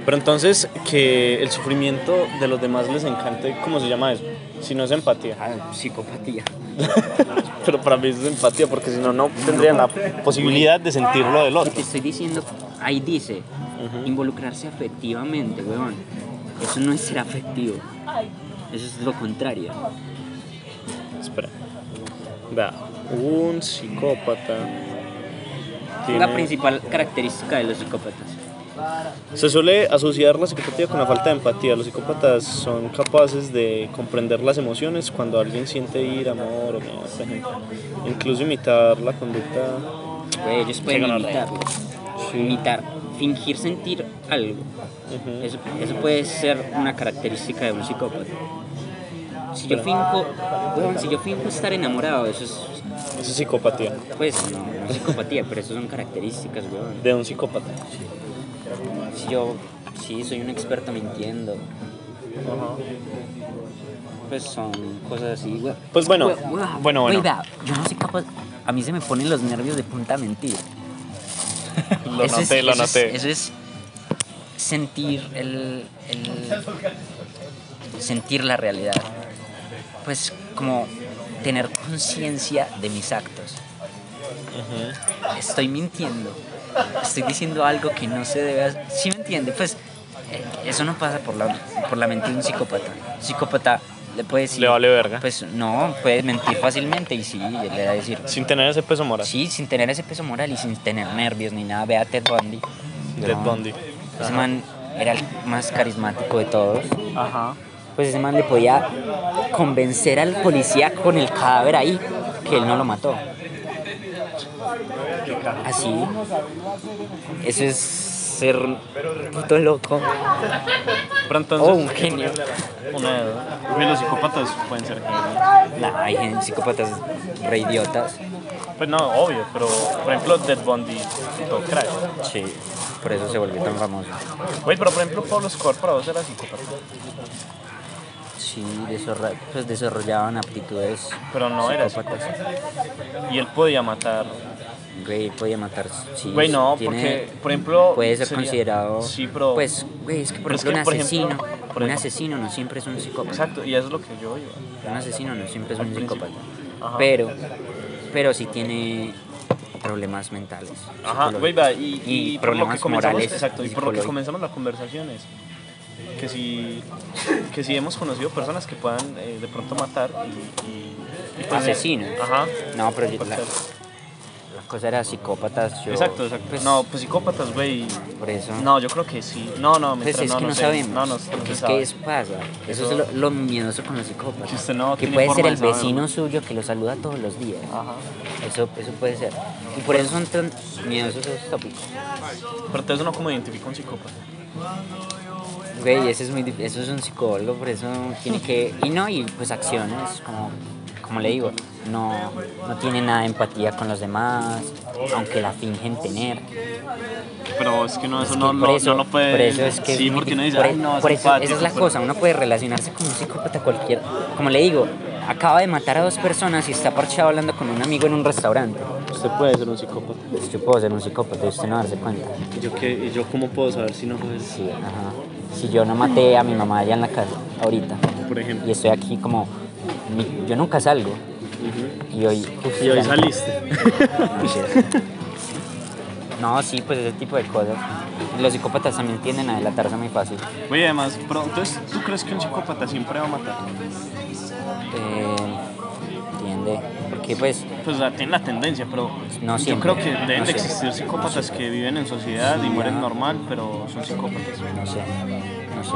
Pero entonces, que el sufrimiento de los demás les encante, ¿cómo se llama eso? Si no es empatía. Ah, psicopatía. Pero para mí es empatía, porque si no, no tendrían la posibilidad de sentirlo del Y otro. te estoy diciendo, ahí dice, involucrarse afectivamente, huevón. Eso no es ser afectivo. Eso es lo contrario. Espera. Vea, un psicópata. La principal característica de los psicópatas. Se suele asociar la psicopatía con la falta de empatía. Los psicópatas son capaces de comprender las emociones cuando alguien siente ira, amor o miedo, por ejemplo. Incluso imitar la conducta. Güey, ellos pueden gonorrea. imitarlo. Imitar, fingir sentir algo. Ujú. Eso, eso puede ser una característica de un psicópata. Si yo finjo, weón, si yo finjo estar enamorado, eso es, Eso es psicopatía. pues, no, no es psicopatía, pero eso son características, weón. De un psicópata. Si yo, sí, soy un experto mintiendo, pues son cosas así, weón. Pues bueno, Weón, weón, bueno, weón, bueno. vea, yo no soy capaz, a mí se me ponen los nervios de punta a mentir. Lo Eso es- noté, lo eso es- noté. eso es sentir el, el- sentir la realidad. Pues como tener conciencia de mis actos. Estoy mintiendo. Estoy diciendo algo que no se debe hacer. ¿Sí me entiende? Pues eh, eso no pasa por la, por la mente de un psicópata. Un psicópata le puede decir... Le vale verga. Pues no, puede mentir fácilmente y sí, le va a decir... Sin tener ese peso moral. Sí, sin tener ese peso moral y sin tener nervios ni nada. Ve a Ted Bundy. Ted No. Bundy. Ese man era el más carismático de todos. Ajá. Pues ese man le podía convencer al policía con el cadáver ahí que él no lo mató. Así. Eso es ser un puto loco. Pero entonces, Oh, un genio. una de dos. Porque los psicópatas pueden ser genios. Nah, hay gen- psicópatas re idiotas. Pues no, obvio, pero por ejemplo, Dead Bundy, todo crack. Sí. Por eso se volvió tan famoso. Güey, pero por ejemplo, Pablo Escobar para vos era psicópata. Sí, desarro- pues desarrollaban aptitudes Pero no era psicópatas. Y él podía matar Güey, podía matar. Sí, Güey, no, tiene- porque, por ejemplo. Puede ser sería- considerado. Sí, pero. Pues, güey, es que por Pero es ejemplo, que, por un asesino. ejemplo, por un ejemplo- asesino no siempre es un psicópata. Exacto, y eso es lo que yo digo. Un asesino no siempre es un psicópata. Ajá. Pero, pero sí tiene problemas mentales. Ajá, psicológicos. güey, va, y, Y y por lo que problemas comenzamos, morales, exacto, y por lo que psicológicos. comenzamos las conversaciones, que si, que si hemos conocido personas que puedan eh, de pronto matar y, y- y pues, eh, Asesinos. Ajá. No, pero yo- la, Exacto. la cosa era psicópatas. Yo, Exacto, exacto. pues, no, pues psicópatas, güey. Por eso. No, yo creo que sí. No, no, Pues mentira, es no, que no, no, sé. sabemos. No, no, no porque se es sabe. que eso pasa. Eso, Eso- es lo, lo miedoso con los psicópatas. Que usted no que tiene puede ser forma el de saberlo. vecino suyo que lo saluda todos los días. Ajá. Eso, eso puede ser. Y por eso son tan miedosos esos tópicos. Pero entonces uno como identifica un psicópata. Güey, ese es muy dif- eso es un psicólogo, por eso tiene que... Y no, y pues acciones, como, como le digo, no, no tiene nada de empatía con los demás, aunque la fingen tener. Pero es que no, eso Es que no, por no, no eso- lo puede. por eso es que es sí, muy porque dif- uno dice, por, ay, no, por eso, esa simpático, es la pero- cosa, uno puede relacionarse con un psicópata cualquiera. Como le digo, acaba de matar a dos personas y está parchado hablando con un amigo en un restaurante. Usted puede ser un psicópata. Pues yo puedo ser un psicópata y usted no darse cuenta. ¿Y yo, qué, y yo cómo puedo saber si no fue él? Sí, ajá. Si yo no maté a mi mamá allá en la casa, ahorita, Por ejemplo. y estoy aquí como... mi- yo nunca salgo. Y hoy... Y hoy ya no- saliste. No, sí, pues ese tipo de cosas. Los psicópatas también tienden a delatarse muy fácil. Oye, además, pero entonces, ¿tú crees que un psicópata siempre va a matar? Eh, entiende. Porque pues... Pues o sea, tiene la tendencia, pero No yo siempre, creo que deben no de siempre. existir psicópatas que viven en sociedad y mueren normal, pero son psicópatas. No sé, no sé,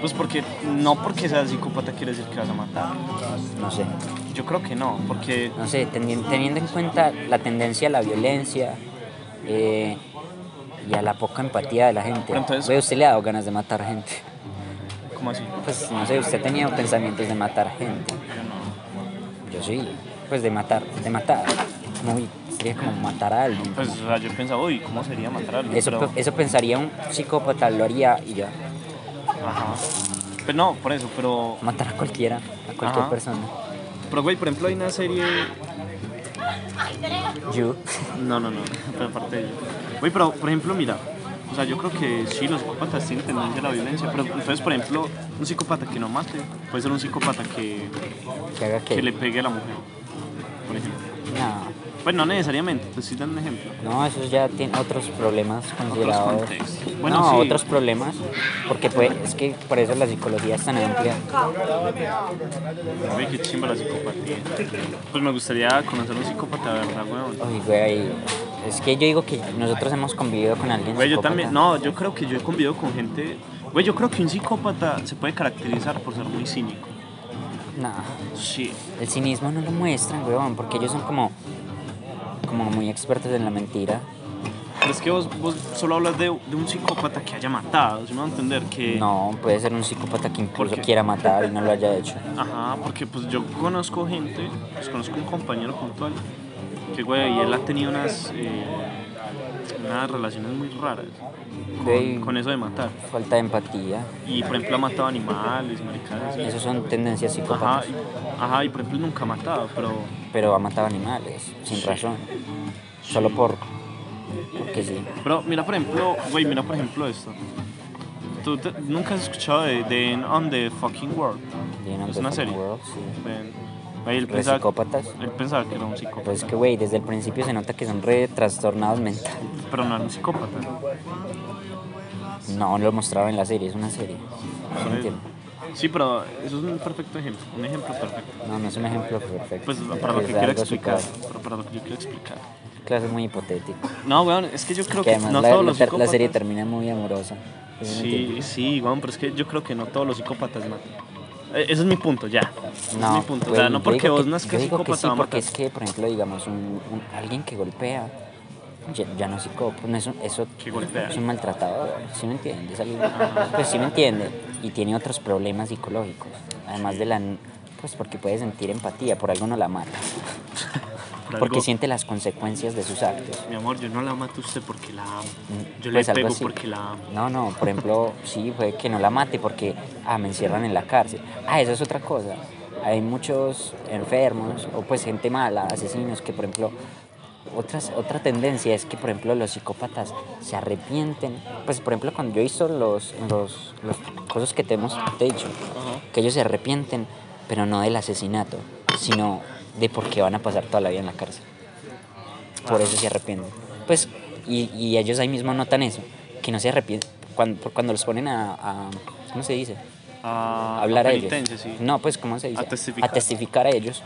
Pues porque, no porque seas psicópata quiere decir que vas a matar. no sé. Yo creo que no, porque No sé, teni- teniendo en cuenta la tendencia a la violencia eh, y a la poca empatía de la gente. Pero entonces- Ve, usted le ha dado ganas de matar gente. ¿Cómo así? Pues no sé, usted ha tenido pensamientos de matar gente. Yo sí, pues de matar, de matar. Muy, sería como matar a alguien. Pues o sea, yo pensaba, uy, ¿cómo sería matar a alguien? Eso, pero, pe- eso pensaría un psicópata, lo haría y ya. ajá. Pero no, por eso, pero, Matar a cualquiera, a cualquier Ajá. persona. pero güey, por ejemplo, hay una serie. You. No, no, no, pero aparte de ello. Güey, pero por ejemplo, mira. O sea, yo creo que sí, los psicópatas tienen tendencia a la violencia, pero entonces, por ejemplo, un psicópata que no mate puede ser un psicópata que, Que haga que. que le pegue a la mujer, por ejemplo. No. Pues no necesariamente, te estoy dando un ejemplo. No, esos ya tienen otros problemas considerados. contextos. Bueno, no, sí. otros problemas, porque pues, es que por eso la psicología es tan amplia. Oye, qué chimba la psicopatía. Pues me gustaría conocer a un psicópata, ¿verdad, weón? Uy, güey, es que yo digo que nosotros hemos convivido con alguien Güey, yo psicópata. también. No, yo creo que yo he convivido con gente. Güey, yo creo que un psicópata se puede caracterizar por ser muy cínico. No, Sí. el cinismo no lo muestran, weón, porque ellos son como, como muy expertos en la mentira. Pero es que vos, vos solo hablas de, de un psicópata que haya matado, ¿sí me va a entender? Que. No, puede ser un psicópata que incluso qué? quiera matar y no lo haya hecho. Ajá, porque pues yo conozco gente, pues conozco un compañero puntual, que güey, él ha tenido unas, eh, unas relaciones muy raras Güey, con, con eso de matar. falta de empatía, Y por ejemplo ha matado animales, maricadas. esas son tendencias Ajá, psicópatas, y, ajá, y por ejemplo nunca ha matado, pero pero ha matado animales, sin razón, solo por... porque sí. Pero mira, por ejemplo, güey, mira, por ejemplo, esto. ¿Tú te- nunca has escuchado de, de In On the Fucking World? Bien, Es antes una de serie. World, sí. Ven. Güey, él Re pensaba, psicópatas. él pensaba que era un Pero Pues es psicópata. que, güey, desde el principio se nota que son re trastornados mental. Pero no era un psicópata. No lo mostraron en la serie, es una serie. No, Por eso. entiendo. Sí, pero eso es un perfecto ejemplo. Un ejemplo perfecto. no, no es un ejemplo perfecto. Pues para lo que Es quiero algo explicar. súper- Pero para lo que yo quiero explicar. Claro, es muy hipotético. No, weón, es que yo creo que que, además no la, todos la los ter- la psicópatas. serie termina muy amorosa. Eso no entiendo. Sí, sí, weón, pero es que yo creo que no todos los psicópatas matan. Eh, Ese es mi punto, ya. Ese es mi punto. o sea, güey, no yo porque digo vos no es que yo digo que psicópata sí, va a porque matar. es que, por ejemplo, digamos, un, un- alguien que golpea, ya, ya no es psicópata, no es un- eso Que golpea. es un maltratador, ¿sí me entiendes? Alguien- Pues sí me entiende, y tiene otros problemas psicológicos, además de la... n- Pues porque puede sentir empatía, por algo no la mata, Por porque algo- siente las consecuencias de sus actos. Mi amor, yo no la mato a usted porque la amo. Yo Pues le algo pego así. porque la amo. No, no, por ejemplo, sí, puede que no la mate porque, ah, me encierran en la cárcel. Ah, eso es otra cosa. Hay muchos enfermos o pues gente mala, asesinos que, por ejemplo, otras, otra tendencia es que, por ejemplo, los psicópatas se arrepienten. Pues, por ejemplo, cuando yo hice los, los, los cosas que te hemos te he dicho, que ellos se arrepienten, pero no del asesinato, sino de por qué van a pasar toda la vida en la cárcel. Por eso se arrepienten. Pues, y, y ellos ahí mismo notan eso, que no se arrepienten. Cuando, por cuando los ponen a, a- ¿Cómo se dice? A, A hablar a, a ellos. penitencia, sí. No, pues, ¿cómo se dice? A testificar. Pues A testificar a ellos.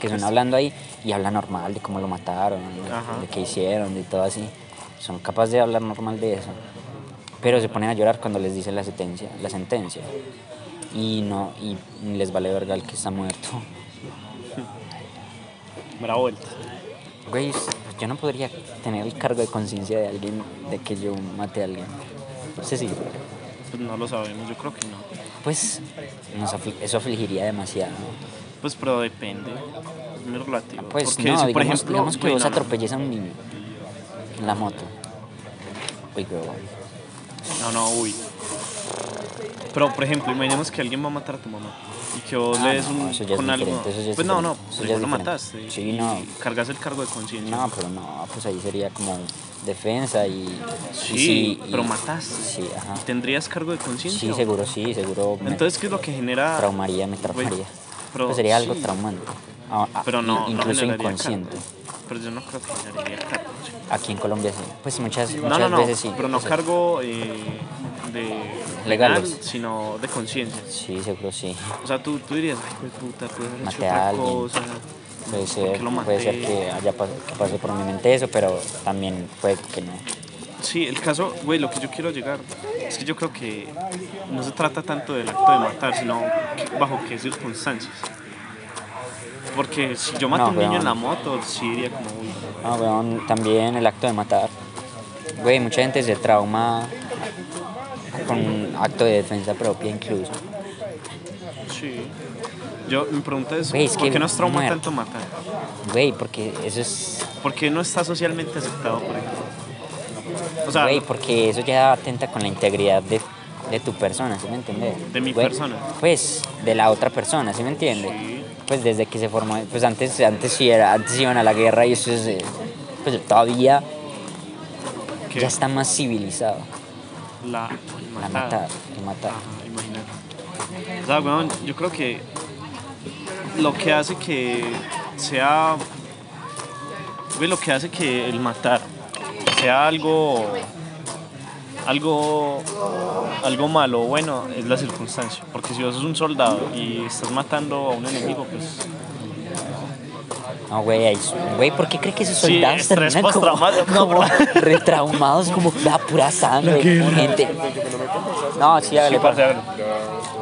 Que están hablando ahí y hablan normal de cómo lo mataron, de- Ajá. de qué hicieron, de todo así. Son capaces de hablar normal de eso. Pero se ponen a llorar cuando les dicen la sentencia. La sentencia. Y no, y les vale verga el que está muerto. Bravo, vuelta. Güey, pues yo no podría tener el cargo de conciencia de alguien de que yo maté a alguien. Sí, sí. Pues no lo sabemos, yo creo que no. Pues nos afli- eso afligiría demasiado. Pues, pero depende. Es muy relativo. Pues Porque no, si, digamos, por ejemplo, digamos que güey, vos no, no. atropelles a un niño en la moto. Uy, huevón. No, no, uy. Pero, por ejemplo, imaginemos que alguien va a matar a tu mamá y que vos le des Ah, no, un, eso ya es con algo. diferente, eso ya es pues no, no, diferente, eso pues ya es vos lo diferente. mataste. Sí, y no. Cargas el cargo de conciencia. No, pero no, pues ahí sería como defensa y... y Sí, sí, y- pero mataste. Sí, ajá. ¿Tendrías cargo de conciencia? Sí, o- seguro, sí, seguro. me Entonces, ¿qué es lo que genera? traumaría, me traumaría. Güey, pero Pues sería algo sí. traumante. Ah, ah, Pero no, no Incluso generaría inconsciente. cargo. Pero yo no creo que generaría cargo. sí. Aquí en Colombia sí. Pues muchas, No, muchas no, no, veces sí. pero no o sea, cargo eh, de Legales. penal, sino de conciencia. Sí, seguro sí. O sea, tú, tú dirías, ay, pues puta, puede haber hecho Maté a otra alguien. cosa. Puede ¿Por ser, qué lo maté? puede ser que haya pas- que pase por mi mente eso, pero también puede que no. Sí, el caso, güey, lo que yo quiero llegar es que yo creo que no se trata tanto del acto de matar, sino que- bajo qué circunstancias. Porque si yo mato No, a un niño weón. en la moto, sí diría como, uy, Ah, weón, también el acto de matar. Güey, mucha gente se trauma con un acto de defensa propia incluso. sí. Yo, mi pregunta es, Güey, es ¿por que qué nos trauma muerto. tanto matar? Güey, porque eso es... ¿Por qué no está socialmente aceptado, por ejemplo? O sea, Güey, porque eso ya atenta con la integridad de, de tu persona, ¿sí me entiendes? De mi Güey, persona. Pues, de la otra persona, ¿sí me entiendes? Pues desde que se formó, pues antes, antes sí era, antes iban a la guerra y eso es, eh, pues todavía ¿Qué? Ah. ya está más civilizado la, la matar, el matar. Ajá, imagínate. O sea, weón, yo creo que lo que hace que sea. güey, lo que hace que el matar sea algo. Algo. Algo malo o bueno es la circunstancia. Porque si vos sos un soldado y estás matando a un enemigo, pues. No, güey, ahí- güey, ¿por qué cree que esos Sí, soldados estrés terminan como, postraumático, no, como bro. retraumados, como la pura sangre, gente? No, sí, hágale, Sí, parce, parce. hágalo.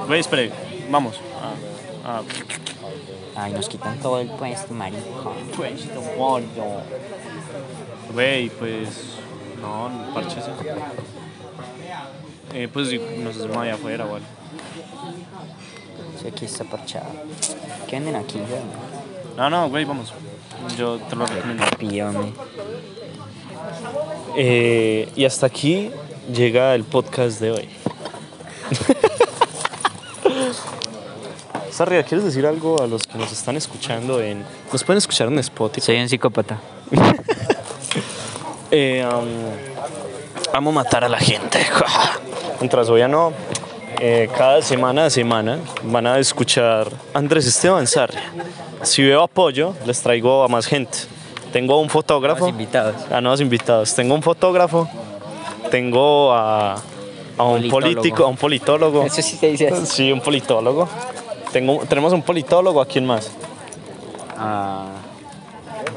Güey, espere, vamos. Ah, ah, Ay, nos quitan todo el puesto, marico. Puesto, gordo. Pues, Güey, pues. No, no parches. Eh, pues sí, nos hacemos allá afuera, güey. Sí, aquí está parchado. ¿Qué venden aquí, güey? No, no, güey, vamos. Yo te lo recomiendo. Píllame. Eh, y hasta aquí llega el podcast de hoy. Sarria, ¿quieres decir algo a los que nos están escuchando? En, nos pueden escuchar en Spotify. Soy un psicópata. Eh, am, amo matar a la gente. Mientras hoy no, eh, cada semana a semana van a escuchar Andrés Esteban Sarria. Si veo apoyo, les traigo a más gente. Tengo a un fotógrafo. Los invitados. a nuevos invitados. Tengo un fotógrafo, tengo a, a un Politólogo. político, a un politólogo. Eso sí se dice así. Sí, un politólogo. Tengo, tenemos un politólogo, ¿a quién más? Ah,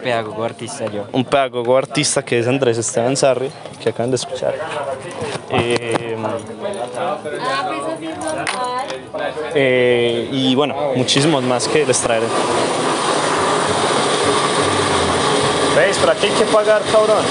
pedagogo artista yo. Un pedagogo artista que es Andrés Esteban Sarri, que acaban de escuchar. Eh, Ah, pues, eh, y bueno, muchísimos más que les traeré. ¿Veis? ¿Para qué hay que pagar, cabrón?